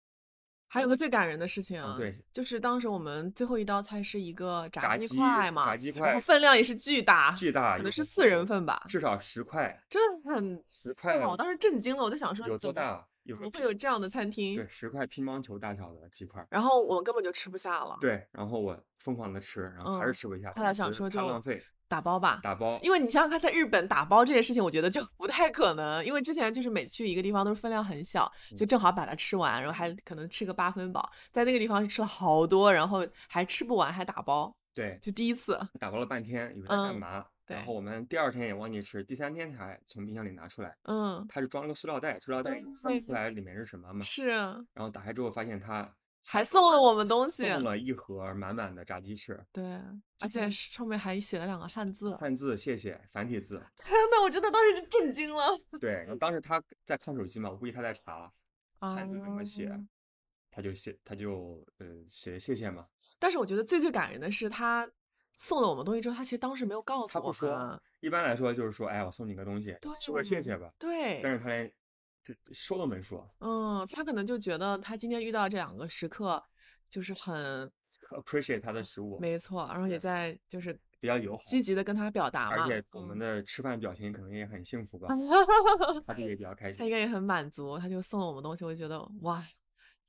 Speaker 2: 还有个最感人的事情
Speaker 1: 啊
Speaker 2: 啊，
Speaker 1: 对，
Speaker 2: 就是当时我们最后一道菜是一个
Speaker 1: 炸
Speaker 2: 鸡
Speaker 1: 鸡
Speaker 2: 块嘛，
Speaker 1: 炸鸡
Speaker 2: 然
Speaker 1: 块
Speaker 2: 后分量也是巨大，
Speaker 1: 巨大，
Speaker 2: 可
Speaker 1: 有
Speaker 2: 能是
Speaker 1: 多
Speaker 2: 四人份吧，
Speaker 1: 至少十块，
Speaker 2: 真的很
Speaker 1: 十块
Speaker 2: 哎哇！我当时震惊了，我在想说
Speaker 1: 有多
Speaker 2: 怎么
Speaker 1: 大？有
Speaker 2: 怎
Speaker 1: 个
Speaker 2: 么会
Speaker 1: 乒
Speaker 2: 有这样的餐厅
Speaker 1: 对，？十块乒乓球大小的鸡 块儿，
Speaker 2: 然后我们根本就吃不下了，
Speaker 1: 对，然后我疯狂的吃，然后还是
Speaker 2: 嗯
Speaker 1: 吃不下，
Speaker 2: 后来
Speaker 1: 觉
Speaker 2: 想
Speaker 1: 得
Speaker 2: 说
Speaker 1: 怕
Speaker 2: 就
Speaker 1: 浪费，
Speaker 2: 打包吧，
Speaker 1: 打包，
Speaker 2: 因为你想想看，在日本打包这件事情，我觉得就不太可能，因为之前就是每去一个地方都是分量很小，
Speaker 1: 嗯
Speaker 2: 就正好把它吃完，然后还可能吃个八分饱，在那个地方是吃了好多，然后还吃不完还打包，
Speaker 1: 对，
Speaker 2: 就第一次，
Speaker 1: 打包了半天，以为在干
Speaker 2: 嗯
Speaker 1: 嘛，然
Speaker 2: 对
Speaker 1: 后我们第二天也忘记吃，第三天才从冰箱里拿出来，
Speaker 2: 嗯，
Speaker 1: 它是装了个塑料袋，塑料袋
Speaker 2: 对
Speaker 1: 看
Speaker 2: 对
Speaker 1: 不出
Speaker 2: 对
Speaker 1: 来里面是什么嘛，
Speaker 2: 嗯是
Speaker 1: 然后打开之后发现它
Speaker 2: 还送了我们东西，
Speaker 1: 送了一盒满满的炸鸡翅，
Speaker 2: 对，而且上面还写了两个汉字，
Speaker 1: 汉字谢谢，繁体 字，
Speaker 2: 天呐，我真的当时就震惊了，
Speaker 1: 对，然后当时他在看手机嘛，我估计他在查
Speaker 2: 哦
Speaker 1: 汉字怎么写
Speaker 2: 啊，
Speaker 1: 他就写他就呃写谢谢嘛，
Speaker 2: 但是我觉得最最感人的是他送了我们东西之后，他其实当时没有告诉
Speaker 1: 他不
Speaker 2: 我
Speaker 1: 说
Speaker 2: 们，，
Speaker 1: 一般来说就是说，哎，我送你个东西，说个谢谢吧。
Speaker 2: 对，
Speaker 1: 但是他连这说都没说，
Speaker 2: 嗯，他可能就觉得他今天遇到这两个时刻，就是很
Speaker 1: appreciate 它的食物，
Speaker 2: 没错，然后也在就是
Speaker 1: 比较友好，
Speaker 2: 积极的跟他表达嘛，
Speaker 1: 而且我们
Speaker 2: 嗯啊
Speaker 1: 的吃饭表情可能也很幸福吧，他这个也比较开
Speaker 2: 他
Speaker 1: 心
Speaker 2: 应。该也很满足，他就送了我们东西，我就觉得哇，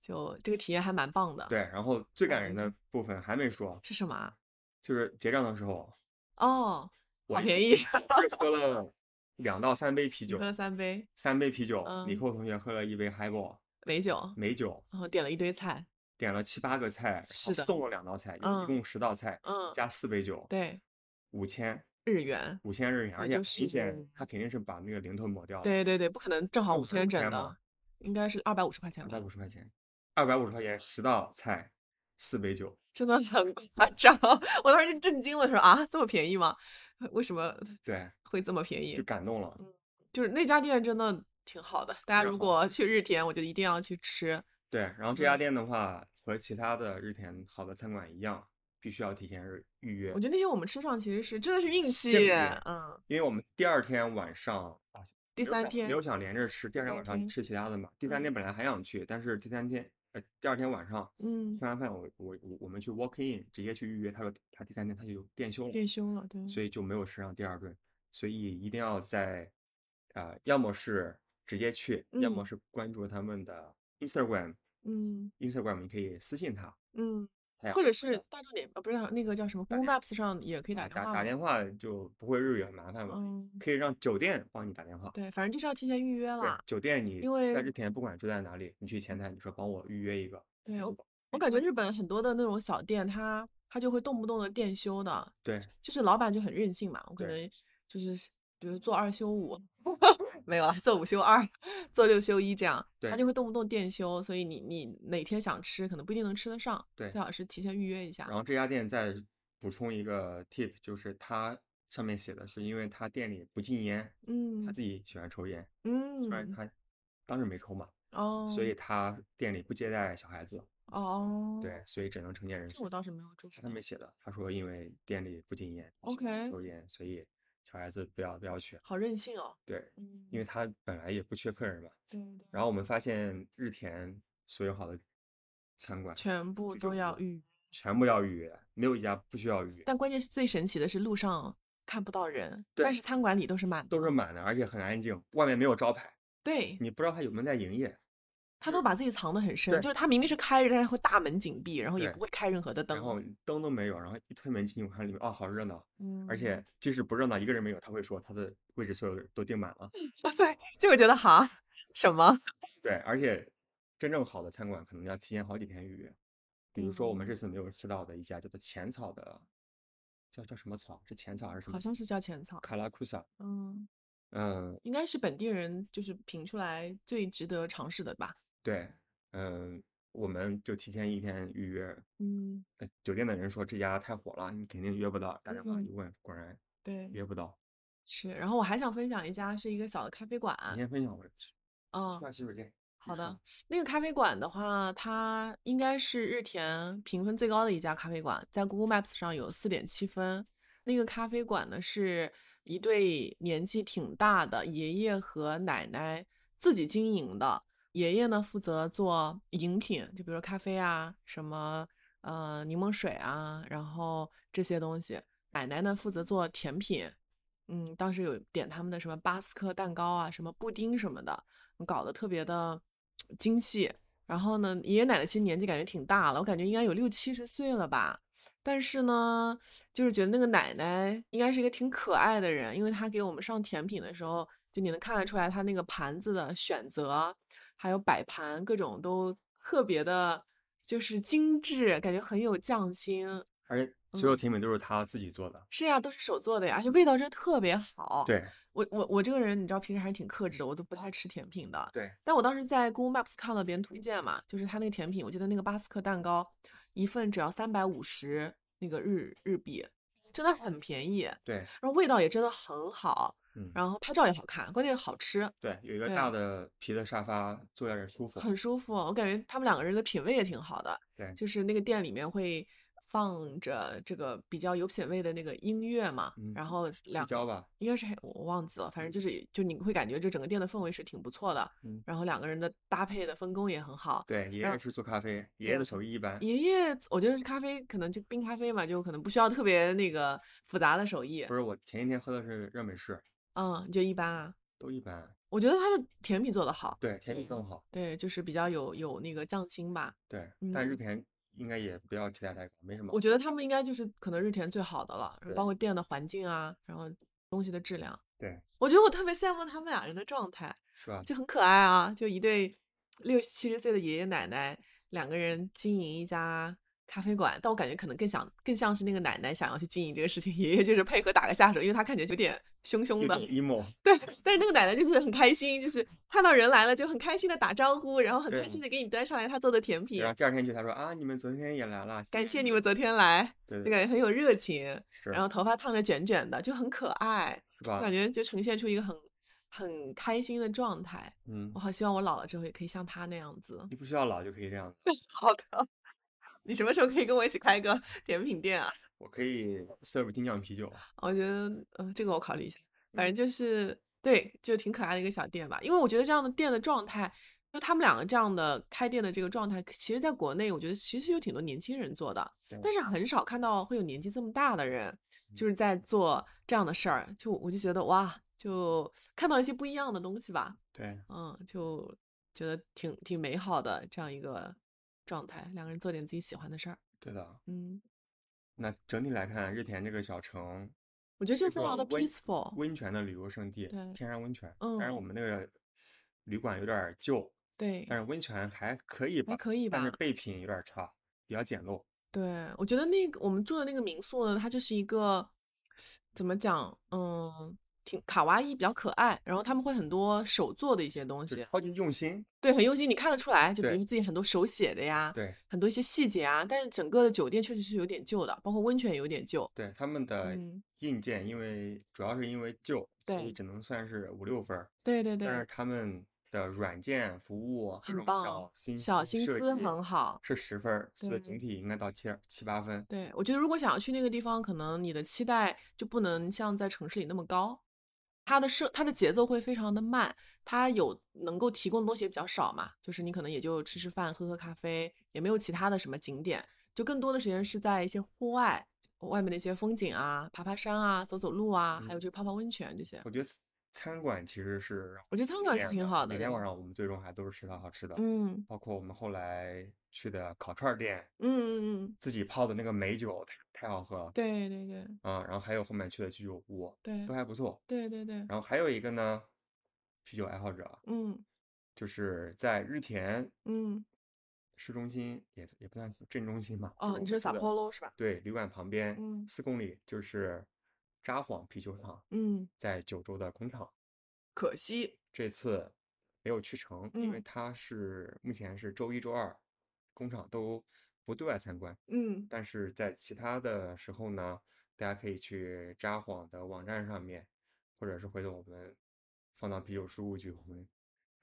Speaker 2: 就这个体验还蛮棒的。
Speaker 1: 对，，然后最感
Speaker 2: 哦
Speaker 1: 人
Speaker 2: 没错
Speaker 1: 的部分还没说，
Speaker 2: 是什么啊？
Speaker 1: 就是结账的时候，
Speaker 2: 哦，
Speaker 1: 我
Speaker 2: 好
Speaker 1: 一
Speaker 2: 便宜，啊
Speaker 1: 我是喝了两到三杯啤
Speaker 2: 你
Speaker 1: 酒
Speaker 2: 喝，了三杯
Speaker 1: 三杯啤酒，
Speaker 2: 嗯
Speaker 1: 李寇同学喝了一杯 highball
Speaker 2: 美酒，
Speaker 1: 美酒，
Speaker 2: 然后点了一堆菜。
Speaker 1: 点了七八个菜，然后
Speaker 2: 是的
Speaker 1: 送了两道菜，就是一
Speaker 2: 嗯
Speaker 1: 共十道菜，
Speaker 2: 嗯，
Speaker 1: 加四杯酒，
Speaker 2: 对，
Speaker 1: 五千
Speaker 2: 日元，
Speaker 1: 五千日元，而
Speaker 2: 也
Speaker 1: 且
Speaker 2: 就是
Speaker 1: 明显他肯定是把那个零头抹掉了，
Speaker 2: 对对对，不可能正好
Speaker 1: 那
Speaker 2: 五
Speaker 1: 不是
Speaker 2: 千整
Speaker 1: 5000
Speaker 2: 的
Speaker 1: 吗，
Speaker 2: 应该是二百五十块钱
Speaker 1: 两
Speaker 2: 吧
Speaker 1: 百，五十块钱，二百五十块钱十道菜，四杯酒，
Speaker 2: 真的很夸张。我当时就震惊了，说啊，这么便宜吗？为什么
Speaker 1: 对，
Speaker 2: 会这么便宜
Speaker 1: 就？感动了。
Speaker 2: 就是那家店真的挺好的，大家
Speaker 1: 然
Speaker 2: 如
Speaker 1: 后
Speaker 2: 果去日田，我觉得一定要去吃。
Speaker 1: 对，然后这家
Speaker 2: 嗯
Speaker 1: 店的话和其他的日田好的餐馆一样，必须要提前日预约
Speaker 2: 我，觉得那天我们吃上其实是真的是运
Speaker 1: 幸
Speaker 2: 气，
Speaker 1: 运
Speaker 2: 嗯，
Speaker 1: 因为我们第二天晚上啊，
Speaker 2: 第
Speaker 1: 没有
Speaker 2: 三
Speaker 1: 想
Speaker 2: 天
Speaker 1: 没有想连着吃，第二天
Speaker 2: 三
Speaker 1: 晚上
Speaker 2: 天
Speaker 1: 吃其他的嘛。第三天本来还想去，但是第三天呃第二天晚上
Speaker 2: 嗯
Speaker 1: 吃，完饭我我我我们去 walk in 直接去预约，他说他第三天他就有店休了，
Speaker 2: 变凶了，对，
Speaker 1: 所以就没有吃上第二顿，所以一定要在啊、呃要么是直接去，要么
Speaker 2: 嗯
Speaker 1: 是关注他们的 Instagram。
Speaker 2: 嗯
Speaker 1: Instagram 你可以私信他，
Speaker 2: 嗯
Speaker 1: 他呀，
Speaker 2: 或者是大众点呃不是那个叫什么
Speaker 1: 打啊
Speaker 2: Google Maps 上也可以
Speaker 1: 哎打
Speaker 2: 打电
Speaker 1: 打
Speaker 2: 话嘛，
Speaker 1: 电话就不会日语很麻烦嘛，
Speaker 2: 嗯，
Speaker 1: 可以让酒店帮你打电话。
Speaker 2: 对，反正就是要提前预约
Speaker 1: 对
Speaker 2: 啦。
Speaker 1: 酒店你
Speaker 2: 因为
Speaker 1: 在之前不管住在哪里，你去前台你说帮我预约一个，
Speaker 2: 对我我感觉日本很多的那种小店，它它就会动不动的店休的，
Speaker 1: 对，
Speaker 2: 就是老板就很任性嘛，我可
Speaker 1: 对
Speaker 2: 能就是比如做二 休五，没有啦，做五休二， 做六休一这样，他
Speaker 1: 对
Speaker 2: 就会动不动店休，所以你你哪天想吃，可能不一定能吃得上，
Speaker 1: 对
Speaker 2: 最好是提前预约一下
Speaker 1: 然。后这家店再补充一个 tip，就是它上面写的是，因为他店里不禁烟，他
Speaker 2: 嗯
Speaker 1: 自己喜欢抽烟，虽然
Speaker 2: 嗯，
Speaker 1: 他当时没抽嘛，
Speaker 2: 哦，
Speaker 1: 所以他店里不接待小孩子，
Speaker 2: 哦，，
Speaker 1: 对，所以只能成年人
Speaker 2: 这
Speaker 1: 去。
Speaker 2: 我倒是没有注意
Speaker 1: 他
Speaker 2: 到
Speaker 1: 上。面写的，他说因为店里不禁烟他喜欢
Speaker 2: OK
Speaker 1: 抽烟，所以小孩子不要不要去。
Speaker 2: 好任性哦，
Speaker 1: 对，
Speaker 2: 嗯，
Speaker 1: 因为他本来也不缺客人嘛。
Speaker 2: 对对，
Speaker 1: 然后我们发现日田所有好的餐馆
Speaker 2: 全部
Speaker 1: 这
Speaker 2: 都
Speaker 1: 种
Speaker 2: 要
Speaker 1: 的
Speaker 2: 预约，
Speaker 1: 全部要预约，没有一家不需要预约，
Speaker 2: 但关键是最神奇的是路上看不到人，
Speaker 1: 对
Speaker 2: 但是餐馆里都是满的，
Speaker 1: 都是满的，而且很安静，外面没有招牌，
Speaker 2: 对，
Speaker 1: 你不知道他有没有在营业。
Speaker 2: 他都把自己藏得很深，
Speaker 1: 嗯对
Speaker 2: 就是他明明是开着，但是会大门紧闭，然后也
Speaker 1: 对
Speaker 2: 不会开任何的灯。啊
Speaker 1: 然后灯都没有，然后一推门进去，我看里面哦，好热闹。
Speaker 2: 嗯
Speaker 1: 而 且即使不热闹，一个人没有，他会说他的位置所有人都订满了。
Speaker 2: 哇塞，就会觉得哈什 么？
Speaker 1: 对，而且真正好的餐馆可能要提前好几天预约。比如说我
Speaker 2: 嗯
Speaker 1: 们这次没有吃到的一家叫做浅草的，叫叫什么草？是浅草还是什么？
Speaker 2: 好像是叫浅草，
Speaker 1: 卡拉库萨。
Speaker 2: 嗯，
Speaker 1: 嗯，
Speaker 2: 应该是本地人就是评出来最值得尝试的吧。
Speaker 1: 对，嗯，我们就提前一天预约。
Speaker 2: 嗯，
Speaker 1: 呃酒店的人说这家太火了，你肯定约不到。打电话一
Speaker 2: 嗯
Speaker 1: 问，果然
Speaker 2: 对，
Speaker 1: 约不到。
Speaker 2: 是。然后我还想分享一家是一个小的咖啡馆，
Speaker 1: 你先分享我的，
Speaker 2: 嗯，
Speaker 1: 下洗手间。
Speaker 2: 好
Speaker 1: 你看
Speaker 2: 的，那个咖啡馆的话，它应该是日田评分最高的一家咖啡馆，在 Google Maps 上有四点七分。那个咖啡馆呢，是一对年纪挺大的爷爷和奶奶自己经营的。爷爷呢负责做饮品，就比如说咖啡啊，什么呃柠檬水啊，然后这些东西。奶奶呢负责做甜品，嗯，当时有点他们的什么巴斯克蛋糕啊，什么布丁什么的。搞得特别的精细。然后呢，爷爷奶奶其实年纪感觉挺大了，我感觉应该有六七十岁了吧。但是呢，就是觉得那个奶奶应该是一个挺可爱的人，因为她给我们上甜品的时候，就你能看得出来她那个盘子的选择，还有摆盘各种都特别的，就是精致，感觉很有匠心。
Speaker 1: 而且所
Speaker 2: 嗯
Speaker 1: 有甜品都是他自己做的。
Speaker 2: 是呀，都是手做的呀，而且味道真的特别好。
Speaker 1: 对
Speaker 2: 我我我这个人，你知道，平时还是挺克制的，我都不太吃甜品的。
Speaker 1: 对，
Speaker 2: 但我当时在 Google Maps 看了别人推荐嘛，就是他那个甜品，我记得那个巴斯克蛋糕，一份只要三百五十那个日日币，真的很便宜，然
Speaker 1: 对，
Speaker 2: 后味道也真的很好，
Speaker 1: 嗯，
Speaker 2: 然后拍照也好看，关键好吃，
Speaker 1: 对，有一个
Speaker 2: 对
Speaker 1: 大的皮的沙发，坐在这儿舒服。
Speaker 2: 很舒服。我感觉他们两个人的品味也挺好的，
Speaker 1: 对
Speaker 2: 就是那个店里面会放着这个比较有品位的那个音乐嘛，
Speaker 1: 嗯
Speaker 2: 然后两
Speaker 1: 黑胶吧，
Speaker 2: 应该是黑我忘记了，反正就是就你会感觉这整个店的氛围是挺不错的，
Speaker 1: 嗯
Speaker 2: 然后两个人的搭配的分工也很好。
Speaker 1: 对，爷
Speaker 2: 让
Speaker 1: 爷是做咖啡，爷爷的手艺一般，
Speaker 2: 爷爷，我觉得咖啡可能就冰咖啡嘛，就可能不需要特别那个复杂的手艺
Speaker 1: 不，是我前一天喝的是热美式，
Speaker 2: 嗯，就一般啊。
Speaker 1: 都一般，
Speaker 2: 我觉得他的甜品做得好，
Speaker 1: 对，甜品
Speaker 2: 嗯
Speaker 1: 更好，
Speaker 2: 对，就是比较有有那个匠心吧。
Speaker 1: 对，但
Speaker 2: 嗯
Speaker 1: 日甜应该也不要期待太高，没什么
Speaker 2: 我，觉得他们应该就是可能日田最好的了，
Speaker 1: 对
Speaker 2: 包括店的环境啊，然后东西的质量。
Speaker 1: 对，
Speaker 2: 我觉得我特别羡慕他们俩人的状态，
Speaker 1: 是吧？
Speaker 2: 就很可爱啊，就一对六七十岁的爷爷奶奶，两个人经营一家咖啡馆。但我感觉可能更想更像是那个奶奶想要去经营这个事情， 爷爷就是配合打个下手，因为他看起来有点凶凶
Speaker 1: 有
Speaker 2: 的
Speaker 1: 点。emo，
Speaker 2: 对，但是那个奶奶就是很开心，就是看到人来了就很开心的打招呼，然后很
Speaker 1: 对
Speaker 2: 开心的给你端上来她做的甜品
Speaker 1: 然，后第二天就他说啊，你们昨天也来了，
Speaker 2: 感谢你们昨天来，
Speaker 1: 对
Speaker 2: 就
Speaker 1: 对，
Speaker 2: 感觉很有热情。
Speaker 1: 是，啊
Speaker 2: 然后头发烫着卷卷的，就很可爱，
Speaker 1: 是
Speaker 2: 我
Speaker 1: 吧
Speaker 2: 感？觉就呈现出一个很很开心的状态。
Speaker 1: 嗯
Speaker 2: 我，好希望我老了之后也可以像他那样子。
Speaker 1: 你不需要老就可以这样子，
Speaker 2: 好的， 你什么时候可以跟我一起开一个甜品店啊？
Speaker 1: 我可以 serve 精酿啤酒，
Speaker 2: 我觉得，呃，这个我考虑一下。反正就是对，就挺可爱的一个小店吧。因为我觉得这样的店的状态，就他们两个这样的开店的这个状态，其实在国内，我觉得其实有挺多年轻人做的
Speaker 1: 对，
Speaker 2: 但是很少看到会有年纪这么大的人，就是在做这样的事儿。就我就觉得哇，就看到了一些不一样的东西吧，
Speaker 1: 对，
Speaker 2: 嗯，就觉得挺挺美好的这样一个状态。两个人做点自己喜欢的事儿，
Speaker 1: 对的。
Speaker 2: 嗯，
Speaker 1: 那整体来看，日田这个小城，
Speaker 2: 我觉得这
Speaker 1: 是
Speaker 2: 非
Speaker 1: 个
Speaker 2: 常的
Speaker 1: 温
Speaker 2: peaceful。
Speaker 1: 温泉的旅游胜地，
Speaker 2: 哦对
Speaker 1: 天然温泉。当然，我
Speaker 2: 嗯
Speaker 1: 们那个旅馆有点儿旧，
Speaker 2: 对，
Speaker 1: 但是温泉还可以吧，
Speaker 2: 还可以
Speaker 1: 但是
Speaker 2: 吧
Speaker 1: 备品有点儿差，比较简陋。
Speaker 2: 对，我觉得那个我们住的那个民宿呢，它就是一个怎么讲，嗯，挺卡哇伊，比较可爱。然后他们会很多手做的一些东
Speaker 1: 就
Speaker 2: 西，
Speaker 1: 超级用心，
Speaker 2: 对，很用心，你看得出来。就比如
Speaker 1: 对
Speaker 2: 说自己很多手写的呀，
Speaker 1: 对
Speaker 2: 很多一些细节啊。但是整个的酒店确实是有点旧的，包括温泉也有点旧。
Speaker 1: 对，他们的
Speaker 2: 嗯，
Speaker 1: 硬件，因为主要是因为旧，所以
Speaker 2: 对
Speaker 1: 只能算是五六分儿。
Speaker 2: 对对
Speaker 1: 但是
Speaker 2: 对，
Speaker 1: 他们的软件服务这
Speaker 2: 很
Speaker 1: 种
Speaker 2: 棒
Speaker 1: 小心
Speaker 2: 小
Speaker 1: 思
Speaker 2: 心
Speaker 1: 设
Speaker 2: 思
Speaker 1: 计
Speaker 2: 很好。
Speaker 1: 是十分儿，所以
Speaker 2: 对
Speaker 1: 总体应该到七七八分。
Speaker 2: 对，我觉得如果想要去那个地方，可能你的期待就不能像在城市里那么高，它的设它的节奏会非常的慢，它有能够提供的东西也比较少嘛，就是你可能也就吃吃饭、喝喝咖啡，也没有其他的什么景点，就更多的时间是在一些户外，外面的一些风景啊、爬爬山啊、走走路啊，还有就是泡泡温泉这些。
Speaker 1: 我觉得餐馆其实是
Speaker 2: 我觉得餐
Speaker 1: 经
Speaker 2: 馆是
Speaker 1: 典
Speaker 2: 挺好的
Speaker 1: 每天
Speaker 2: 对
Speaker 1: 晚上我们最终还都是吃到好吃的，
Speaker 2: 嗯
Speaker 1: 包括我们后来去的烤串儿店，
Speaker 2: 嗯嗯嗯，
Speaker 1: 自己泡的那个美酒太太好喝了，
Speaker 2: 对对对
Speaker 1: 啊、然后还有后面去的居酒屋
Speaker 2: 对
Speaker 1: 都还不错，
Speaker 2: 对对对，
Speaker 1: 然后还有一个呢，啤酒爱好者，
Speaker 2: 嗯
Speaker 1: 就是在日田
Speaker 2: 嗯，
Speaker 1: 市中心也也不算是镇中心吧，
Speaker 2: 哦，你是
Speaker 1: 撒
Speaker 2: 撒
Speaker 1: 泼
Speaker 2: 泡喽是吧？
Speaker 1: 对，旅馆旁边
Speaker 2: 嗯
Speaker 1: 四公里就是札幌啤酒厂
Speaker 2: 嗯，
Speaker 1: 在九州的工厂。
Speaker 2: 可惜，
Speaker 1: 这次没有去成，因为
Speaker 2: 嗯
Speaker 1: 它是目前是周一周二工厂都不对外参观，
Speaker 2: 嗯
Speaker 1: 但是在其他的时候呢，大家可以去札幌的网站上面，或者是回头我们放到啤酒事务局我们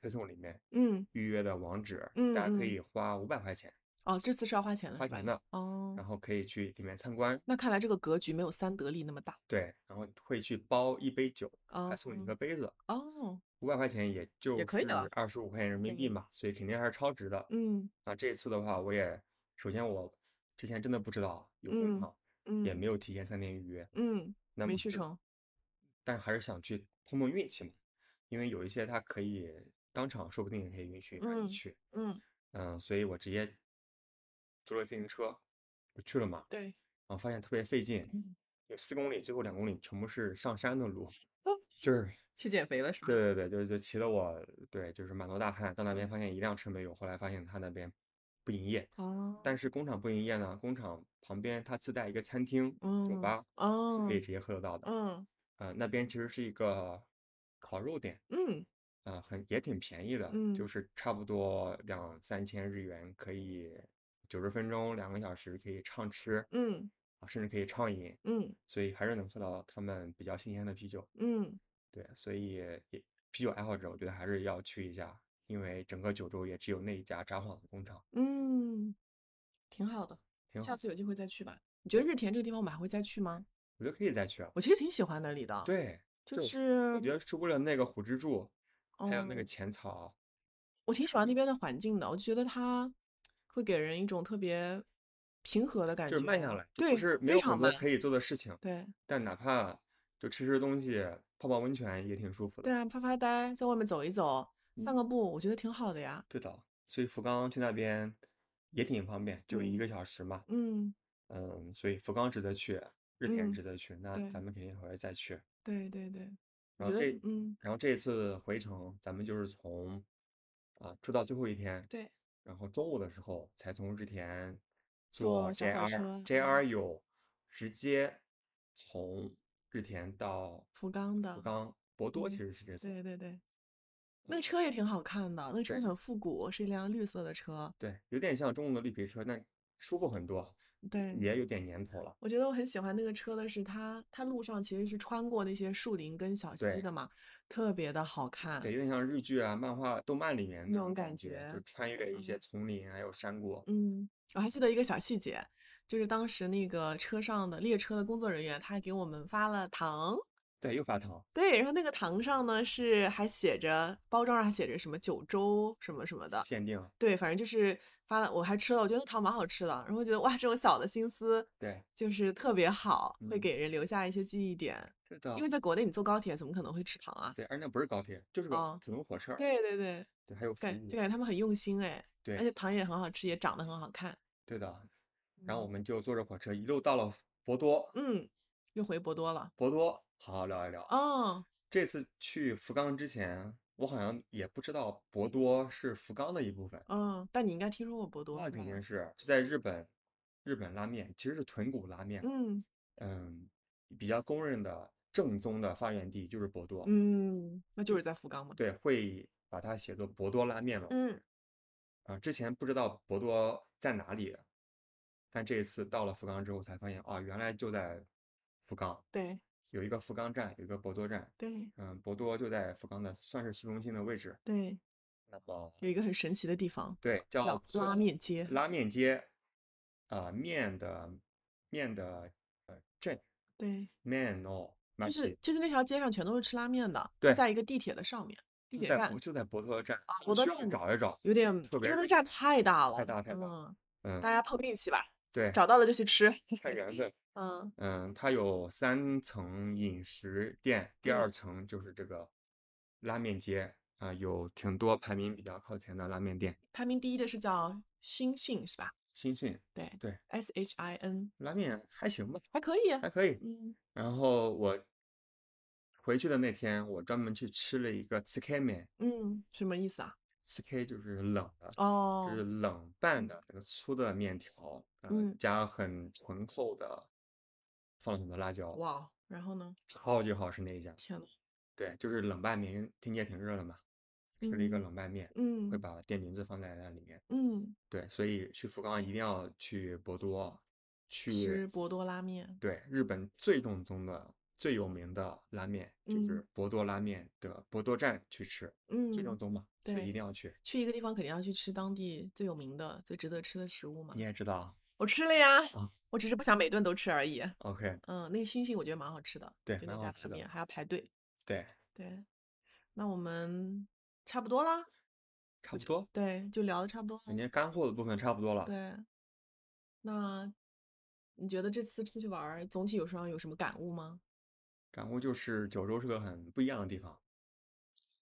Speaker 1: 推送里面
Speaker 2: 嗯。
Speaker 1: 预约的网址，大家
Speaker 2: 嗯
Speaker 1: 可
Speaker 2: 嗯
Speaker 1: 以花五百块钱，
Speaker 2: 哦，这次是要花钱的，
Speaker 1: 花
Speaker 2: 是吧
Speaker 1: 钱的嗯
Speaker 2: 哦
Speaker 1: 然，后可以去里面参观，
Speaker 2: 那看来这个格局没有三得利那么大
Speaker 1: 对，然后会去包一杯酒，还送你一
Speaker 2: 哦
Speaker 1: 个杯子。
Speaker 2: 哦，
Speaker 1: 五百块钱也就
Speaker 2: 可以的
Speaker 1: 是
Speaker 2: 了
Speaker 1: 二十五块钱人民
Speaker 2: 对
Speaker 1: 币嘛，所以肯定还是超值的。
Speaker 2: 嗯
Speaker 1: 那这次的话，我也首先我之前真的不知道有工
Speaker 2: 嗯
Speaker 1: 厂，也
Speaker 2: 嗯
Speaker 1: 没有提前三天预约，
Speaker 2: 嗯，
Speaker 1: 那
Speaker 2: 没
Speaker 1: 么
Speaker 2: 去
Speaker 1: 就
Speaker 2: 成，
Speaker 1: 但还是想去碰碰运气嘛，因为有一些它可以当场说不定也可以允许让你
Speaker 2: 嗯
Speaker 1: 去，
Speaker 2: 嗯，
Speaker 1: 嗯，所以我直接租了自行车，我去了嘛，
Speaker 2: 对，
Speaker 1: 然后发现特别费劲，
Speaker 2: 嗯
Speaker 1: 有四公里，最后两公里全部是上山的路，就是
Speaker 2: 去减肥了是吧？
Speaker 1: 对对对，就是就骑得我对，就是满头大汗。到那边发现一辆车没有，后来发现他那边不营业，
Speaker 2: 哦，
Speaker 1: 但是工厂不营业呢，工厂旁边它自带一个餐厅、酒
Speaker 2: 嗯
Speaker 1: 吧，是可以
Speaker 2: 哦，
Speaker 1: 直接喝得到的。
Speaker 2: 嗯
Speaker 1: 呃，那边其实是一个烤肉店，
Speaker 2: 嗯
Speaker 1: 呃，很也挺便宜的，就
Speaker 2: 嗯
Speaker 1: 是差不多两三千日元可以九十分钟、两个小时可以畅吃
Speaker 2: 嗯
Speaker 1: 啊，甚至可以畅饮，
Speaker 2: 嗯
Speaker 1: 所以还是能喝到他们比较新鲜的啤酒。
Speaker 2: 嗯，
Speaker 1: 对，所以也啤酒爱好者，我觉得还是要去一下，因为整个九州也只有那一家札幌的工厂。
Speaker 2: 嗯，挺好的。
Speaker 1: 挺
Speaker 2: 下
Speaker 1: 好，
Speaker 2: 次有机会再去吧。你觉得日田这个地方我们还会再去吗？
Speaker 1: 我觉得可以再去啊。
Speaker 2: 我其实挺喜欢那里的，，
Speaker 1: 对，
Speaker 2: 就
Speaker 1: 对
Speaker 2: 是
Speaker 1: 我觉得是为了那个虎之柱，还有那个
Speaker 2: 嗯
Speaker 1: 浅草，
Speaker 2: 我挺喜欢那边的环境的，我就觉得它会给人一种特别平和的感
Speaker 1: 就
Speaker 2: 觉，
Speaker 1: 是慢下来，就
Speaker 2: 对，
Speaker 1: 不是没
Speaker 2: 非
Speaker 1: 有很
Speaker 2: 常
Speaker 1: 多
Speaker 2: 慢，
Speaker 1: 可以做的事情，
Speaker 2: 对
Speaker 1: 但哪怕就吃吃东西、泡泡温泉也挺舒服
Speaker 2: 对
Speaker 1: 的。
Speaker 2: 啊，发发呆，在外面走一走，散
Speaker 1: 嗯
Speaker 2: 个步，我觉得挺好的呀。
Speaker 1: 对的，所以福冈去那边也挺方便，就一
Speaker 2: 嗯
Speaker 1: 个小时嘛。
Speaker 2: 嗯，
Speaker 1: 嗯，所以福冈值得去，日田
Speaker 2: 嗯
Speaker 1: 值得去，那
Speaker 2: 对
Speaker 1: 咱们肯定还会再去。
Speaker 2: 对对对，我
Speaker 1: 然
Speaker 2: 觉
Speaker 1: 后
Speaker 2: 得
Speaker 1: 这，
Speaker 2: 嗯
Speaker 1: 然后这次回程，咱们就是从啊住到最后一天，
Speaker 2: 对，
Speaker 1: 然后中午的时候才从日田坐
Speaker 2: 坐小火车嗯
Speaker 1: JR，JR 有直接从日田到
Speaker 2: 福冈
Speaker 1: 福
Speaker 2: 的，
Speaker 1: 冈博多，其
Speaker 2: 嗯
Speaker 1: 实是这次
Speaker 2: 对对对，那个车也挺好看的，那个车
Speaker 1: 对
Speaker 2: 很复古，是一辆绿色的车，
Speaker 1: 对，有点像中午的绿皮车，但舒服很多，
Speaker 2: 对。
Speaker 1: 也有点年头了。
Speaker 2: 我觉得我很喜欢那个车的是它，它路上其实是穿过那些树林跟小溪
Speaker 1: 对
Speaker 2: 的嘛，特别的好看。
Speaker 1: 对，有点像日剧啊、漫画、动漫里面
Speaker 2: 嗯那
Speaker 1: 那
Speaker 2: 种
Speaker 1: 种
Speaker 2: 感
Speaker 1: 感觉，
Speaker 2: 觉
Speaker 1: 就穿越一些丛林还有山谷。
Speaker 2: 嗯，我还记得一个小细节，就是当时那个车上的列车的工作人员，他还给我们发了糖，
Speaker 1: 对，又发糖。
Speaker 2: 对，然后那个糖上呢是还写着包装上还写着什么九州什么什么的，
Speaker 1: 限定，
Speaker 2: 对，反正就是发了，我还吃了，我觉得糖蛮好吃的，然后觉得哇，这种小的心思
Speaker 1: 对，
Speaker 2: 就是特别好，会
Speaker 1: 嗯
Speaker 2: 给人留下一些记忆点。
Speaker 1: 对的
Speaker 2: 因为，在国内你坐高铁怎么可能会吃糖啊？
Speaker 1: 对，而那不是高铁，就是个
Speaker 2: 哦
Speaker 1: 普通火车，
Speaker 2: 对对对，
Speaker 1: 对，还有服
Speaker 2: 感就
Speaker 1: 务，
Speaker 2: 感觉他们很用心哎，而且
Speaker 1: 对，
Speaker 2: 糖也很好吃，也长得很好看。
Speaker 1: 对的。然后我
Speaker 2: 嗯
Speaker 1: 们就坐着火车一路到了博多，
Speaker 2: 嗯，又回博多了。
Speaker 1: 博多好好聊一聊。
Speaker 2: 哦，
Speaker 1: 这次去福冈之前，我好像也不知道博多是福冈的一部分，
Speaker 2: 嗯，但你应该听说过博多嗯
Speaker 1: 那
Speaker 2: 是吧
Speaker 1: 肯？定是就在日本，日本拉面其实是豚骨拉面，
Speaker 2: 嗯
Speaker 1: 嗯，比较公认的正宗的发源地就是博多，
Speaker 2: 嗯，那就是在福冈嘛。
Speaker 1: 对，会把它写作博多拉面嘛。
Speaker 2: 嗯
Speaker 1: 啊，之前不知道博多在哪里，但这一次到了福冈之后才发现，哦，原来就在福冈，
Speaker 2: 对
Speaker 1: 有一个福冈站，有一个博多站，
Speaker 2: 对
Speaker 1: 嗯，博多就在福冈的算是市中心的位置。
Speaker 2: 对，
Speaker 1: 那么，
Speaker 2: 有一个很神奇的地方
Speaker 1: 对，叫
Speaker 2: 叫拉
Speaker 1: 做
Speaker 2: 面街。
Speaker 1: 拉面街，啊，面的面的呃镇
Speaker 2: 对，
Speaker 1: 面哦，马
Speaker 2: 就是
Speaker 1: 西
Speaker 2: 就是那条街上全都是吃拉面的，
Speaker 1: 对
Speaker 2: 在一个地铁的上面，地
Speaker 1: 就
Speaker 2: 铁
Speaker 1: 在
Speaker 2: 站啊
Speaker 1: 博就在博多站，我
Speaker 2: 博
Speaker 1: 需
Speaker 2: 多
Speaker 1: 要
Speaker 2: 站
Speaker 1: 找一找，
Speaker 2: 有点，因为
Speaker 1: 特别
Speaker 2: 那
Speaker 1: 是
Speaker 2: 个站太大了，
Speaker 1: 太大太大，
Speaker 2: 嗯，
Speaker 1: 嗯，
Speaker 2: 大家碰运气吧，
Speaker 1: 对，
Speaker 2: 找到了就去吃。
Speaker 1: 看缘分。
Speaker 2: 嗯
Speaker 1: 嗯，它有三层饮食店，第
Speaker 2: 嗯
Speaker 1: 二层就是这个拉面街啊、有挺多排名比较靠前的拉面店。
Speaker 2: 排名第一的是叫星信是吧？
Speaker 1: 新信
Speaker 2: 对
Speaker 1: 对
Speaker 2: ，S H I N
Speaker 1: 拉面还行吧，
Speaker 2: 还可以啊。
Speaker 1: 还可以。
Speaker 2: 嗯，
Speaker 1: 然后我回去的那天，我专门去吃了一个 CK 面
Speaker 2: 嗯，什么意思啊？
Speaker 1: ，CK 就是冷的，就
Speaker 2: 哦
Speaker 1: 是，冷拌的那个粗的面条，嗯、
Speaker 2: 嗯，
Speaker 1: 加很醇厚的，放了很多辣椒，
Speaker 2: 哇，哦然后呢？
Speaker 1: 超级好吃那一家。
Speaker 2: 天呐，
Speaker 1: 对，就是冷拌面，因为天气也挺热的嘛，吃了一个
Speaker 2: 嗯
Speaker 1: 冷拌面，会
Speaker 2: 嗯
Speaker 1: 把店名字放在那里面。
Speaker 2: 嗯，
Speaker 1: 对，所以去福冈一定要去博多，去
Speaker 2: 吃博多拉面，
Speaker 1: 对日本最正宗的、最有名的拉面，就
Speaker 2: 嗯
Speaker 1: 是博多拉面的博多站去吃，最正
Speaker 2: 嗯，
Speaker 1: 宗嘛，所以一
Speaker 2: 对，
Speaker 1: 定要去。
Speaker 2: 去一个地方肯定要去吃当地最有名的、最值得吃的食物嘛。
Speaker 1: 你也知道
Speaker 2: 我吃了呀，
Speaker 1: 啊
Speaker 2: 我只是不想每顿都吃而已。
Speaker 1: ，OK，
Speaker 2: 嗯，那个星星我觉得蛮好吃的，
Speaker 1: 对，
Speaker 2: 就那
Speaker 1: 蛮
Speaker 2: 家
Speaker 1: 好
Speaker 2: 拉
Speaker 1: 吃的。
Speaker 2: 面还要排队。
Speaker 1: 对，
Speaker 2: 对，那我们差不多啦，
Speaker 1: 差不多，
Speaker 2: 对，就聊的差不多
Speaker 1: 感
Speaker 2: 了。
Speaker 1: 觉干货的部分差不多了。
Speaker 2: 对，那你觉得这次出去玩儿，总体有上有什么感悟吗？
Speaker 1: 感悟就是九州是个很不一样的地方。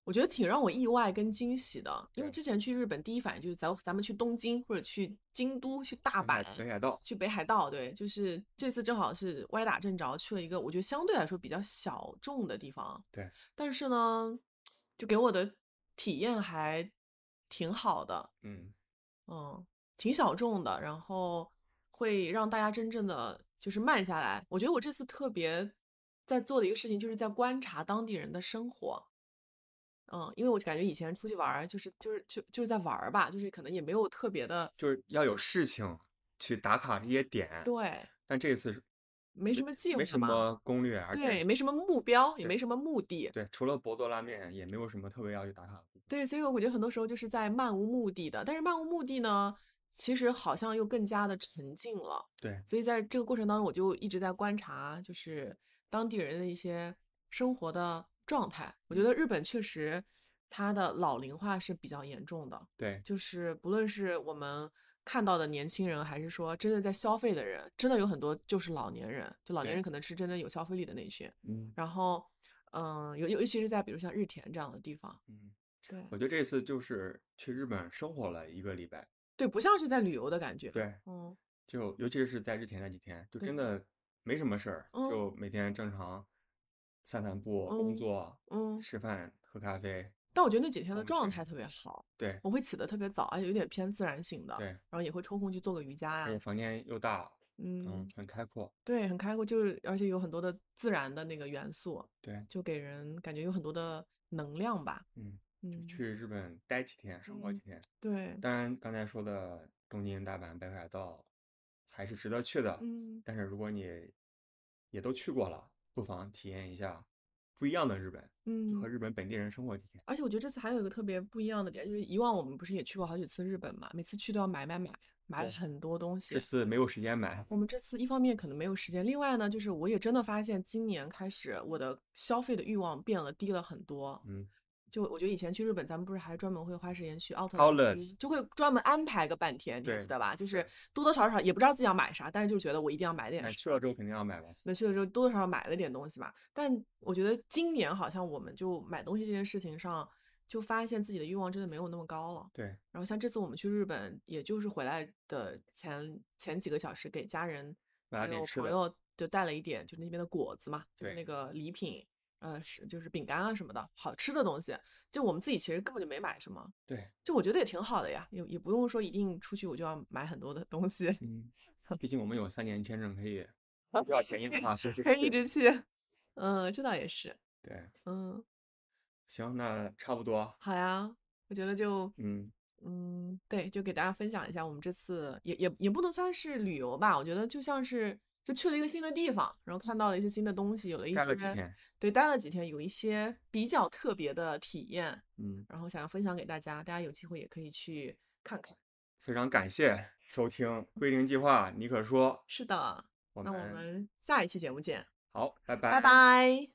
Speaker 2: 我觉得挺让我意外跟惊喜的，因为
Speaker 1: 对，
Speaker 2: 之前去日本第一反应就是咱咱们去东京或者去京都、去大
Speaker 1: 北海
Speaker 2: 阪、
Speaker 1: 北海道，
Speaker 2: 去北海道，对，就是这次正好是歪打正着去了一个我觉得相对来说比较小众的地方，
Speaker 1: 对，
Speaker 2: 但是呢，就给我的体验还挺好的，
Speaker 1: 嗯，
Speaker 2: 嗯，挺小众的，然后会让大家真正的就是慢下来。我觉得我这次特别在做的一个事情，就是在观察当地人的生活。嗯，因为我感觉以前出去玩儿，就是就是就就是在玩儿吧，就是可能也没有特别的
Speaker 1: 就是要有事情去打卡这些点，
Speaker 2: 对，
Speaker 1: 但这次是
Speaker 2: 没什么计
Speaker 1: 没
Speaker 2: 划
Speaker 1: 什
Speaker 2: 嘛，
Speaker 1: 么攻略，而
Speaker 2: 对，
Speaker 1: 且
Speaker 2: 也没什么目标，也
Speaker 1: 对
Speaker 2: 没什么目的，
Speaker 1: 对，除了博多拉面，也没有什么特别要去打卡的地方。
Speaker 2: 对，所以我觉得很多时候就是在漫无目的的，但是漫无目的呢，其实好像又更加的沉静了。
Speaker 1: 对，
Speaker 2: 所以在这个过程当中，我就一直在观察，就是当地人的一些生活的状态。我觉得日本确实它的老龄化是比较严重的，
Speaker 1: 对，
Speaker 2: 就是不论是我们看到的年轻人，还是说真的在消费的人，真的有很多就是老年人，就老年
Speaker 1: 对
Speaker 2: 人可能是真正有消费力的那一群。
Speaker 1: 嗯
Speaker 2: 然后，嗯、尤尤其是在比如像日田这样的地方，
Speaker 1: 嗯，
Speaker 2: 对
Speaker 1: 我就这次就是去日本生活了一个礼拜，
Speaker 2: 对，不像是在旅游的感觉。，
Speaker 1: 对，
Speaker 2: 嗯，
Speaker 1: 就尤其是在日田那几天，就
Speaker 2: 对
Speaker 1: 真的没什么事儿，
Speaker 2: 嗯
Speaker 1: 就每天正常散散步、工
Speaker 2: 嗯
Speaker 1: 作、
Speaker 2: 嗯，
Speaker 1: 吃饭、喝咖啡，
Speaker 2: 但我觉得那几天
Speaker 1: 我
Speaker 2: 的
Speaker 1: 们
Speaker 2: 状
Speaker 1: 是
Speaker 2: 态特别好，
Speaker 1: 对
Speaker 2: 我会起得特别早，而且有点偏自然醒的，
Speaker 1: 对
Speaker 2: 然，后也会抽空去做个瑜伽呀、
Speaker 1: 而且房间又大，嗯
Speaker 2: 嗯，，
Speaker 1: 很开阔，
Speaker 2: 对，很开阔，就是而且有很多的自然的那个元素，
Speaker 1: 对，
Speaker 2: 就给人感觉有很多的能量吧，
Speaker 1: 嗯，就
Speaker 2: 嗯，
Speaker 1: 去日本待几天，生活几
Speaker 2: 嗯
Speaker 1: 天。
Speaker 2: 对，
Speaker 1: 当然，刚才说的东京、大阪、北海道还是值得去的，
Speaker 2: 嗯，
Speaker 1: 但是如果你也都去过了，不妨体验一下不一样的日本，就和
Speaker 2: 嗯。
Speaker 1: 日本本地人生活几天。
Speaker 2: 而且我觉得这次还有一个特别不一样的点，就是以往我们不是也去过好几次日本嘛，每次去都要买买买，买了
Speaker 1: 对
Speaker 2: 很多东西
Speaker 1: 这。次没有时间 买，
Speaker 2: 我们这次一方面可能没有时间，另外呢，就是我也真的发现今年开始我的消费的欲望变了，低了很多。
Speaker 1: 嗯，
Speaker 2: 就我觉得以前去日本，咱们不是还专门会花时间去 outlet，
Speaker 1: Outlet
Speaker 2: 去就会专门安排个半天，你还
Speaker 1: 对
Speaker 2: 记得吧？就是
Speaker 1: 是
Speaker 2: 多多少少也不知道自己要买啥，但是就觉得我一定要买点
Speaker 1: 那
Speaker 2: 啥。
Speaker 1: 去了之后肯定要买吧。
Speaker 2: 那去的时候多多少少买了点东西嘛，但我觉得今年好像我们就买东西这件事情上，就发现自己的欲望真的没有那么高了。
Speaker 1: 对，
Speaker 2: 然后像这次我们去日本，也就是回来的前前几个小时，给家人
Speaker 1: 买了
Speaker 2: 还
Speaker 1: 点
Speaker 2: 有
Speaker 1: 吃
Speaker 2: 朋
Speaker 1: 的
Speaker 2: 友就带了一点，就是那边的果子嘛，就是
Speaker 1: 对
Speaker 2: 那个礼品，呃，是就是饼干啊什么的，好吃的东西。就我们自己其实根本就没买什么，
Speaker 1: 对，
Speaker 2: 就我觉得也挺好的呀，也也不用说一定出去我就要买很多的东西，
Speaker 1: 嗯，毕竟我们有三年签证可 以，不要便宜的话随时
Speaker 2: 可以
Speaker 1: 去
Speaker 2: 一直去。嗯，这倒也是，
Speaker 1: 对，
Speaker 2: 嗯，
Speaker 1: 行，那差不多，
Speaker 2: 好呀，我觉得就
Speaker 1: 嗯，
Speaker 2: 嗯，对，就给大家分享一下我们这次也也也不能算是旅游吧，我觉得就像是就去了一个新的地方，然后看到了一些新的东西，有了一
Speaker 1: 待了几
Speaker 2: 些
Speaker 1: 天，
Speaker 2: 对待了几天，有一些比较特别的体验，
Speaker 1: 嗯，
Speaker 2: 然后想要分享给大家，大家有机会也可以去看看。
Speaker 1: 非常感谢收听《归零计划》，你可说，
Speaker 2: 是的，啊
Speaker 1: 我
Speaker 2: 那我
Speaker 1: 们
Speaker 2: 们下一期节目见，
Speaker 1: 好，拜拜，
Speaker 2: 拜拜。